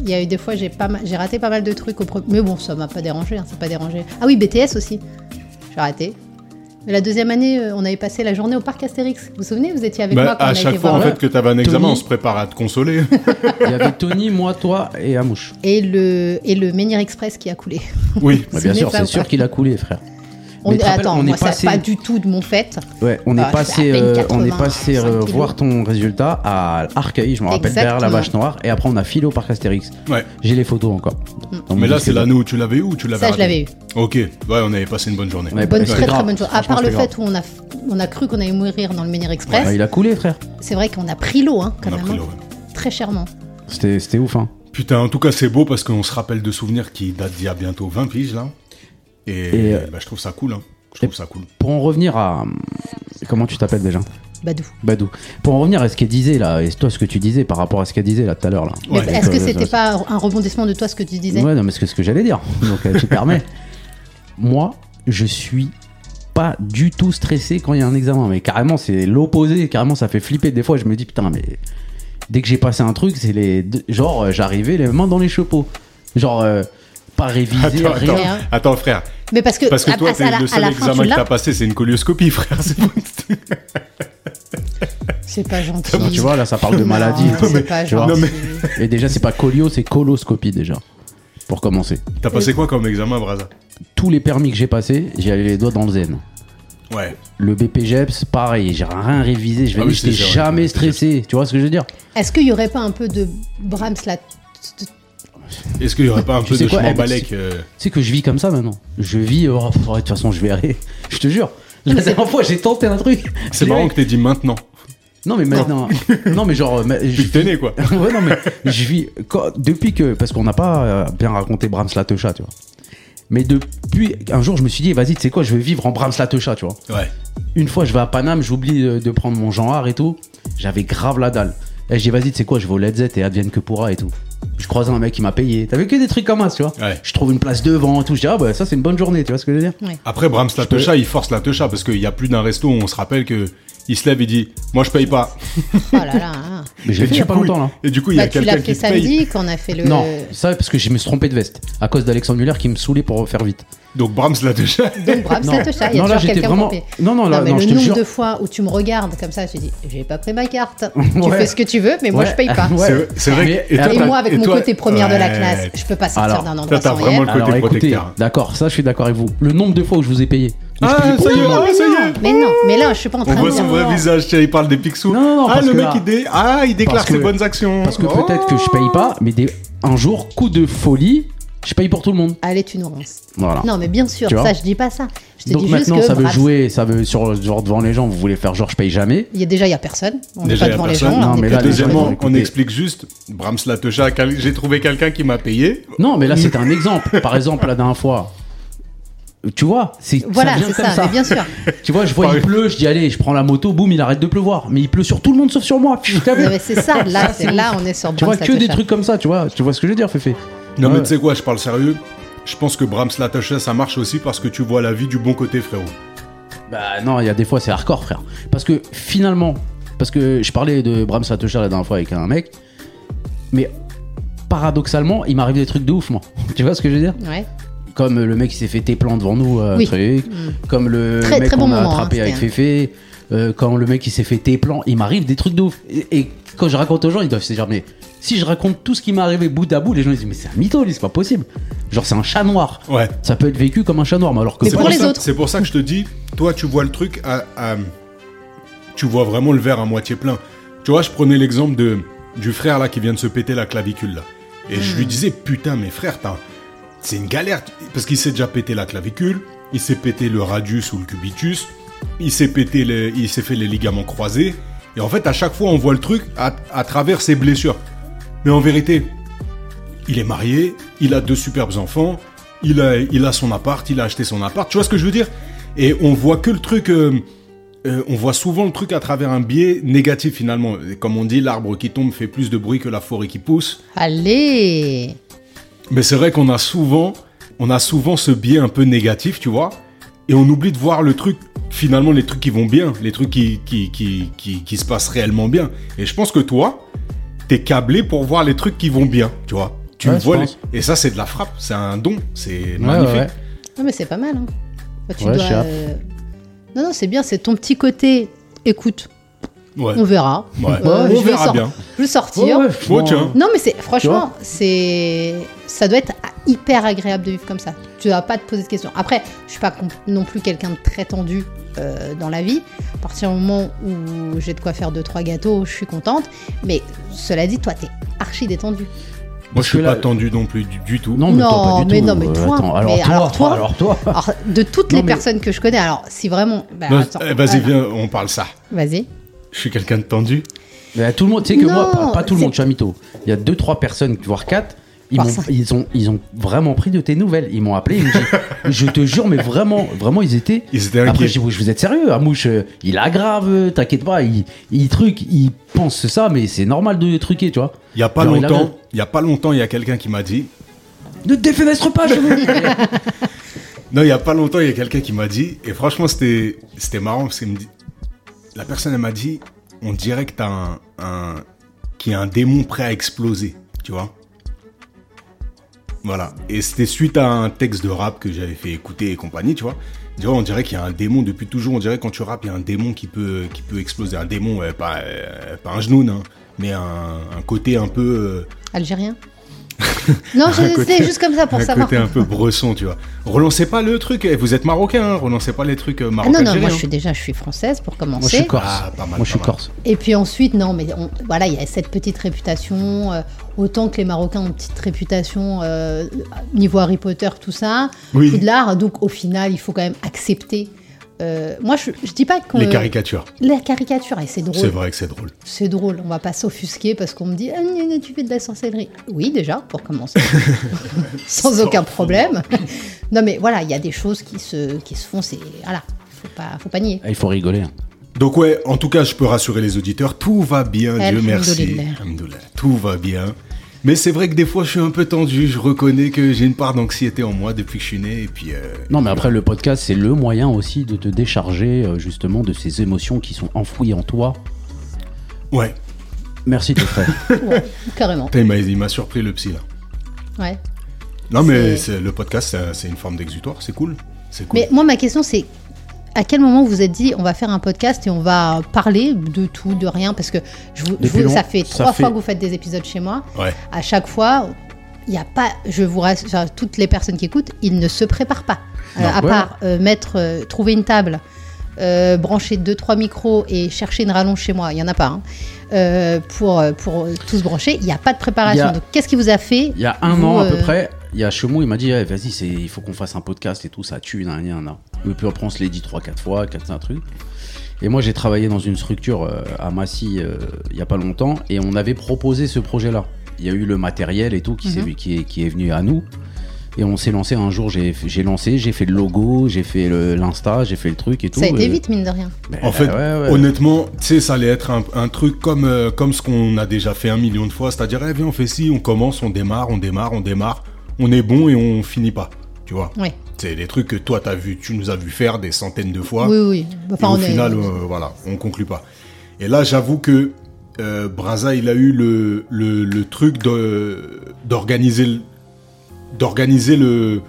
Speaker 4: il y a eu des fois, j'ai pas mal- j'ai raté pas mal de trucs au premier. Mais bon, ça m'a pas dérangé, hein, ça m'a pas dérangé. Ah oui, BTS aussi, j'ai raté. Mais la deuxième année, euh, on avait passé la journée au parc Astérix. Vous vous souvenez Vous étiez avec
Speaker 3: Bah,
Speaker 4: moi quand on
Speaker 3: à
Speaker 4: a
Speaker 3: chaque
Speaker 4: été
Speaker 3: fois,
Speaker 4: voir
Speaker 3: en
Speaker 4: le-
Speaker 3: fait, que t'avais un examen,
Speaker 2: Tony.
Speaker 3: on se prépare à te
Speaker 4: (laughs)
Speaker 3: consoler.
Speaker 2: Il y avait Tony, moi, toi et Amouche.
Speaker 4: Et le, et le Menhir Express qui
Speaker 2: (laughs)
Speaker 4: a coulé.
Speaker 3: oui.
Speaker 2: Ouais,
Speaker 4: Ce
Speaker 2: bien
Speaker 4: n'est
Speaker 2: sûr,
Speaker 4: pas
Speaker 2: c'est
Speaker 4: vrai.
Speaker 2: sûr qu'il a coulé, frère.
Speaker 4: On,
Speaker 2: Mais tu te rappelles,
Speaker 4: attends,
Speaker 2: on est
Speaker 4: moi, ça
Speaker 2: passé-
Speaker 4: pas du tout de mon fait.
Speaker 2: Ouais, on
Speaker 4: Ah,
Speaker 2: est
Speaker 4: je
Speaker 2: passé,
Speaker 4: fais à peine
Speaker 2: euh, on est
Speaker 4: 80,
Speaker 2: passé
Speaker 4: 85
Speaker 2: euh,
Speaker 4: kilos.
Speaker 2: voir ton résultat à Arcueil, je me rappelle, vers la
Speaker 4: Exactement.
Speaker 2: vache noire, et après on a filé au parc Astérix.
Speaker 3: Ouais.
Speaker 2: J'ai les photos encore.
Speaker 4: Mm.
Speaker 2: Dans mon
Speaker 3: Mais là,
Speaker 2: disque
Speaker 3: c'est
Speaker 2: dur.
Speaker 3: l'année où tu l'avais eu ou tu l'avais
Speaker 4: Ça, je
Speaker 3: raté
Speaker 4: l'avais eu.
Speaker 3: Ok, ouais, on avait passé une bonne journée.
Speaker 2: Ouais,
Speaker 4: Bonne,
Speaker 2: bah,
Speaker 4: très
Speaker 2: c'est
Speaker 4: très
Speaker 2: grave.
Speaker 4: bonne chose. À
Speaker 2: Franchement,
Speaker 4: part le
Speaker 2: c'était
Speaker 4: fait où on a, on a cru qu'on allait mourir dans le Menhir Express,
Speaker 2: Bah, il a coulé, frère.
Speaker 4: c'est vrai qu'on a pris l'eau, hein, quand
Speaker 3: On a
Speaker 4: même.
Speaker 3: pris
Speaker 4: hein.
Speaker 3: le rêve.
Speaker 4: Très chèrement.
Speaker 2: C'était c'était ouf, hein.
Speaker 3: Putain, en tout cas, c'est beau parce qu'on se rappelle de souvenirs qui datent d'il y a bientôt 20 piges, là. Et,
Speaker 2: Et, euh,
Speaker 3: bah, je trouve ça cool, hein. Je trouve ça cool.
Speaker 2: Pour en revenir à. Comment tu t'appelles déjà
Speaker 4: Badou.
Speaker 2: Badou. Pour en revenir à ce qu'elle disait là, et toi ce que tu disais par rapport à ce qu'elle disait là tout à l'heure là.
Speaker 4: Mais
Speaker 3: Ouais.
Speaker 4: est-ce que
Speaker 2: Euh,
Speaker 4: c'était
Speaker 2: ça-
Speaker 4: pas un rebondissement de toi ce que tu disais
Speaker 2: Ouais, non, mais c'est ce que j'allais dire. Donc, euh, tu
Speaker 4: (laughs)
Speaker 2: permets. Moi, je suis pas du tout stressé quand il y a un examen. Mais carrément, c'est l'opposé. Carrément, ça fait flipper. Des fois, je me dis, putain, mais dès que j'ai passé un truc, c'est les. deux- Genre, euh, j'arrivais les mains dans les chapeaux. Genre, euh, pas révisé,
Speaker 3: Attends,
Speaker 2: rien.
Speaker 3: attends,
Speaker 4: rien.
Speaker 3: attends, frère.
Speaker 4: Mais parce que,
Speaker 3: Parce que
Speaker 4: à-
Speaker 3: toi,
Speaker 4: à-
Speaker 3: t'es
Speaker 4: à la-
Speaker 3: le
Speaker 4: à
Speaker 3: seul
Speaker 4: la fin,
Speaker 3: examen
Speaker 4: tu
Speaker 3: que t'as
Speaker 4: l'as.
Speaker 3: passé, c'est une colioscopie, frère. C'est pas-
Speaker 4: C'est pas
Speaker 2: (laughs)
Speaker 4: gentil.
Speaker 2: Bon, tu vois, là, ça parle de
Speaker 4: Non,
Speaker 2: maladie. et tout,
Speaker 4: c'est pas
Speaker 2: tu vois.
Speaker 4: gentil.
Speaker 2: Et déjà, c'est pas colio, c'est coloscopie déjà. Pour commencer.
Speaker 3: T'as passé quoi comme examen,
Speaker 2: (laughs)
Speaker 3: Braza
Speaker 2: Tous les permis que j'ai passés, j'ai allé les doigts dans le zen.
Speaker 3: Ouais.
Speaker 2: Le BPGEPS, E pareil, j'ai rien révisé, je vais
Speaker 3: Ah oui,
Speaker 2: dire, j'étais
Speaker 3: c'est vrai,
Speaker 2: jamais
Speaker 3: le BPGEPS.
Speaker 2: stressé, tu vois ce que je veux dire
Speaker 4: Est-ce qu'il y aurait pas un peu de Brahms là
Speaker 3: Est-ce qu'il y aurait pas un
Speaker 2: Tu
Speaker 3: peu
Speaker 2: sais
Speaker 3: de
Speaker 2: quoi,
Speaker 3: chemin
Speaker 2: eh,
Speaker 3: balèque
Speaker 2: tu- Tu sais que je vis comme ça maintenant. Je vis, oh, pff, ouais, de toute façon, je vais aller. (laughs) Je te jure. La dernière fois, j'ai tenté un truc.
Speaker 3: (laughs) C'est
Speaker 2: Je
Speaker 3: marrant
Speaker 2: l'ai-
Speaker 3: que t'aies dit maintenant.
Speaker 2: Non, mais maintenant. (laughs) non, mais genre. mais je-
Speaker 3: Tu t'es né, quoi.
Speaker 2: (laughs) ouais, non, mais je vis. quand- depuis que. Parce qu'on n'a pas euh, bien raconté Brahms la Teucha, tu vois. Mais depuis. Un jour, je me suis dit, vas-y, tu sais quoi, je vais vivre en Brahms la Teucha, tu vois.
Speaker 3: Ouais.
Speaker 2: Une fois, je vais à Paname, j'oublie euh, de prendre mon genre et tout. J'avais grave la dalle. Et j'ai vas-y, tu sais quoi, je vais au Led Z et advienne que pourra et tout. Je croise un mec qui m'a payé. T'avais que des trucs comme ça, tu vois.
Speaker 3: Ouais.
Speaker 2: Je trouve une place devant et tout. Je dis, ah bah ça, c'est une bonne journée, tu vois ce que je veux dire
Speaker 3: Après, Brahms la
Speaker 2: peux-
Speaker 3: Techa, il force la Techa
Speaker 2: Ah.
Speaker 3: parce qu'il y a plus d'un resto où on se rappelle que il se lève et dit Moi, je paye pas.
Speaker 4: Oh là là. hein.
Speaker 2: Mais je l'ai
Speaker 3: Et
Speaker 2: fait il y a
Speaker 3: du
Speaker 2: pas
Speaker 3: coup,
Speaker 2: longtemps là.
Speaker 3: Et du coup, il y
Speaker 4: Bah,
Speaker 3: a
Speaker 4: tu l'as
Speaker 3: quelqu'un
Speaker 4: fait
Speaker 3: qui te paye.
Speaker 4: samedi quand on a fait le.
Speaker 2: Non, ça parce que je me suis trompé de veste à cause d'Alexandre Muller qui me saoulait pour faire vite.
Speaker 3: Donc Brahms l'a
Speaker 4: (laughs)
Speaker 3: déjà.
Speaker 4: Donc bravo,
Speaker 2: non,
Speaker 4: ça te chat. Il y a
Speaker 2: non, là
Speaker 4: toujours
Speaker 2: j'étais
Speaker 4: quelqu'un
Speaker 2: vraiment.
Speaker 4: pour payer.
Speaker 2: Non, non, là,
Speaker 4: non, mais
Speaker 2: non,
Speaker 4: le
Speaker 2: je te
Speaker 4: nombre
Speaker 2: jure.
Speaker 4: de fois où tu me regardes comme ça, je te dis, j'ai pas pris ma carte. Tu
Speaker 2: (laughs) Ouais.
Speaker 4: fais ce que tu veux, mais moi
Speaker 2: Ouais.
Speaker 4: je paye pas.
Speaker 2: (laughs) Ouais.
Speaker 3: C'est- C'est vrai.
Speaker 2: Mais-
Speaker 3: que- toi,
Speaker 2: Et
Speaker 4: Et
Speaker 3: t'as-
Speaker 4: moi, avec
Speaker 3: et
Speaker 4: mon
Speaker 3: toi-
Speaker 4: côté première de la
Speaker 3: Ouais.
Speaker 4: classe, je peux pas
Speaker 2: Alors,
Speaker 4: sortir d'un
Speaker 3: Toi,
Speaker 4: endroit
Speaker 3: t'as
Speaker 4: sans y
Speaker 3: vraiment
Speaker 4: être.
Speaker 3: le côté
Speaker 2: Alors écoutez,
Speaker 3: protecteur.
Speaker 2: d'accord, ça je suis d'accord avec vous. Le nombre de fois où je vous ai payé. Mais je
Speaker 3: Ah,
Speaker 2: peux-
Speaker 3: ça y est,
Speaker 4: Non,
Speaker 3: ah,
Speaker 4: mais
Speaker 3: ça y
Speaker 4: non,
Speaker 3: est.
Speaker 4: Mais non, mais là, je suis pas en
Speaker 3: On
Speaker 4: train de
Speaker 3: voit son
Speaker 4: dire.
Speaker 3: vrai
Speaker 2: non.
Speaker 3: visage, tiens, il parle des pixous.
Speaker 2: Non, non, non,
Speaker 3: ah,
Speaker 2: parce
Speaker 3: le
Speaker 2: que
Speaker 3: mec,
Speaker 2: là-
Speaker 3: il, dé- ah, il déclare
Speaker 2: parce
Speaker 3: ses
Speaker 2: que-
Speaker 3: bonnes actions.
Speaker 2: Parce que
Speaker 3: Oh.
Speaker 2: peut-être que je paye pas, mais des... un jour, coup de folie, je paye pour tout le monde.
Speaker 4: Allez, tu nous rinces.
Speaker 2: Voilà.
Speaker 4: Non, mais bien sûr,
Speaker 2: Tu vois
Speaker 4: ça, je dis pas ça. Je te
Speaker 2: Donc
Speaker 4: dis juste
Speaker 2: maintenant,
Speaker 4: que
Speaker 2: ça veut
Speaker 4: bravo,
Speaker 2: jouer, ça veut sur genre devant les gens, vous voulez faire genre je paye jamais.
Speaker 4: Il y a déjà, il y a personne. On n'est
Speaker 3: Déjà,
Speaker 4: pas
Speaker 3: il y a
Speaker 4: devant les
Speaker 3: personne.
Speaker 4: gens. là,
Speaker 2: Non,
Speaker 4: on est
Speaker 2: mais
Speaker 4: pas
Speaker 2: là,
Speaker 4: devant les
Speaker 2: déjà,
Speaker 4: gens.
Speaker 2: non.
Speaker 3: Deuxièmement, on
Speaker 2: Écoutez.
Speaker 3: explique juste Brahms Latocha, quel- j'ai trouvé quelqu'un qui m'a payé.
Speaker 2: Non, mais là c'est un
Speaker 4: (laughs)
Speaker 2: exemple. Par exemple, la dernière fois, tu vois, c'est
Speaker 4: Voilà,
Speaker 2: vient
Speaker 4: c'est
Speaker 2: comme
Speaker 4: ça, mais bien sûr.
Speaker 2: (laughs) Tu vois, je vois il pleut, je dis allez, je prends la moto, boum, il arrête de pleuvoir. Mais il pleut sur tout le monde sauf sur moi. Putain,
Speaker 4: (laughs) Non, mais c'est ça, là, c'est- là, on est sur
Speaker 2: tu vois
Speaker 4: Brahms
Speaker 2: que des
Speaker 4: Latocha.
Speaker 2: trucs comme ça, tu vois. Tu vois ce que je veux dire, Féfé
Speaker 3: Non,
Speaker 2: Ouais.
Speaker 3: mais tu sais quoi, je parle sérieux. Je pense que Brahms Latocha, ça marche aussi parce que tu vois la vie du bon côté, frérot.
Speaker 2: Bah non, il y a des fois c'est hardcore, frère. Parce que finalement, parce que je parlais de Bram Satosha la dernière fois avec un mec, mais paradoxalement, il m'arrive des trucs de ouf, moi. (laughs) tu vois ce que je veux dire
Speaker 4: Ouais.
Speaker 2: Comme le mec qui s'est fait tes plans devant nous, euh,
Speaker 4: Oui. Mm.
Speaker 2: truc. Comme le
Speaker 4: Très,
Speaker 2: mec
Speaker 4: très
Speaker 2: qu'on
Speaker 4: bon
Speaker 2: a
Speaker 4: moment,
Speaker 2: attrapé
Speaker 4: hein,
Speaker 2: avec
Speaker 4: c'était
Speaker 2: Féfé. euh, quand le mec qui s'est fait tes plans, il m'arrive des trucs de ouf. Et, et quand je raconte aux gens, ils doivent se dire, mais si je raconte tout ce qui m'est arrivé bout à bout, les gens ils disent, mais c'est un mytho, lui, c'est pas possible. Genre, c'est un chat noir.
Speaker 3: Ouais.
Speaker 2: Ça peut être vécu comme un chat noir, mais alors que
Speaker 4: Mais
Speaker 2: pas
Speaker 4: pour
Speaker 2: du
Speaker 4: les
Speaker 3: ça,
Speaker 4: autres.
Speaker 3: C'est pour ça que je te dis, toi, tu vois le truc à, à- Tu vois vraiment le verre à moitié plein. Tu vois, je prenais l'exemple de du frère là qui vient de se péter la clavicule là. Et je lui
Speaker 4: Hmm.
Speaker 3: disais, putain, mais frère, t'as- c'est une galère. Parce qu'il s'est déjà pété la clavicule, il s'est pété le radius ou le cubitus, il s'est pété les- il s'est fait les ligaments croisés. Et en fait, à chaque fois, on voit le truc à, à travers ses blessures. Mais en vérité, il est marié, il a deux superbes enfants, il a, il a son appart, il a acheté son appart. Tu vois ce que je veux dire Et on voit que le truc. euh, euh, on voit souvent le truc à travers un biais négatif finalement. Et Comme on dit, l'arbre qui tombe fait plus de bruit que la forêt qui pousse.
Speaker 4: Allez.
Speaker 3: Mais c'est vrai qu'on a souvent, on a souvent ce biais un peu négatif, tu vois. Et on oublie de voir le truc, finalement, les trucs qui vont bien, les trucs qui, qui, qui, qui, qui se passent réellement bien. Et je pense que toi, t'es câblé pour voir les trucs qui vont bien, tu vois. Tu
Speaker 2: Ouais, je
Speaker 3: vois les-
Speaker 2: pense.
Speaker 3: Et ça, c'est de la frappe, c'est un don, c'est
Speaker 2: Ouais,
Speaker 3: magnifique.
Speaker 2: ouais.
Speaker 4: Non, mais c'est pas mal. Hein. Bah, tu
Speaker 2: Ouais,
Speaker 4: dois,
Speaker 2: je suis up.
Speaker 4: euh, Non, non, c'est bien, c'est ton petit côté. Écoute,
Speaker 3: Ouais.
Speaker 4: on verra.
Speaker 3: Ouais.
Speaker 4: Euh,
Speaker 3: On
Speaker 4: je vais
Speaker 3: verra
Speaker 4: sor-
Speaker 3: bien.
Speaker 4: Je vais
Speaker 2: Ouais,
Speaker 4: sortir.
Speaker 2: ouais,
Speaker 3: Bon, tiens.
Speaker 4: Non, mais c'est
Speaker 2: vois
Speaker 4: franchement, c'est ça doit être hyper agréable de vivre comme ça. Tu dois pas te poser de questions. Après, je suis pas com- non plus quelqu'un de très tendu euh, dans la vie. À partir du moment où j'ai de quoi faire deux trois gâteaux, je suis contente. Mais cela dit, toi, t'es archi
Speaker 3: (laughs)
Speaker 4: détendu.
Speaker 3: Moi,
Speaker 2: Parce
Speaker 3: je suis
Speaker 2: que
Speaker 3: pas
Speaker 2: là-
Speaker 3: tendu non plus du, du tout.
Speaker 2: Non, mais, toi, pas
Speaker 4: Non,
Speaker 2: du
Speaker 4: mais
Speaker 2: tout.
Speaker 4: non, mais
Speaker 2: Euh,
Speaker 4: toi,
Speaker 2: attends,
Speaker 4: mais
Speaker 2: alors, toi,
Speaker 4: alors toi. Ah,
Speaker 2: alors toi.
Speaker 4: Alors, de toutes
Speaker 2: Non,
Speaker 4: les
Speaker 2: mais-
Speaker 4: personnes que je connais, alors si vraiment, bah,
Speaker 3: Non,
Speaker 4: attends,
Speaker 3: eh, Vas-y,
Speaker 4: voilà.
Speaker 3: viens, on parle ça.
Speaker 4: vas-y.
Speaker 3: Je suis quelqu'un de tendu.
Speaker 2: Mais tout le monde, tu sais que
Speaker 4: Non,
Speaker 2: moi, pas, pas tout le
Speaker 4: c'est-
Speaker 2: monde, je suis un mytho. Il y a deux, trois personnes, voire quatre. Ils,
Speaker 4: Par
Speaker 2: m'ont-
Speaker 4: ça.
Speaker 2: ils, ont, ils ont vraiment pris de tes nouvelles. Ils m'ont appelé. Ils m'ont dit, je te jure, mais vraiment, vraiment, ils étaient.
Speaker 3: Ils étaient
Speaker 2: Après,
Speaker 3: inquiets.
Speaker 2: je dis, oui, je vous êtes sérieux, Amouche, euh, il aggrave, euh, t'inquiète pas, il, il truc, il pense ça, mais c'est normal de truquer, tu vois.
Speaker 3: Il y a pas
Speaker 2: Genre, il a
Speaker 3: longtemps, il y a pas longtemps, il y a quelqu'un qui m'a dit.
Speaker 2: Ne te défenestre pas, je
Speaker 4: (laughs)
Speaker 2: vous dis.
Speaker 3: Non, il y a pas longtemps, il y a quelqu'un qui m'a dit. Et franchement, c'était c'était marrant parce qu'il me dit. La personne elle m'a dit, on dirait que t'as un, un qui a un démon prêt à exploser, tu vois. Voilà. Et c'était suite à un texte de rap que j'avais fait écouter et compagnie, tu vois. Tu vois, on dirait qu'il y a un démon depuis toujours. On dirait que quand tu rappes, il y a un démon qui peut, qui peut exploser. Un démon, euh, pas, euh, pas un genou, hein, mais un, un côté un peu. euh, (laughs)
Speaker 4: Algérien. non,
Speaker 3: Un
Speaker 4: je-
Speaker 3: côté-
Speaker 4: c'est juste comme ça pour
Speaker 3: un
Speaker 4: savoir.
Speaker 3: côté un peu bresson, tu vois. Relancez pas le truc. eh, Vous êtes marocain, hein, relancez pas les trucs euh,
Speaker 4: Ah
Speaker 3: marocains.
Speaker 4: non, non, moi
Speaker 3: algériens.
Speaker 4: je suis déjà, je suis française pour commencer.
Speaker 2: Moi, je suis corse.
Speaker 3: Ah, pas mal,
Speaker 2: moi, je suis
Speaker 3: pas mal.
Speaker 2: corse.
Speaker 4: Et puis ensuite, non, mais on- voilà, il y a cette petite réputation. euh, autant que les Marocains ont une petite réputation euh, niveau Harry Potter, tout ça,
Speaker 3: Oui.
Speaker 4: Poudlard. Donc au final, il faut quand même accepter. euh, moi, je, je dis pas qu'on.
Speaker 3: Les caricatures.
Speaker 4: La caricature, et
Speaker 3: C'est
Speaker 4: c'est drôle.
Speaker 3: vrai que c'est drôle.
Speaker 4: C'est drôle. On va pas s'offusquer parce qu'on me dit Ah, gna, gna, tu fais de la sorcellerie. Oui, déjà
Speaker 3: (laughs)
Speaker 4: pour commencer, sans aucun problème. non, mais voilà, il y a des choses qui se qui se font. C'est voilà, faut pas faut pas nier.
Speaker 2: Ah, il faut rigoler. hein.
Speaker 3: Donc ouais, en tout cas, je peux rassurer les auditeurs, tout va bien, Dieu merci.
Speaker 4: Alhamdoulilah.
Speaker 3: Alhamdoulilah, Tout va bien. Mais c'est vrai que des fois, je suis un peu tendu. Je reconnais que j'ai une part d'anxiété en moi depuis que je suis né. Et puis, euh,
Speaker 2: Non, mais après, le podcast, c'est le moyen aussi de te décharger, euh, justement, de ces émotions qui sont enfouies en toi.
Speaker 3: ouais.
Speaker 2: Merci tes frères.
Speaker 4: Ouais, carrément.
Speaker 3: Putain, il m'a- il m'a surpris le psy là.
Speaker 4: Ouais.
Speaker 3: Non mais
Speaker 4: C'est-
Speaker 3: c'est- le podcast c'est un- c'est une forme d'exutoire, c'est cool. C'est cool.
Speaker 4: Mais moi, ma question, c'est à quel moment vous vous êtes dit on va faire un podcast et on va parler de tout, de rien Parce que je vous, je
Speaker 2: Depuis
Speaker 4: vous- ça
Speaker 2: longtemps,
Speaker 4: fait
Speaker 2: ça
Speaker 4: trois
Speaker 2: fait-
Speaker 4: fois que vous faites des épisodes chez moi.
Speaker 3: Ouais.
Speaker 4: À chaque fois, il n'y a pas. Je vous rassure, enfin, toutes les personnes qui écoutent, ils ne se préparent pas. Euh,
Speaker 2: Non,
Speaker 4: à
Speaker 2: ouais.
Speaker 4: part euh, mettre, euh, trouver une table, euh, brancher deux trois micros et chercher une rallonge chez moi, il y en a pas. hein. Euh, pour euh, pour euh, tout se brancher, il n'y a pas de préparation.
Speaker 2: Il y a-
Speaker 4: Donc qu'est-ce qui vous a fait
Speaker 2: Il y a un
Speaker 4: Vous,
Speaker 2: an à peu
Speaker 4: euh,
Speaker 2: près, il y a Chemou, il m'a dit Eh, vas-y, c'est- il faut qu'on fasse un podcast et tout, ça tue, nan, nan, nan. Et puis après, on se l'est dit 3-4 fois, 4 un truc. Et moi, j'ai travaillé dans une structure euh, à Massy euh, il y a pas longtemps et on avait proposé ce projet-là. Il y a eu le matériel et tout qui,
Speaker 4: Mhm.
Speaker 2: s'est- qui est, qui est venu à nous. Et on s'est lancé un jour, j'ai j'ai lancé, j'ai fait le logo, j'ai fait le- l'Insta, j'ai fait le truc et tout.
Speaker 4: Ça a été
Speaker 2: euh,
Speaker 4: vite mine de rien.
Speaker 2: ben,
Speaker 3: En fait,
Speaker 2: ouais, ouais.
Speaker 3: honnêtement, tu sais, ça allait être un, un truc comme, euh, comme ce qu'on a déjà fait un million de fois, c'est-à-dire, eh, viens, on fait ci, on commence, on démarre, on démarre, on démarre, on est bon et on finit pas, tu vois.
Speaker 4: Ouais.
Speaker 3: C'est des trucs que toi, t'as vu, tu nous as vu faire des centaines de fois.
Speaker 4: Oui oui. Enfin,
Speaker 3: et au
Speaker 4: on est-
Speaker 3: final, euh, voilà, on conclut pas. Et là, j'avoue que euh, Braza, il a eu le, le, le truc de- d'organiser le- d'organiser le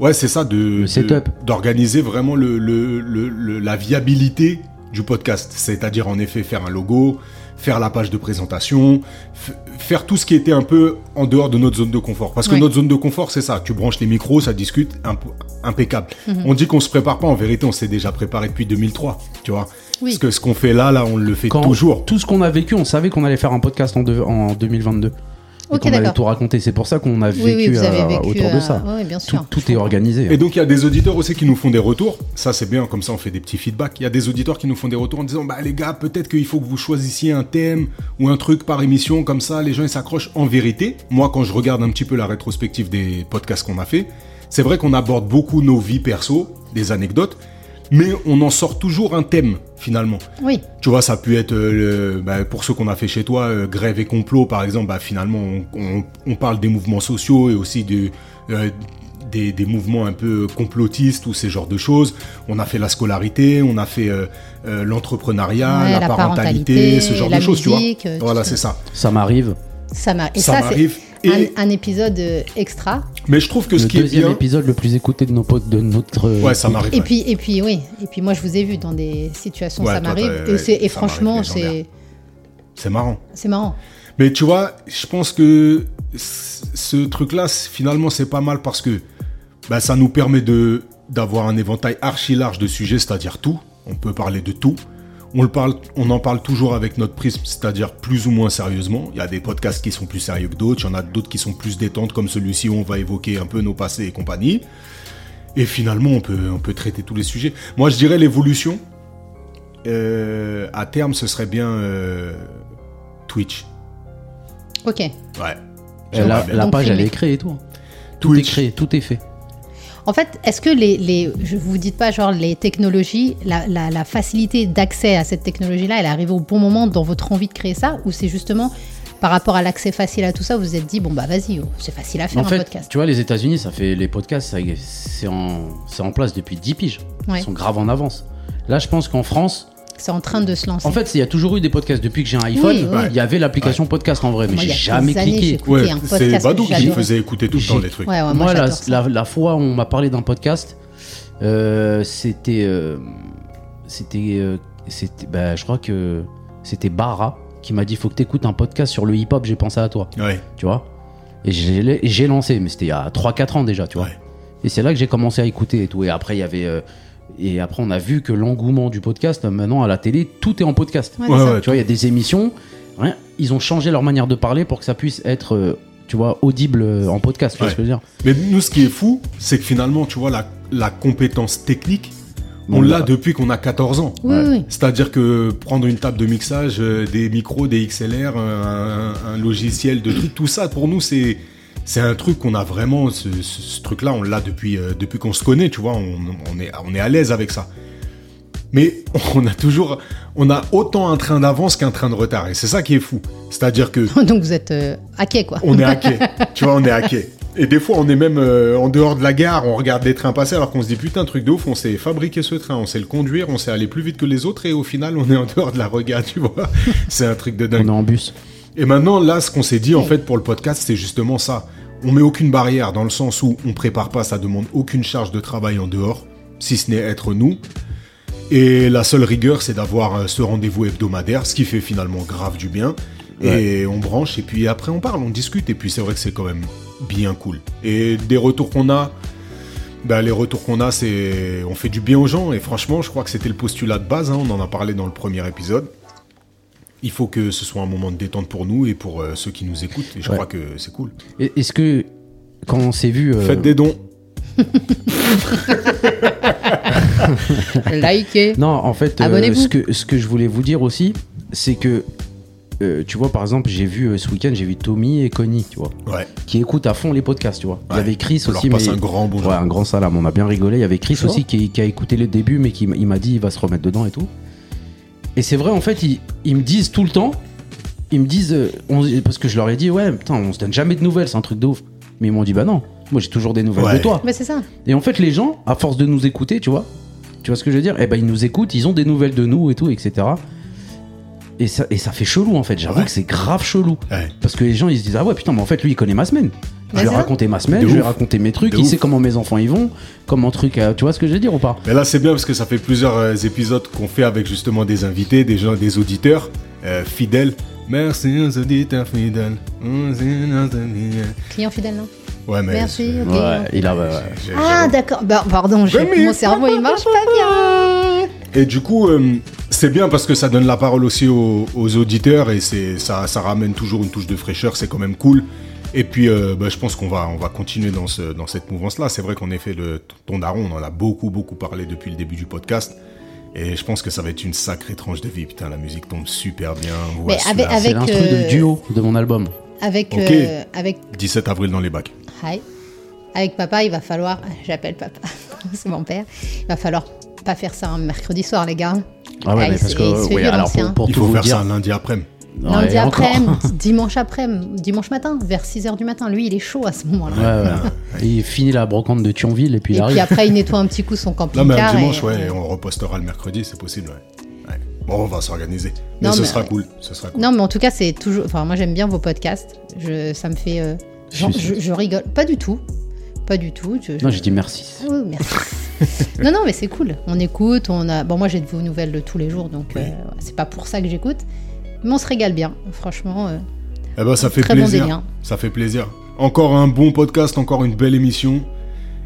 Speaker 3: ouais c'est ça de de-
Speaker 2: setup.
Speaker 3: d'organiser vraiment le, le- le- le- la viabilité du podcast c'est-à-dire en effet faire un logo faire la page de présentation f- faire tout ce qui était un peu en dehors de notre zone de confort parce que
Speaker 4: Ouais.
Speaker 3: notre zone de confort c'est ça tu branches les micros ça discute imp- impeccable
Speaker 4: Mhm.
Speaker 3: on dit qu'on se prépare pas en vérité on s'est déjà préparé depuis 2003 tu vois
Speaker 4: Oui.
Speaker 3: parce que ce qu'on fait là là on le fait
Speaker 2: Quand-
Speaker 3: toujours
Speaker 2: Tout ce qu'on a vécu, on savait qu'on allait faire un podcast en, deux- en 2022. Et
Speaker 4: Ok,
Speaker 2: qu'on allait
Speaker 4: d'accord.
Speaker 2: tout raconter. C'est pour ça qu'on a vécu,
Speaker 4: oui oui vous avez
Speaker 2: euh,
Speaker 4: vécu
Speaker 2: autour
Speaker 4: euh,
Speaker 2: de ça.
Speaker 4: ouais, bien
Speaker 2: Tout,
Speaker 4: sûr.
Speaker 2: tout est organisé. hein.
Speaker 3: Et donc il y a des auditeurs aussi qui nous font des retours, ça c'est bien, comme ça on fait des petits feedbacks. Il y a des auditeurs qui nous font des retours en disant bah les gars peut-être qu'il faut que vous choisissiez un thème ou un truc par émission, comme ça les gens ils s'accrochent. En vérité, moi quand je regarde un petit peu la rétrospective des podcasts qu'on a fait, c'est vrai qu'on aborde beaucoup nos vies perso, des anecdotes, mais on en sort toujours un thème finalement.
Speaker 4: Oui.
Speaker 3: Tu vois, ça a pu être, euh, le- bah, pour ceux qu'on a fait chez toi, euh, grève et complot, par exemple, bah, finalement, on, on- on parle des mouvements sociaux et aussi du, euh, des, des mouvements un peu complotistes ou ces genres de choses. On a fait la scolarité, on a fait euh, euh, l'entrepreneuriat,
Speaker 4: Ouais,
Speaker 3: la,
Speaker 4: la
Speaker 3: parentalité,
Speaker 4: parentalité,
Speaker 3: ce genre
Speaker 4: la
Speaker 3: de choses, tu vois.
Speaker 4: musique, euh, tout
Speaker 3: voilà,
Speaker 4: ça.
Speaker 3: c'est ça.
Speaker 2: Ça m'arrive.
Speaker 4: Ça m'a. Et
Speaker 3: Ça
Speaker 4: ça,
Speaker 3: m'arrive.
Speaker 4: c'est un,
Speaker 3: Et-
Speaker 4: un épisode euh, extra.
Speaker 3: Mais je trouve que ce
Speaker 2: Le
Speaker 3: qui est
Speaker 2: deuxième
Speaker 3: bien.
Speaker 2: épisode le plus écouté de nos potes de notre.
Speaker 3: Ouais, ça m'arrive.
Speaker 4: Et
Speaker 3: ouais.
Speaker 4: puis, et puis, oui. Et puis, moi, je vous ai vu dans des situations,
Speaker 3: Ouais,
Speaker 4: ça
Speaker 3: toi,
Speaker 4: m'arrive.
Speaker 3: t'as-
Speaker 4: Et,
Speaker 3: ouais,
Speaker 4: c'est- et
Speaker 3: ça m'arrive
Speaker 4: franchement,
Speaker 3: légendaire.
Speaker 4: c'est
Speaker 3: C'est marrant.
Speaker 4: c'est marrant.
Speaker 3: Mais tu vois, je pense que c- ce truc-là, c- finalement, c'est pas mal parce que bah, ça nous permet de d'avoir un éventail archi large de sujets, c'est-à-dire tout. On peut parler de tout. On, le parle, on en parle toujours avec notre prisme, c'est-à-dire plus ou moins sérieusement. Il y a des podcasts qui sont plus sérieux que d'autres, il y en a d'autres qui sont plus détentes, comme celui-ci où on va évoquer un peu nos passés et compagnie. Et finalement, on peut, on peut traiter tous les sujets. Moi, je dirais l'évolution. euh, à terme, ce serait bien euh, Twitch.
Speaker 4: Ok.
Speaker 3: Ouais.
Speaker 2: Et la,
Speaker 3: J'aimerais
Speaker 2: la
Speaker 4: Donc,
Speaker 2: page, elle
Speaker 4: filmé.
Speaker 2: est créée et tout. hein. Tout
Speaker 3: Twitch.
Speaker 2: est créé, tout est fait.
Speaker 4: En fait, est-ce que les, les. Je vous dis pas, genre, les technologies, la, la- la facilité d'accès à cette technologie-là, elle est arrivée au bon moment dans votre envie de créer ça Ou c'est justement par rapport à l'accès facile à tout ça, vous vous êtes dit, bon, bah, vas-y, oh, c'est facile à faire
Speaker 2: En
Speaker 4: un
Speaker 2: fait,
Speaker 4: podcast.
Speaker 2: tu vois, les États-Unis, ça fait les podcasts, ça- c'est en, c'est en place depuis 10 piges.
Speaker 4: Ouais.
Speaker 2: Ils sont grave en avance. Là, je pense qu'en France,
Speaker 4: C'est en train de se lancer.
Speaker 2: en fait, il y a toujours eu des podcasts. Depuis que j'ai un iPhone,
Speaker 4: Oui,
Speaker 3: oui.
Speaker 2: il y avait l'application podcast en vrai, mais
Speaker 4: Moi, il y
Speaker 2: j'ai
Speaker 4: a
Speaker 2: jamais
Speaker 4: des années,
Speaker 2: cliqué.
Speaker 4: j'ai-
Speaker 3: Ouais,
Speaker 4: Écoutez, un
Speaker 3: c'est
Speaker 4: podcast
Speaker 3: Badou
Speaker 4: que
Speaker 3: qui me
Speaker 4: j'adore.
Speaker 3: faisait écouter tout le temps
Speaker 2: J'ai-
Speaker 3: les trucs.
Speaker 4: Ah ouais, ouais, moi,
Speaker 2: moi, la,
Speaker 4: j'adore ça.
Speaker 2: la- la fois où on m'a parlé d'un podcast, euh, c'était. euh, c'était. euh, c'était- bah, je crois que c'était Barra qui m'a dit faut que t'écoutes un podcast sur le hip-hop, j'ai pensé à toi.
Speaker 3: Ouais.
Speaker 2: Tu vois Et j'ai et j'ai lancé, mais c'était il y a 3-4 ans déjà, tu vois.
Speaker 3: Ouais.
Speaker 2: Et c'est là que j'ai commencé à écouter et tout. Et après, il y avait. euh, et après, on a vu que l'engouement du podcast, euh, maintenant à la télé, tout est en podcast.
Speaker 4: Ouais,
Speaker 3: Ouais,
Speaker 4: c'est ça.
Speaker 3: ouais.
Speaker 2: Tu vois, il y a des émissions, rien, ils ont changé leur manière de parler pour que ça puisse être, euh, tu vois, audible euh, en podcast, tu vois
Speaker 3: Ouais.
Speaker 2: ce que je veux dire
Speaker 3: Mais nous, ce qui est fou, c'est que finalement, tu vois, la, la compétence technique, on
Speaker 2: Bon,
Speaker 3: l'a
Speaker 2: bah.
Speaker 3: depuis qu'on a 14 ans.
Speaker 4: Oui,
Speaker 2: Ouais.
Speaker 4: oui. (laughs)
Speaker 3: C'est-à-dire que prendre une table de mixage, euh, des micros, des XLR, un, euh, un logiciel de trucs, tout ça, pour nous, c'est. C'est un truc qu'on a vraiment, ce, ce- ce truc-là, on l'a depuis, euh, depuis qu'on se connaît, tu vois, on, on est, on est à l'aise avec ça. Mais (laughs) on a toujours, on a autant un train d'avance qu'un train de retard, et c'est ça qui est fou. C'est-à-dire que
Speaker 4: Donc, vous êtes euh, hacké, quoi.
Speaker 3: on est hacké. tu vois, on est hacké. Et des fois, on est même euh, en dehors de la gare, on regarde des trains passer alors qu'on se dit putain, truc de ouf, on sait fabriquer ce train, on sait le conduire, on sait aller plus vite que les autres et au final, on est en dehors de la regard, tu vois. (laughs) C'est un truc de
Speaker 2: On
Speaker 3: dingue.
Speaker 2: est en bus.
Speaker 3: Et maintenant, là, ce qu'on s'est dit en fait pour le podcast, c'est justement ça. On met aucune barrière dans le sens où on prépare pas, ça demande aucune charge de travail en dehors, si ce n'est être nous. Et la seule rigueur, c'est d'avoir euh, ce rendez-vous hebdomadaire, ce qui fait finalement grave du bien. Et on branche, et puis après on parle, on discute, et puis c'est vrai que c'est quand même bien cool. Et des retours qu'on a, bah, les retours qu'on a, c'est on fait du bien aux gens, et franchement, je crois que c'était le postulat de base, hein, on en a parlé dans le premier épisode. Il faut que ce soit un moment de détente pour nous et pour euh, ceux qui nous écoutent, et je
Speaker 2: Ouais.
Speaker 3: crois que c'est cool.
Speaker 2: Et- Est-ce que quand on s'est vu. euh,
Speaker 3: Faites des dons.
Speaker 4: (laughs) Likez.
Speaker 2: Non, en fait, euh,
Speaker 4: Abonnez-vous.
Speaker 2: ce, que, ce que je voulais vous dire aussi, c'est que. euh, tu vois, par exemple, j'ai vu euh, ce week-end, j'ai vu Tommy et Connie, tu vois,
Speaker 3: Ouais.
Speaker 2: qui écoutent à fond les podcasts, tu vois. Il y
Speaker 3: Ouais.
Speaker 2: avait Chris
Speaker 3: On leur
Speaker 2: aussi,
Speaker 3: passe
Speaker 2: mais
Speaker 3: un grand bonjour.
Speaker 2: Ouais, un grand salam, on a bien rigolé. Il y avait Chris
Speaker 4: Bonjour.
Speaker 2: aussi qui, qui a écouté les débuts, mais qui m- il m'a dit il va se remettre dedans et tout. Et c'est vrai, en fait, ils, ils me disent tout le temps, ils me disent, euh, on- parce que je leur ai dit, ouais, putain, on se donne jamais de nouvelles, c'est un truc de ouf. Mais ils m'ont dit, bah non, moi j'ai toujours des nouvelles
Speaker 3: Ouais.
Speaker 2: de toi.
Speaker 4: Mais Bah, c'est ça.
Speaker 2: Et en fait, les gens, à force de nous écouter, tu vois, tu vois ce que je veux dire Eh ben, ils nous écoutent, ils ont des nouvelles de nous et tout, etc. Et ça, et ça fait chelou en fait, j'avoue
Speaker 3: Ouais.
Speaker 2: que c'est grave chelou.
Speaker 3: Ouais.
Speaker 2: Parce que les gens ils se disent Ah ouais, putain, mais en fait lui il connaît ma semaine. Je
Speaker 4: Mais
Speaker 2: lui ai
Speaker 4: c'est ça.
Speaker 2: raconté ma semaine,
Speaker 3: De
Speaker 2: je lui ai
Speaker 3: ouf.
Speaker 2: raconté mes trucs,
Speaker 3: De
Speaker 2: il
Speaker 3: ouf.
Speaker 2: sait comment mes enfants ils vont, comment truc. euh, Tu vois ce que je veux dire ou pas
Speaker 3: Mais Ben là, c'est bien parce que ça fait plusieurs euh, épisodes qu'on fait avec justement des invités, des gens, des auditeurs euh, fidèles. Merci aux auditeurs fidèles. Merci aux auditeurs.
Speaker 4: Client fidèle, non
Speaker 3: hein. Ouais, mais.
Speaker 4: Merci. ok.
Speaker 2: il a. ouais, ouais.
Speaker 3: J'ai- j'ai-
Speaker 4: Ah, d'accord. Bah, pardon, j'ai-
Speaker 3: Mais-
Speaker 4: mon cerveau il marche pas bien.
Speaker 3: Et du coup, euh, c'est bien parce que ça donne la parole aussi aux, aux auditeurs et c'est ça, ça ramène toujours une touche de fraîcheur, c'est quand même cool. Et puis, euh, bah, je pense qu'on va, on va continuer dans, ce, dans cette mouvance-là. C'est vrai qu'en effet, le ton daron, on en a beaucoup, beaucoup parlé depuis le début du podcast. Et je pense que ça va être une sacrée tranche de vie. Putain, la musique tombe super bien. on voit
Speaker 4: Mais avec-
Speaker 3: cela.
Speaker 2: C'est
Speaker 4: Avec,
Speaker 2: l'instru
Speaker 4: euh,
Speaker 2: de duo de mon album.
Speaker 4: Avec,
Speaker 3: Ok.
Speaker 4: euh, avec
Speaker 3: 17 avril dans les bacs.
Speaker 4: Hi. Avec papa, il va falloir. (laughs) J'appelle papa, c'est mon père. Il va falloir pas faire ça un mercredi soir, les gars.
Speaker 2: Ah ouais,
Speaker 4: Ah,
Speaker 2: mais
Speaker 4: il
Speaker 2: parce
Speaker 4: se-
Speaker 2: que.
Speaker 4: il se fait
Speaker 2: ouais, alors
Speaker 4: violence,
Speaker 2: pour,
Speaker 4: hein.
Speaker 2: pour
Speaker 3: Il
Speaker 2: tout
Speaker 3: faut
Speaker 2: vous
Speaker 3: faire
Speaker 2: dire.
Speaker 3: ça un lundi après-midi.
Speaker 4: Lundi
Speaker 2: Ouais, encore.
Speaker 4: après-midi, dimanche après-midi, dimanche matin, vers 6h du matin. Lui, il est chaud à ce moment-là.
Speaker 2: (laughs) Ouais, ouais. Il finit la brocante de Thionville et puis il
Speaker 4: Et puis
Speaker 2: arrive.
Speaker 4: après, il nettoie un petit coup son
Speaker 3: Non, mais un
Speaker 4: camping-car.
Speaker 3: dimanche,
Speaker 4: et-
Speaker 3: ouais, et on repostera le mercredi, c'est possible, ouais. Ouais. Bon, on va s'organiser. Mais
Speaker 4: Non,
Speaker 3: ce
Speaker 4: mais-
Speaker 3: sera cool. Ce sera cool.
Speaker 4: Non, mais en tout cas, c'est toujours. Enfin, moi, j'aime bien vos podcasts. Je... Ça me fait. euh, genre,
Speaker 2: Je suis
Speaker 4: je, je rigole. Pas du tout. Pas du tout. Je-
Speaker 2: Non,
Speaker 4: je-
Speaker 2: j'ai dit merci.
Speaker 4: (laughs) Ah oui, merci. non, non, mais c'est cool. On écoute, on a. Bon, moi, j'ai de vos nouvelles de tous les jours, donc euh, c'est pas pour ça que j'écoute. Mais on se régale bien, franchement. euh,
Speaker 3: Eh ben, ça fait
Speaker 4: Très bon
Speaker 3: plaisir.
Speaker 4: délire.
Speaker 3: ça fait plaisir. Encore un bon podcast, encore une belle émission.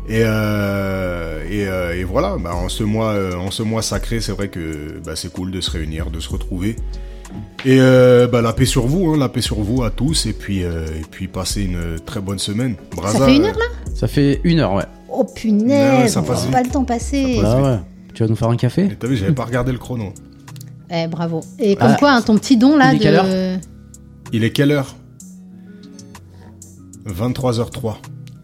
Speaker 3: Et, euh, et, euh, et voilà, bah, en, ce mois, euh, en ce mois sacré, c'est vrai que bah, c'est cool de se réunir, de se retrouver. Et euh, bah, la paix sur vous, hein, la paix sur vous à tous. Et puis, euh, et puis passez une très bonne semaine. Braza,
Speaker 4: Ça fait une heure,
Speaker 3: euh,
Speaker 4: là
Speaker 2: Ça fait une heure, ouais.
Speaker 4: Oh
Speaker 3: Ouais, ouais,
Speaker 4: punaise,
Speaker 3: ça
Speaker 4: on voit
Speaker 3: passe vite.
Speaker 4: pas le temps passer.
Speaker 2: Ah ouais. Tu vas nous faire un café
Speaker 3: T'as vu, j'avais pas regardé le chrono.
Speaker 4: Eh, bravo. Et comme
Speaker 2: Ah.
Speaker 4: quoi, hein, ton petit don là
Speaker 2: Il est quelle
Speaker 4: de.
Speaker 3: Il est quelle heure 23h03.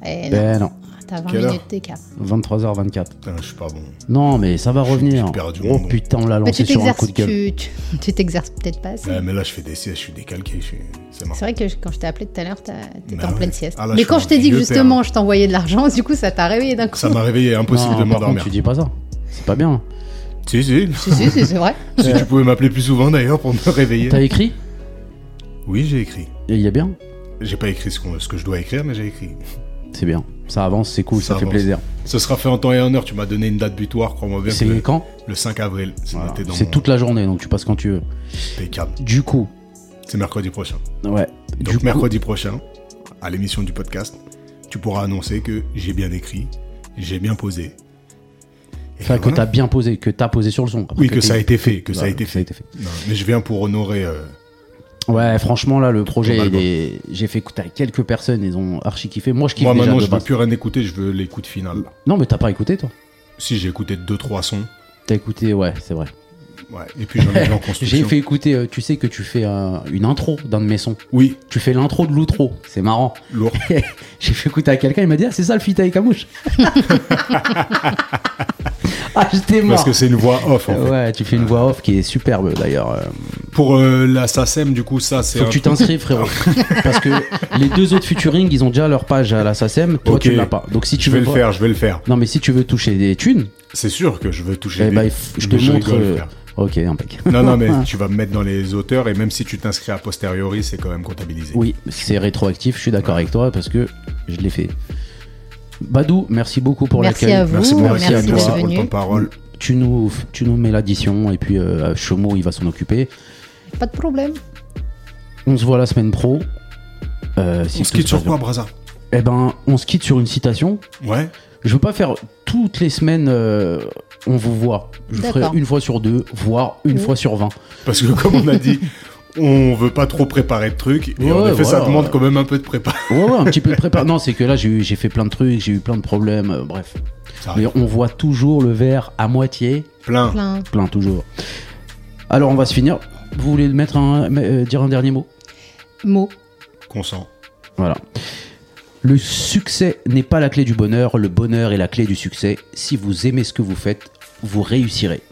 Speaker 4: Eh, non,
Speaker 2: Ben non.
Speaker 4: t'as 20
Speaker 3: quelle
Speaker 4: minutes d'écart.
Speaker 2: 23h24.
Speaker 3: Putain, je suis pas bon.
Speaker 2: Non, mais ça va revenir.
Speaker 3: j'ai perdu mon
Speaker 2: Oh
Speaker 3: nom.
Speaker 2: putain, on l'a
Speaker 4: Mais tu
Speaker 2: lancé sur un coup
Speaker 4: t'exerces,
Speaker 2: de gueule.
Speaker 4: tu (laughs) tu- tu t'exerces peut-être pas assez.
Speaker 3: Ouais, mais là, je fais des siestes, je suis décalqué. je suis- C'est marrant.
Speaker 4: C'est vrai que je- quand je t'ai appelé tout à l'heure, t'as- t'étais
Speaker 3: Bah
Speaker 4: en
Speaker 3: ouais.
Speaker 4: pleine sieste.
Speaker 3: Ah, là, je
Speaker 4: mais
Speaker 3: suis
Speaker 4: quand
Speaker 3: un
Speaker 4: je t'ai dit que
Speaker 3: vieux
Speaker 4: justement je t'envoyais de l'argent, du coup ça t'a réveillé d'un coup.
Speaker 3: Ça m'a réveillé, impossible de
Speaker 2: Non, par contre,
Speaker 3: m'endormir.
Speaker 2: tu dis pas ça. C'est pas bien.
Speaker 3: Si, si.
Speaker 4: (laughs) Si, si, si, c'est vrai.
Speaker 3: Si tu pouvais m'appeler plus souvent d'ailleurs pour me réveiller.
Speaker 2: T'as écrit
Speaker 3: Oui, j'ai écrit.
Speaker 2: Et il y a bien
Speaker 3: J'ai pas écrit ce, qu'on- ce que je dois écrire, mais j'ai écrit.
Speaker 2: C'est bien. Ça avance, c'est cool,
Speaker 3: Ça
Speaker 2: ça, fait
Speaker 3: avance.
Speaker 2: plaisir.
Speaker 3: Ce sera fait en temps et en heure. Tu m'as donné une date butoir, crois-moi bien. que
Speaker 2: C'est
Speaker 3: le,
Speaker 2: quand
Speaker 3: le 5 avril. C'est
Speaker 2: Voilà.
Speaker 3: noté dans
Speaker 2: C'est
Speaker 3: mon-
Speaker 2: toute la journée, donc tu passes quand tu veux.
Speaker 3: impeccable.
Speaker 2: Du coup,
Speaker 3: C'est mercredi prochain.
Speaker 2: ouais.
Speaker 3: Donc
Speaker 2: Du coup,
Speaker 3: mercredi prochain, à l'émission du podcast, tu pourras annoncer que j'ai bien écrit, j'ai bien posé. Et
Speaker 2: enfin, que
Speaker 3: voilà.
Speaker 2: t'as bien posé, que t'as posé sur le son. Après,
Speaker 3: Oui, que,
Speaker 2: t'es-
Speaker 3: ça a été fait, que ça a
Speaker 2: Ouais,
Speaker 3: été
Speaker 2: que ça a
Speaker 3: fait.
Speaker 2: été fait.
Speaker 3: Non, mais je viens pour honorer. euh,
Speaker 2: Ouais, franchement, là, le projet,
Speaker 3: Ton
Speaker 2: il
Speaker 3: album.
Speaker 2: est- j'ai fait écouter à quelques personnes, ils ont archi kiffé. Moi, je kiffe
Speaker 3: Moi
Speaker 2: déjà
Speaker 3: maintenant,
Speaker 2: de
Speaker 3: je veux
Speaker 2: base.
Speaker 3: plus rien écouter. Je veux l'écoute finale.
Speaker 2: Non, mais t'as pas écouté, toi
Speaker 3: Si j'ai écouté deux trois sons,
Speaker 2: T'as écouté, ouais, c'est vrai.
Speaker 3: ouais. Et puis
Speaker 2: (laughs)
Speaker 3: j'en ai en construction.
Speaker 2: J'ai fait écouter, euh, tu sais que tu fais euh, une intro d'un de mes sons.
Speaker 3: Oui,
Speaker 2: Tu fais l'intro de l'outro, c'est marrant. (laughs)
Speaker 3: lourd.
Speaker 2: J'ai fait écouter à quelqu'un, il m'a dit Ah, c'est ça le feat avec Amouche. (laughs) ah, j'étais mort. Ah,
Speaker 3: Parce que c'est une voix off en fait.
Speaker 2: Ouais, tu fais une voix off qui est superbe d'ailleurs. euh,
Speaker 3: pour euh, la SACEM, du coup, ça, c'est.
Speaker 2: Faut
Speaker 3: un
Speaker 2: que tu
Speaker 3: truc-
Speaker 2: t'inscris, frérot. Parce que les deux autres featuring, ils ont déjà leur page à la SACEM. Toi,
Speaker 3: Ok.
Speaker 2: tu l'as pas. Donc si tu
Speaker 3: Je vais
Speaker 2: veux.
Speaker 3: le
Speaker 2: pas-
Speaker 3: faire, je vais le faire.
Speaker 2: Non, mais si tu veux toucher des thunes,
Speaker 3: C'est sûr que je veux toucher.
Speaker 2: eh
Speaker 3: des-
Speaker 2: ben, il f- je te
Speaker 3: mais rigole,
Speaker 2: montre. euh,
Speaker 3: frère.
Speaker 2: Ok, impec.
Speaker 3: Non, non,
Speaker 2: (laughs)
Speaker 3: mais tu vas me mettre dans les auteurs et même si tu t'inscris a posteriori, c'est quand même comptabilisé.
Speaker 2: Oui, c'est rétroactif, je suis d'accord avec toi parce que je l'ai fait. Badou, merci beaucoup pour
Speaker 4: Merci
Speaker 2: l'accueil.
Speaker 4: à vous.
Speaker 3: Merci, beaucoup,
Speaker 4: Merci
Speaker 3: merci à
Speaker 2: d'être
Speaker 3: toi pour
Speaker 4: venu.
Speaker 3: ton parole.
Speaker 2: Tu nous, tu nous mets l'addition et puis euh, Chomo, il va s'en occuper.
Speaker 4: Pas de problème.
Speaker 2: On se voit la semaine pro. Euh, si
Speaker 3: On se
Speaker 2: tout
Speaker 3: quitte
Speaker 2: se passe
Speaker 3: sur quoi, Braza
Speaker 2: bien. Eh ben, on se quitte sur une citation.
Speaker 3: Ouais.
Speaker 2: Je veux pas faire toutes les semaines euh, on vous voit. Je ferai
Speaker 4: D'accord.
Speaker 2: une fois sur deux, voire une
Speaker 4: Oui.
Speaker 2: fois sur vingt.
Speaker 3: Parce que comme on a dit, on veut pas trop préparer de trucs. Et
Speaker 2: Ouais,
Speaker 3: en effet, ça
Speaker 2: voilà.
Speaker 3: demande quand même un peu de prépa.
Speaker 2: Ouais, ouais, un petit peu de prépa. Non, c'est que là, j'ai eu- j'ai fait plein de trucs, j'ai eu plein de problèmes, euh, bref.
Speaker 3: Ça
Speaker 2: Mais on voit toujours le verre à moitié
Speaker 3: Plein.
Speaker 4: Plein.
Speaker 2: plein toujours. Alors on va se finir. Vous voulez mettre un, euh, dire un dernier mot
Speaker 4: Mot.
Speaker 3: Consent.
Speaker 2: Voilà. Le succès n'est pas la clé du bonheur, le bonheur est la clé du succès. Si vous aimez ce que vous faites, vous réussirez.